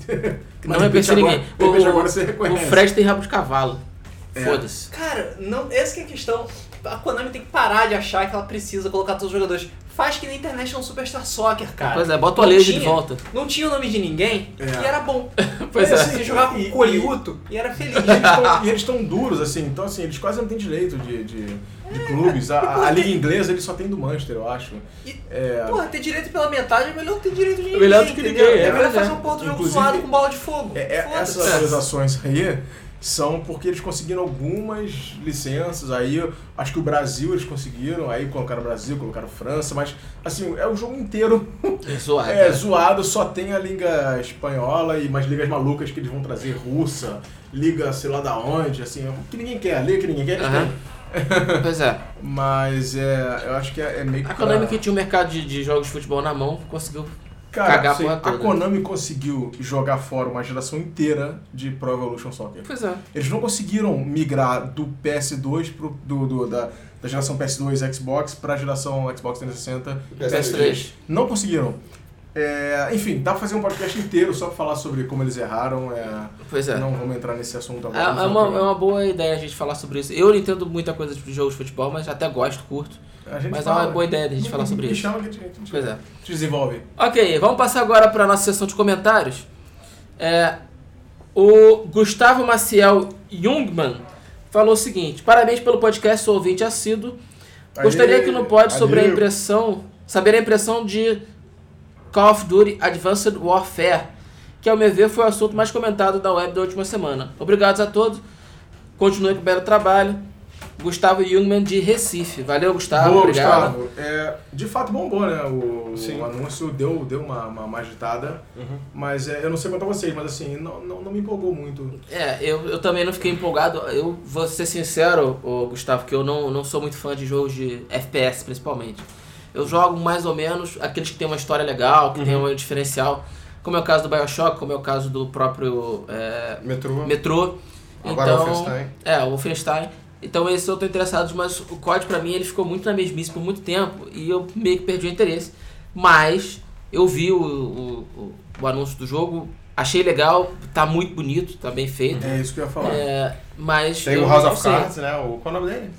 S1: não
S3: de repente
S1: reconheci
S3: agora-
S1: ninguém.
S3: de repente agora você
S1: o
S3: reconhece. É.
S1: Fred tem rabo de cavalo. Foda-se.
S4: Cara, não, essa que é a questão. A Konami tem que parar de achar que ela precisa colocar todos os jogadores. Faz que na internet é um Superstar Soccer, cara.
S1: Pois é, bota o
S4: Não
S1: Alejo de
S4: tinha-
S1: volta.
S4: Não tinha o nome de ninguém
S3: É. assim.
S4: e era bom.
S1: Pois é.
S4: Você assim, jogava
S3: E-
S4: com colhiuto e era feliz.
S3: E eles tão- e eles estão duros, assim, então assim, eles quase não têm direito de, de, de
S4: É.
S3: clubes. A, a- a liga inglesa eles só tem do Manchester, eu acho.
S4: E-
S3: É,
S4: Porra, ter direito pela metade é melhor que ter direito de ninguém.
S1: Melhor do que ninguém,
S4: entendeu?
S1: é
S4: É melhor
S1: verdade.
S4: fazer um porra do jogo
S3: Inclusive,
S4: zoado com bola de fogo.
S3: é- é-
S4: Foda-se.
S3: essas atualizações aí são porque eles conseguiram algumas licenças, aí eu acho que o Brasil eles conseguiram, aí colocaram o Brasil, colocaram França, mas assim, é o jogo inteiro
S1: É zoado.
S3: é,
S1: né?
S3: zoado, só tem a liga espanhola e mais ligas malucas que eles vão trazer, russa, liga sei lá da onde, assim, que ninguém quer, a liga que ninguém quer, eles
S1: Aham.
S3: têm.
S1: Pois é.
S3: Mas é, eu acho que é, é meio que.
S1: A Konami que
S3: pra-
S1: tinha o mercado de, de jogos de futebol na mão conseguiu.
S3: Cara,
S1: cagar a
S3: assim,
S1: porra
S3: a
S1: toda.
S3: Konami conseguiu jogar fora uma geração inteira de Pro Evolution Soccer.
S1: Pois é.
S3: Eles não conseguiram migrar do PS2 pro, do, do- da, da geração PS2 Xbox pra geração Xbox 360 e PS3.
S1: PS3.
S3: Não conseguiram. É, enfim, dá pra fazer um podcast inteiro só pra falar sobre como eles erraram. é,
S1: Pois é.
S3: Não vamos entrar nesse assunto
S1: É,
S3: agora.
S1: é
S3: não foi
S1: uma,
S3: o
S1: é
S3: programa.
S1: uma boa ideia a gente falar sobre isso. Eu não entendo muita coisa de jogos de futebol, mas até gosto, curto.
S3: A gente
S1: mas é uma boa ideia da gente falar sobre
S3: Me
S1: isso.
S3: Chama que a gente, a gente
S1: Pois é.
S3: desenvolve.
S1: Ok, vamos passar agora para a nossa sessão de comentários. É, o Gustavo Maciel Jungmann falou o seguinte: parabéns pelo podcast, sou ouvinte assíduo. Gostaria
S3: Aê,
S1: que no pod sobre a
S3: valeu.
S1: impressão, saber a impressão de Call of Duty Advanced Warfare, que ao meu ver foi o assunto mais comentado da web da última semana. Obrigado a todos, continue com o belo trabalho. Gustavo Jungmann de Recife. Valeu, Gustavo.
S3: Boa,
S1: Tá, obrigado.
S3: Gustavo. É, de fato bombou, né? O,
S2: Sim.
S3: o anúncio deu, deu uma, uma, uma agitada. Mas é, eu não sei quanto a vocês, mas assim, não, não, não me empolgou muito.
S1: É, eu, eu também não fiquei empolgado. Eu vou ser sincero, ô, Gustavo, que eu não, não sou muito fã de jogos de FPS, principalmente. Eu jogo mais ou menos aqueles que tem uma história legal, que tem
S2: Uhum.
S1: um diferencial, como é o caso do Bioshock, como é o caso do próprio é,
S2: Metrô.
S1: Metrô.
S2: Agora
S1: então,
S2: o tá Wolfenstein.
S1: É, o Wolfenstein. Então esse eu tô interessado, mas o COD pra mim ele ficou muito na mesmice por muito tempo e eu meio que perdi o interesse. Mas eu vi o, o- o- o anúncio do jogo, achei legal, tá muito bonito, tá bem feito.
S3: É isso que eu ia falar.
S1: É, mas.
S2: Tem
S1: eu
S2: o House
S1: não
S2: of
S1: sei.
S2: Cards, né? O, qual é o nome dele?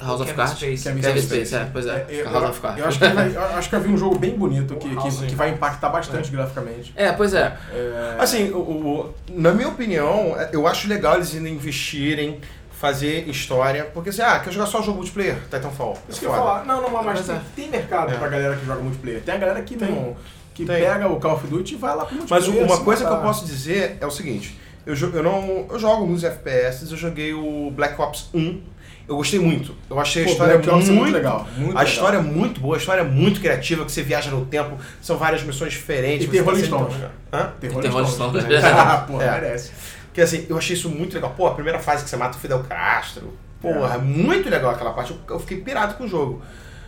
S1: House of
S4: Kevin
S1: Cards.
S4: Spacey.
S3: Kevin
S1: Kevin
S3: Spacey.
S1: Spacey, é, pois
S3: É,
S1: é.
S3: eu,
S1: House of
S3: eu,
S1: Cards.
S3: eu acho que vai- eu acho que eu vi um jogo bem bonito que, que,
S2: House,
S3: que vai impactar bastante graficamente.
S1: É, pois é.
S3: É,
S2: é, Assim, o- o- na minha opinião, eu acho legal eles ainda investirem, fazer história. Porque assim, ah, quer jogar só jogo multiplayer? Titanfall. É
S3: Isso que eu ia
S2: foda.
S3: falar. Não, não, mas,
S1: Mas
S3: tem,
S1: é.
S3: tem mercado
S2: É.
S3: pra galera que joga multiplayer. Tem a galera que não. Que
S2: Tem.
S3: pega o Call of Duty e vai lá pro
S2: Mas
S3: multiplayer. assim, tá.
S2: uma
S3: se
S2: coisa que eu
S3: matar.
S2: posso dizer é o seguinte: eu, jo- eu não eu jogo alguns FPS, eu joguei o Black Ops 1, eu gostei muito. Eu achei a
S3: Pô,
S2: história
S3: Black Ops é
S2: muito,
S3: muito legal, muito
S2: a
S3: legal.
S2: história é muito boa, a história é muito criativa, que você viaja no tempo, são várias missões diferentes.
S3: E tem
S2: você tá
S3: Rolling
S2: sempre-
S3: Stones, né?
S2: Hã?
S3: Tem
S1: Tem
S3: Rolling
S1: Rolling
S3: Stones.
S1: Stones.
S3: Ah, pô,
S2: É.
S3: merece.
S2: Que assim, eu achei isso muito legal. Pô, a primeira fase que você mata o Fidel Castro. Porra, é. muito legal aquela parte. Eu- Eu fiquei pirado com o jogo.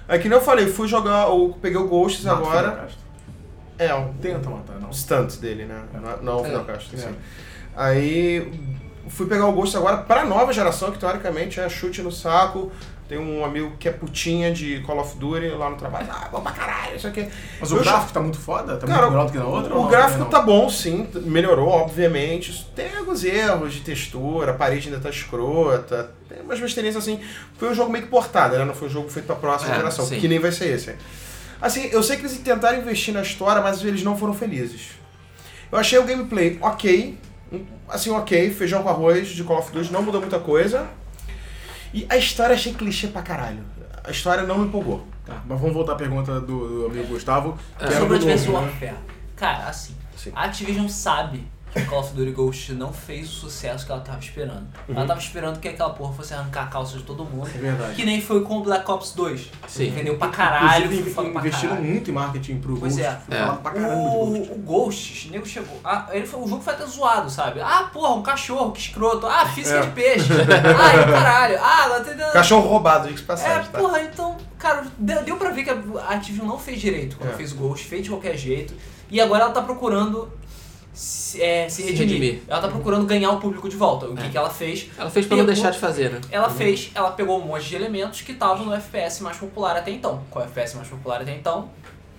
S2: Aí que nem eu falei, fui jogar, eu peguei o Ghosts
S3: Mata o Fidel
S2: agora.
S3: Castro.
S2: É, um,
S3: Tenta matar, não.
S2: o stunt dele, né? Não, não o Fidel
S1: É,
S2: Castro,
S3: é.
S2: sim. Aí fui pegar o gosto agora pra nova geração, que teoricamente é chute no saco. Tem um amigo que é putinha de Call of Duty lá no trabalho. Ah, bom pra caralho, isso aqui.
S3: Mas
S2: Eu
S3: o
S2: já-
S3: gráfico tá muito foda? Tá
S2: Cara,
S3: muito melhor do que na outra? ou
S2: o
S3: não?
S2: gráfico
S3: Não.
S2: tá bom, sim. t- Melhorou, obviamente. Isso Tem alguns erros de textura, a parede ainda tá escrota. Tem umas besteirinhas assim. Foi um jogo meio que portado, né? Não foi um jogo feito pra próxima
S1: É,
S2: geração,
S1: sim.
S2: que nem vai ser esse. Assim, eu sei que eles tentaram investir na história, mas eles não foram felizes. Eu achei o gameplay ok. um- Assim, ok. Feijão com arroz de Call of Duty não mudou muita coisa. E a história achei clichê pra caralho. A história não me empolgou.
S3: Tá, mas vamos voltar à pergunta do, do amigo Gustavo.
S1: É.
S3: que era
S4: Sobre
S3: do
S4: Advanced
S3: novo, né?
S4: Warfare. Cara, assim,
S2: Sim.
S4: a Activision sabe que o Call of Duty Ghost não fez o sucesso que ela tava esperando.
S1: Uhum.
S4: Ela tava esperando que aquela porra fosse arrancar a calça de todo mundo.
S3: É verdade.
S4: Que nem foi com o Black Ops 2.
S1: Sim.
S4: Vendeu pra caralho,
S3: Inclusive,
S4: foi foda pra
S3: investiram
S4: caralho.
S3: muito em marketing pro
S4: Pois
S3: Ghost.
S4: é. Uh,
S3: Foi
S1: É.
S3: falado pra caramba de Ghost.
S2: tipo,
S4: O, o Ghost, o nego chegou. ah, ele foi, o jogo foi até zoado, sabe? Ah, porra, um cachorro, que escroto. Ah, física de peixe. Ah, e o caralho. Ah, ela tá entendendo.
S2: É. Cachorro roubado, diga-se de
S4: É,
S2: passagem, tá?
S4: porra, então, cara, deu, deu pra ver que a Activision não fez direito quando
S2: É.
S4: fez o Ghost, fez de qualquer jeito. E agora ela tá procurando se, é, se
S1: Se
S4: redimir.
S1: redimir.
S4: Ela tá procurando ganhar o público de volta. O que, que ela fez?
S1: Ela fez pra não
S4: Pegou-
S1: deixar de fazer, né?
S4: Ela fez, ela pegou um monte de elementos que estavam no FPS mais popular até então. Qual é o FPS mais popular até então?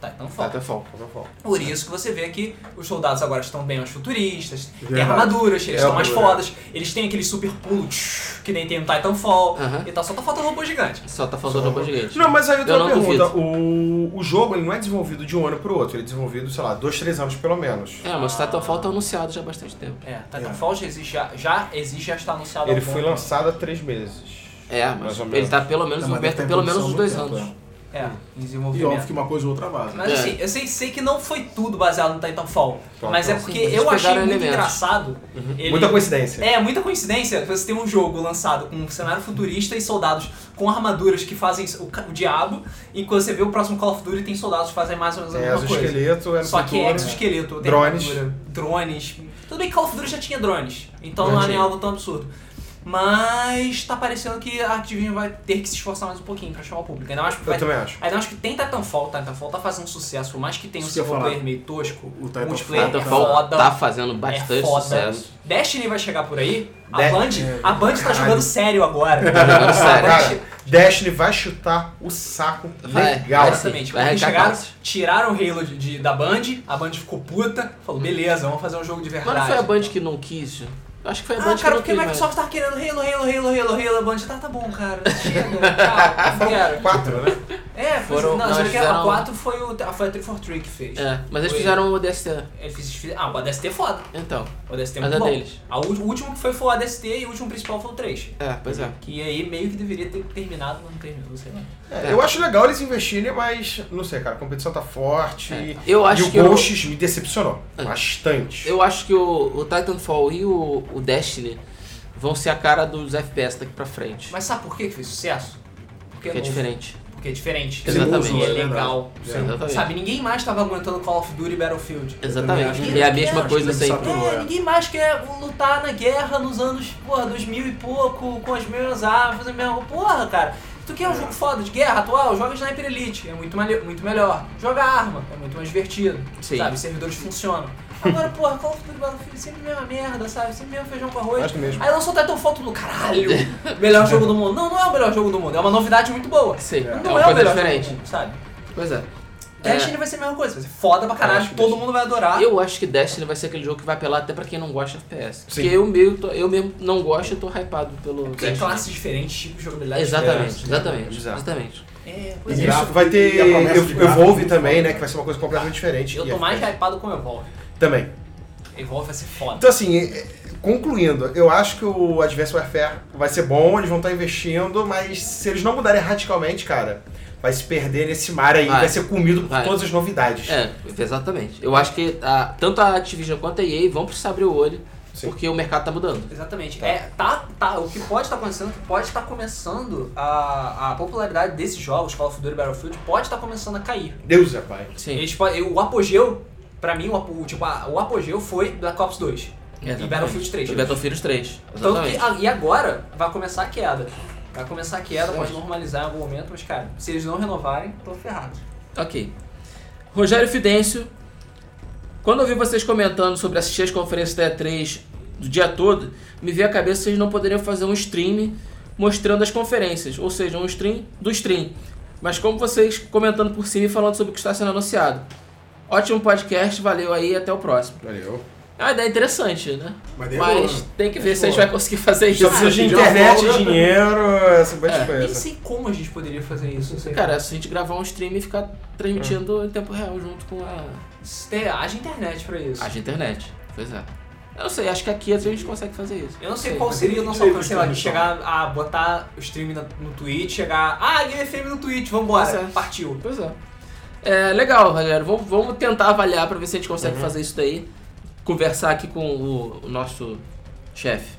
S4: Titanfall.
S2: Titanfall, Titanfall.
S4: Por isso que você vê que os soldados agora estão bem mais futuristas, têm
S3: Verdade.
S4: armaduras, eles estão mais
S2: Armadura.
S4: fodas, eles têm aquele super pulo tsh, que nem tem no Titanfall
S1: Aham.
S4: e tal. Só tá faltando robô gigante.
S1: Só tá faltando roupa gigante.
S2: Não, mas aí eu tenho
S1: Eu
S2: uma
S1: não
S2: pergunta. O, o jogo ele não é desenvolvido de um ano pro outro, ele é desenvolvido, sei lá, dois, três anos pelo menos.
S1: É, mas Titanfall tá anunciado já há bastante tempo.
S4: É, Titanfall já existe, já, já existe, já está anunciado
S2: Ele
S4: há um
S2: foi
S4: bom
S2: lançado há três meses.
S1: É, mas
S2: Mais ou
S1: ele
S2: menos.
S1: tá pelo menos
S3: Não, mas
S1: perto
S3: deve ter
S1: pelo menos uns
S3: evolução
S1: dois
S3: no tempo,
S1: anos.
S4: tempo. É, em
S3: E óbvio
S4: desenvolvimento.
S3: que uma coisa ou outra vaza.
S4: Mas
S1: É.
S4: assim, eu sei, sei que não foi tudo baseado no Titanfall,
S2: Claro,
S4: mas é
S2: sim,
S4: porque
S1: eles
S4: eu achei
S1: pegaram
S4: muito
S1: elementos.
S4: engraçado. ele-
S2: Muita coincidência.
S4: É, muita coincidência que você tem um jogo lançado com um cenário futurista e soldados com armaduras que fazem o, ca- o diabo, e quando você vê o próximo Call of Duty tem soldados que fazem mais ou menos a
S2: É,
S4: mesma coisa.
S2: exoesqueleto, é no
S4: Só que é
S2: futuro.
S4: exoesqueleto, tem
S2: Drones.
S4: armadura, drones. Tudo bem que Call of Duty já tinha drones, então
S2: Já
S4: não é nem
S2: tinha.
S4: algo tão absurdo. Mas tá parecendo que a Activision vai ter que se esforçar mais um pouquinho pra chamar o público. Ainda mais, que vai-
S2: Eu também acho.
S4: ainda mais que tem Titanfall, Titanfall tá fazendo sucesso, por mais que tenha um
S3: Isso que eu ia
S4: single player
S3: falar.
S4: meio tosco,
S3: O Titanfall-
S4: multiplayer é
S1: Titanfall
S4: foda.
S1: tá fazendo
S4: É
S1: bastante
S4: foda.
S1: sucesso.
S4: Destiny vai chegar por aí? A
S2: De-
S4: Band, a Band tá jogando sério agora.
S1: Tá jogando sério.
S4: A Band-
S2: Ah, Cara, Destiny vai chutar o saco
S1: Vai, vai sim.
S2: legal. assim.
S4: Exatamente.
S1: vai
S4: Porque
S1: arrancar
S4: chegaram,
S1: calças.
S4: tiraram o Halo de, de- da Band, a Band ficou puta, falou, beleza, vamos fazer um jogo de
S1: Mas
S4: verdade.
S1: não foi a Band que não quis? Eu Acho que foi a Band
S4: Ah, cara,
S1: que
S4: porque a
S1: não quis.
S4: Microsoft tava querendo Halo, Halo, Halo, Halo, Halo, a Band, tá, tá bom, cara, chega, tchau, não quero.
S2: Quatro, né?
S4: É, foi,
S1: Foram-
S4: não,
S1: nós
S4: só que a
S1: fizeram-
S4: 4 foi, o, foi a 343 que fez.
S1: mas... É, mas eles
S4: Foi-
S1: fizeram o DST.
S4: Eles fizeram- ah, o ADST é foda,
S1: Então,
S4: o ADST é
S1: Mas
S4: muito
S1: é
S4: bom.
S1: deles.
S4: A ú- o último que foi foi o ADST e o último principal foi o 3.
S1: é, pois é.
S4: Que aí meio que deveria ter terminado, mas não terminou, sei lá.
S2: É, Eu acho legal eles investirem, mas não sei, cara, a competição tá forte.
S1: É. Eu acho
S2: e
S1: que
S2: o
S1: eu-
S2: Ghosts me decepcionou. Bastante.
S1: Eu acho que o, o Titanfall e o, o Destiny vão ser a cara dos FPS daqui pra frente.
S4: Mas sabe por que que fez sucesso? Porque
S1: que é
S4: novo,
S1: diferente.
S4: Porque é diferente.
S1: Exatamente.
S4: E é
S3: É verdade.
S4: legal.
S1: Exatamente.
S4: Sabe, ninguém mais tava aguentando Call of Duty e Battlefield.
S3: também acho
S1: Exatamente.
S3: que-
S1: E é a mesma
S4: acho
S1: coisa
S3: que
S1: sempre.
S3: sabe- Tudo
S4: É,
S3: é.
S4: ninguém mais quer lutar na guerra nos anos, porra, 2000 e pouco, com as mesmas armas, fazer mesmo. Porra, cara, tu
S1: É.
S4: quer um jogo foda de guerra atual? Joga Sniper Elite, é muito, male- muito melhor. Joga arma, é muito mais divertido.
S1: Sim.
S4: Sabe, os servidores funcionam. Agora, porra, Call of Duty Battlefield é sempre a mesma merda, sabe? Sempre mesmo feijão com arroz.
S2: Acho mesmo.
S4: Aí lançou Titanfall tudo, caralho, melhor jogo do mundo. Não, não é o melhor jogo do mundo, é uma novidade muito boa.
S1: Sim, é
S4: Não,
S1: uma
S4: é o
S1: coisa
S4: melhor
S1: diferente.
S4: jogo do mundo, sabe?
S1: Pois é.
S4: Destiny vai ser a mesma coisa, vai ser foda pra
S2: Eu
S4: caralho,
S2: acho que
S4: todo mundo vai adorar.
S1: Eu acho que Destiny vai ser aquele jogo que vai apelar até pra quem não gosta de FPS.
S2: Sim.
S1: Porque eu, meio tô- eu mesmo não gosto e tô hypado pelo
S4: Tem né?
S1: Destiny.
S4: classes diferentes, tipos de jogabilidade
S1: Exatamente,
S2: É, é
S1: exatamente,
S2: bizarro.
S1: exatamente.
S4: diferentes. É, pois
S2: Isso
S4: é.
S3: gráfico
S2: vai ter
S3: e a promessa de
S2: Ev-
S3: gráfico
S2: Evolve
S3: muito
S2: também,
S3: foda.
S2: né? Que vai ser uma coisa completamente diferente.
S4: Eu
S2: E
S4: tô
S2: é-
S4: mais hypado com o Evolve.
S2: Também.
S4: Evolve vai ser foda.
S2: Então assim, é- é- concluindo, eu acho que o Advanced Warfare vai ser bom, eles vão estar investindo, mas se eles não mudarem radicalmente, cara, vai se perder nesse mar aí, vai,
S1: Vai.
S2: ser comido por
S1: Vai.
S2: todas as novidades.
S1: É, exatamente. Eu acho que a- tanto a Activision quanto a EA vão precisar abrir o olho,
S2: Sim.
S1: porque o mercado tá mudando.
S4: Exatamente. É, tá, tá, o que pode estar acontecendo é que pode estar começando a, a popularidade desses jogos, Call of Duty e Battlefield, pode estar começando a cair.
S2: Deus é pai.
S1: Sim.
S4: Eles po- o apogeu, pra mim, o, apo- tipo, a- o apogeu foi Black Ops 2 e
S1: Exatamente.
S4: Battlefield 3.
S1: E Battlefield 3.
S4: Tanto que,
S1: Exatamente.
S4: a- e agora vai começar a queda. Vai começar a queda, pode normalizar em algum momento, mas cara, se eles não renovarem, tô ferrado.
S1: Ok. Rogério Fidêncio, quando eu vi vocês comentando sobre assistir as conferências da E3 do dia todo, me veio a cabeça que vocês não poderiam fazer um stream mostrando as conferências, ou seja, um stream do stream. Mas como vocês comentando por cima e falando sobre o que está sendo anunciado. Ótimo podcast, valeu aí, até o próximo.
S2: Valeu.
S1: É uma ideia interessante, né?
S3: Mas daí é boa, né?
S1: tem que ver
S3: É
S1: se a gente
S3: boa.
S1: vai conseguir fazer isso.
S2: Só precisa de
S3: Já
S2: internet, né?
S3: volta.
S2: dinheiro, essa
S1: É.
S2: boa de
S4: Nem
S2: coisa.
S4: sei como a gente poderia fazer isso. Sei.
S1: Cara, é se a gente gravar um stream e ficar transmitindo em tempo real junto com a.
S4: Se tem- haja internet pra isso.
S1: Haja internet, pois é. Eu não sei, acho que aqui a gente consegue fazer isso.
S4: Eu não sei qual seria o nosso alcance, sei lá, de chegar a botar o stream na- no Twitch, chegar. Ah, Game FM no Twitch, vambora,
S1: Pois é.
S4: partiu.
S1: Pois é. É, legal, galera. Vamos, vamos tentar avaliar pra ver se a gente
S2: Uhum.
S1: consegue fazer isso daí. Conversar aqui com o, o nosso chefe.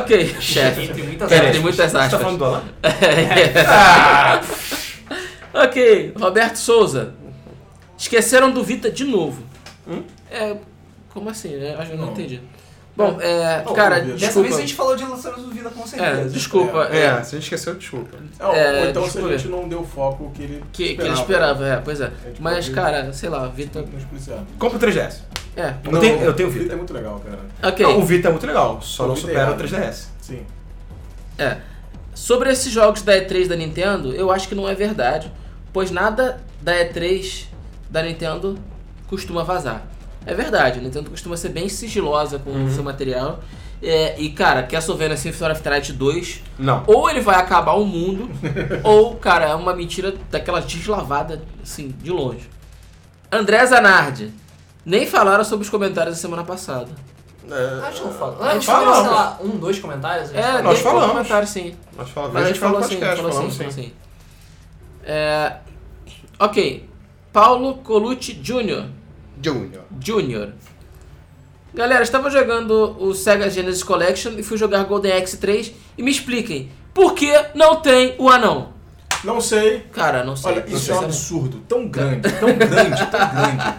S1: ok, chefe.
S4: Entre muitas
S1: Pera aí,
S4: aspas.
S1: tem muitas
S2: Você tá
S1: aspas.
S2: falando do Alan?
S1: ok, Roberto Souza. Esqueceram do Vita de novo. É, como assim? né? Acho que eu não
S3: Não.
S1: entendi. Bom, é,
S3: Não,
S1: cara,
S3: Vita.
S4: Dessa
S1: desculpa.
S4: vez a gente falou de lançamentos do Vida com
S1: É,
S4: certeza.
S1: desculpa.
S2: É,
S1: é.
S2: se a gente esqueceu, desculpa.
S3: É, ou-
S1: É,
S3: ou então
S1: deixa
S3: se
S1: eu
S3: a gente não deu o foco que ele
S1: Que, que ele
S3: esperava.
S1: esperava, é, pois é.
S3: tipo,
S1: Mas,
S3: ele-
S1: cara, sei lá, Vita.
S3: Nos policiais.
S2: Compra o 3DS.
S1: É,
S2: Eu tenho- eu tenho
S3: o Vita.
S2: Vita.
S3: é muito legal, cara.
S1: ok.
S2: Não, o Vita é muito legal, só
S3: O
S2: não
S3: Vita é
S2: supera o
S3: irado.
S2: 3DS.
S3: Sim.
S1: É. Sobre esses jogos da E3 da Nintendo, eu acho que não é verdade, pois nada da E3 da Nintendo costuma vazar. É verdade, a Nintendo costuma ser bem sigilosa com
S2: Uhum.
S1: o seu material. É, e, cara, Castlevania Symphony of the Night 2,
S2: Não.
S1: ou ele vai acabar o mundo, ou, cara, é uma mentira daquela deslavada, assim, de longe. André Zanardi, nem falaram sobre os comentários da semana passada.
S2: É,
S4: Acho que eu falo. A gente
S2: Falamos.
S4: falou, sei lá, um, dois comentários. a gente
S1: É,
S4: falou.
S2: nós
S1: nós falamos.
S2: falamos.
S1: comentários, sim.
S2: nós falamos,
S1: Mas a gente falou
S2: no
S1: assim,
S2: podcast,
S1: falou assim,
S2: falamos
S1: falou
S2: sim.
S1: assim. É, ok. Paulo Colucci Jr.
S2: Junior.
S1: Jr. Galera, eu estava jogando o Sega Genesis Collection e fui jogar Golden Axe 3 e me expliquem, por que não tem o anão?
S3: Não sei.
S1: Cara, não sei.
S3: Olha,
S1: não
S3: isso
S1: sei
S3: é um
S1: saber.
S3: absurdo. Tão grande, tão grande, tão grande.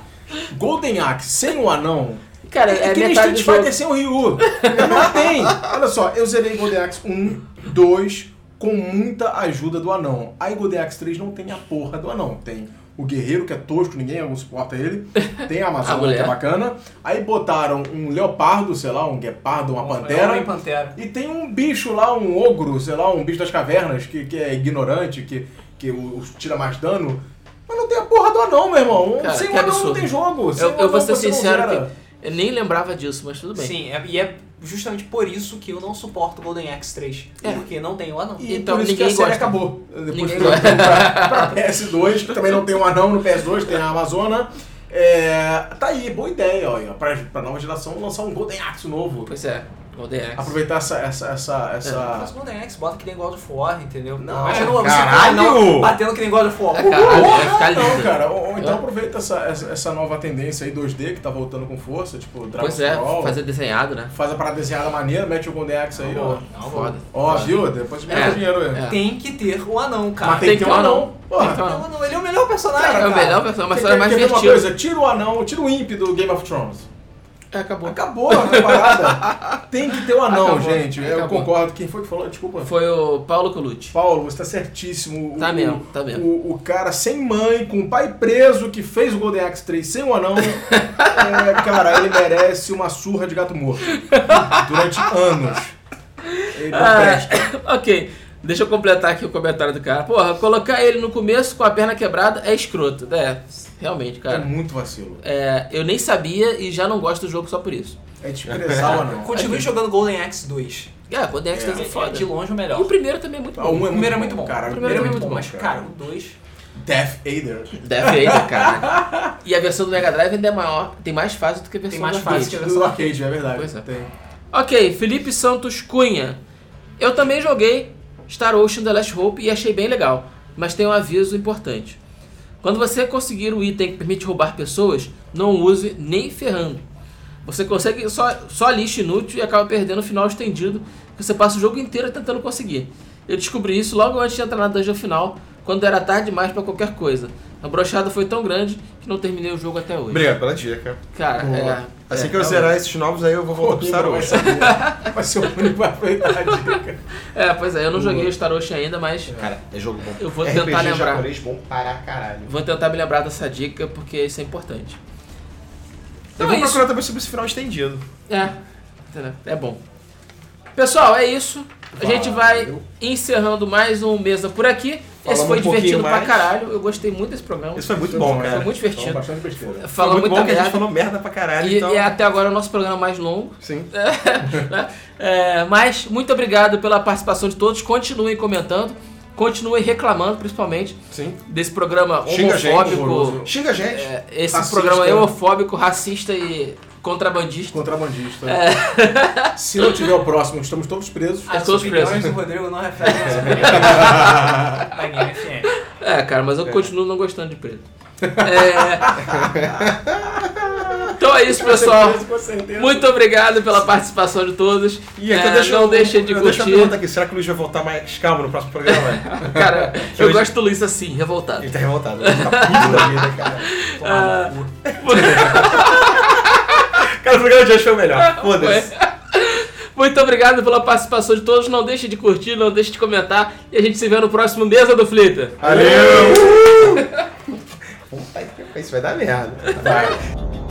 S3: Golden Axe sem o anão.
S1: Cara,
S3: é
S1: é
S3: que nem
S1: metade do
S3: Street
S1: jogo.
S3: Fighter sem o Ryu. Não tem. Olha só, eu zerei Golden Axe 1, 2, com muita ajuda do anão. Aí Golden Axe 3 não tem a porra do anão. Tem o guerreiro, que é tosco, ninguém suporta ele. Tem a
S1: A
S3: Amazônia,
S1: mulher.
S3: que é bacana. Aí botaram um leopardo, sei lá, um guepardo, uma pantera.
S4: Homem Pantera.
S3: E tem um bicho lá, um ogro, sei lá, um bicho das cavernas, que, que é ignorante, que, que o, o tira mais dano. Mas não tem a porra do anão, meu irmão. Um
S1: Cara,
S3: Sem
S1: que
S3: o anão não
S1: absurdo.
S3: tem jogo. Sem
S1: Eu,
S3: o
S1: eu vou
S3: anão
S1: ser
S3: você não
S1: sincero
S3: zera.
S1: que eu nem lembrava disso, mas tudo bem.
S4: Sim, é- e é justamente por isso que eu não suporto Golden Axe 3.
S1: É.
S4: Porque não tem o anão.
S3: E
S1: Então,
S3: por isso que a
S1: ninguém
S3: série
S1: gosta.
S3: acabou. Depois
S1: Ninguém
S3: foi
S1: gosta.
S3: pra, pra PS2, que também não tem um anão no PS2, tem a Amazona. É, tá aí, boa ideia, ó, pra, pra nova geração lançar um Golden Axe novo.
S1: Pois é, Golden Axe.
S3: Aproveitar essa. essa, essa,
S4: Faz
S1: Ah.
S3: essa...
S4: Golden Axe, é bota que nem God of War, entendeu?
S3: Não,
S4: Mas eu não vamos
S2: caralho!
S4: não batendo que nem God of War.
S1: É, cara. Caralho, vai
S3: Porra,
S1: ficar
S3: não,
S1: lindo.
S3: cara. Ou, ou então
S1: Eu-
S3: aproveita essa, essa, essa nova tendência aí 2D que tá voltando com força, tipo Dragon
S1: Pois é,
S3: Ball.
S1: fazer Tá desenhado, né?
S3: Faz a parada desenhada maneira, mete o Golden Axe aí, ó.
S4: Não,
S1: Foda.
S3: Ó, viu? Depois mete
S1: É,
S3: o dinheiro aí.
S1: é.
S4: Tem que ter o anão, cara.
S3: Mas tem que ter um anão.
S1: Tem que ter um
S3: Porra.
S1: anão.
S4: Não, não, ele é o melhor personagem.
S1: Cara,
S4: Cara,
S1: é o melhor personagem, mas
S3: Quer-
S1: é
S3: quer-
S1: mais
S3: quer ver uma
S1: divertido.
S3: coisa? Tira o anão, tira o imp do Game of Thrones.
S1: É, acabou.
S3: Acabou a parada. Tem que ter o anão,
S1: Acabou.
S3: gente. Eu
S1: Acabou.
S3: concordo. Quem foi que falou? Desculpa.
S1: Foi o Paulo Colucci.
S3: Paulo, você tá certíssimo.
S1: Tá
S3: o,
S1: mesmo, tá mesmo.
S3: O, o cara sem mãe, com o pai preso, que fez o Golden Axe 3 sem o anão, é, cara, ele merece uma surra de gato morto. Durante anos. Ele não presta.
S1: Ah, ok. Deixa eu completar aqui o comentário do cara. Porra, colocar ele no começo com a perna quebrada é escroto. É, realmente,
S3: É
S1: cara.
S3: muito vacilo.
S1: É, eu nem sabia e já não gosto do jogo só por isso.
S3: É desprezar o anão.
S4: Continue jogando Golden Axe 2.
S1: É, quando é que
S4: É,
S1: é foda.
S4: de longe o
S1: E o
S4: melhor.
S1: primeiro também é muito
S3: Ah,
S1: bom.
S3: um
S4: O primeiro é muito bom.
S3: Cara,
S1: O
S4: O
S1: primeiro
S4: primeiro
S1: é
S4: é muito
S1: muito
S4: bom, mas, cara, o 2...
S3: É Death Aider.
S1: Death Vader, cara. E a versão do Mega Drive ainda é maior, tem mais fases do que a versão
S4: Tem mais
S1: do arcade.
S4: fases que a
S3: Do arcade, é verdade.
S1: Pois é.
S3: Tem.
S1: Ok, Felipe Santos Cunha. Eu também joguei Star Ocean The Last Hope e achei bem legal, mas tem um aviso importante. Quando você conseguir o item que permite roubar pessoas, não use nem ferrando. Você consegue só, só lixo inútil e acaba perdendo o final estendido que você passa o jogo inteiro tentando conseguir. Eu descobri isso logo antes de entrar na dungeon final, quando era tarde demais para qualquer coisa. A brochada foi tão grande que não terminei o jogo até hoje.
S2: Obrigado pela dica.
S1: Cara, é,
S2: Assim
S1: é,
S2: que eu
S1: realmente.
S2: zerar esses novos aí, eu vou voltar pro Star
S3: Vai
S2: Ocean.
S3: ser- vai ser o único que vai aproveitar a dica.
S1: É, pois é, eu não joguei o Star Ocean ainda, mas
S2: Cara, é jogo bom.
S1: Eu vou tentar
S2: RPG
S1: lembrar.
S2: japonês bom para caralho.
S1: Vou tentar me lembrar dessa dica porque isso é importante. Então
S2: eu vou
S1: é isso.
S2: procurar também sobre esse final estendido.
S1: É, entendeu? é bom. Pessoal, é isso. A gente vai
S3: Valeu.
S1: encerrando mais um Mesa por aqui.
S2: Falamos
S1: Esse foi
S2: um
S1: divertido
S2: pouquinho
S1: pra
S2: mais.
S1: caralho. Eu gostei muito desse programa.
S2: Isso foi muito bom, cara.
S1: Foi muito divertido.
S3: Então, bastante besteira.
S1: Falou
S2: Foi muito
S1: muita
S2: bom que a gente
S1: merda.
S2: falou merda pra caralho,
S1: E,
S2: então...
S1: e até agora é o nosso programa mais longo.
S2: Sim.
S1: né? É, mas muito obrigado pela participação de todos. Continuem comentando, continuem reclamando, principalmente,
S2: Sim.
S1: desse programa
S2: Xinga a gente,
S1: homofóbico.
S3: horroroso.
S2: Xinga a gente.
S1: É, esse
S3: Racista.
S1: programa é homofóbico, racista e contrabandista.
S3: Contrabandista.
S1: É.
S3: Se não tiver o próximo, estamos todos presos.
S1: Ah,
S4: As
S1: todos
S4: opiniões
S1: presos.
S4: do Rodrigo não refletem as opiniões da Game FM.
S1: É, cara, mas eu continuo não gostando de preto. É. Então é isso, pessoal.
S3: Com certeza.
S1: Muito obrigado pela participação de todos.
S2: E aqui
S1: É,
S2: eu deixo,
S1: não deixem de
S2: eu deixo uma
S1: curtir.
S2: pergunta aqui. Será que o Luiz vai voltar mais calmo no próximo programa?
S1: Cara, eu
S2: Hoje-
S1: gosto do Luiz assim, revoltado.
S2: Ele tá revoltado. Ele tá puto da vida, cara.
S1: Ah.
S4: Tomar no cu.
S2: Cara, o programa de hoje foi o melhor. Foda-se.
S1: Muito obrigado pela participação de todos. Não deixe de curtir, não deixe de comentar. E a gente se vê no próximo Mesa do Flipper.
S2: Valeu! Puta que- Isso vai dar merda. Vai.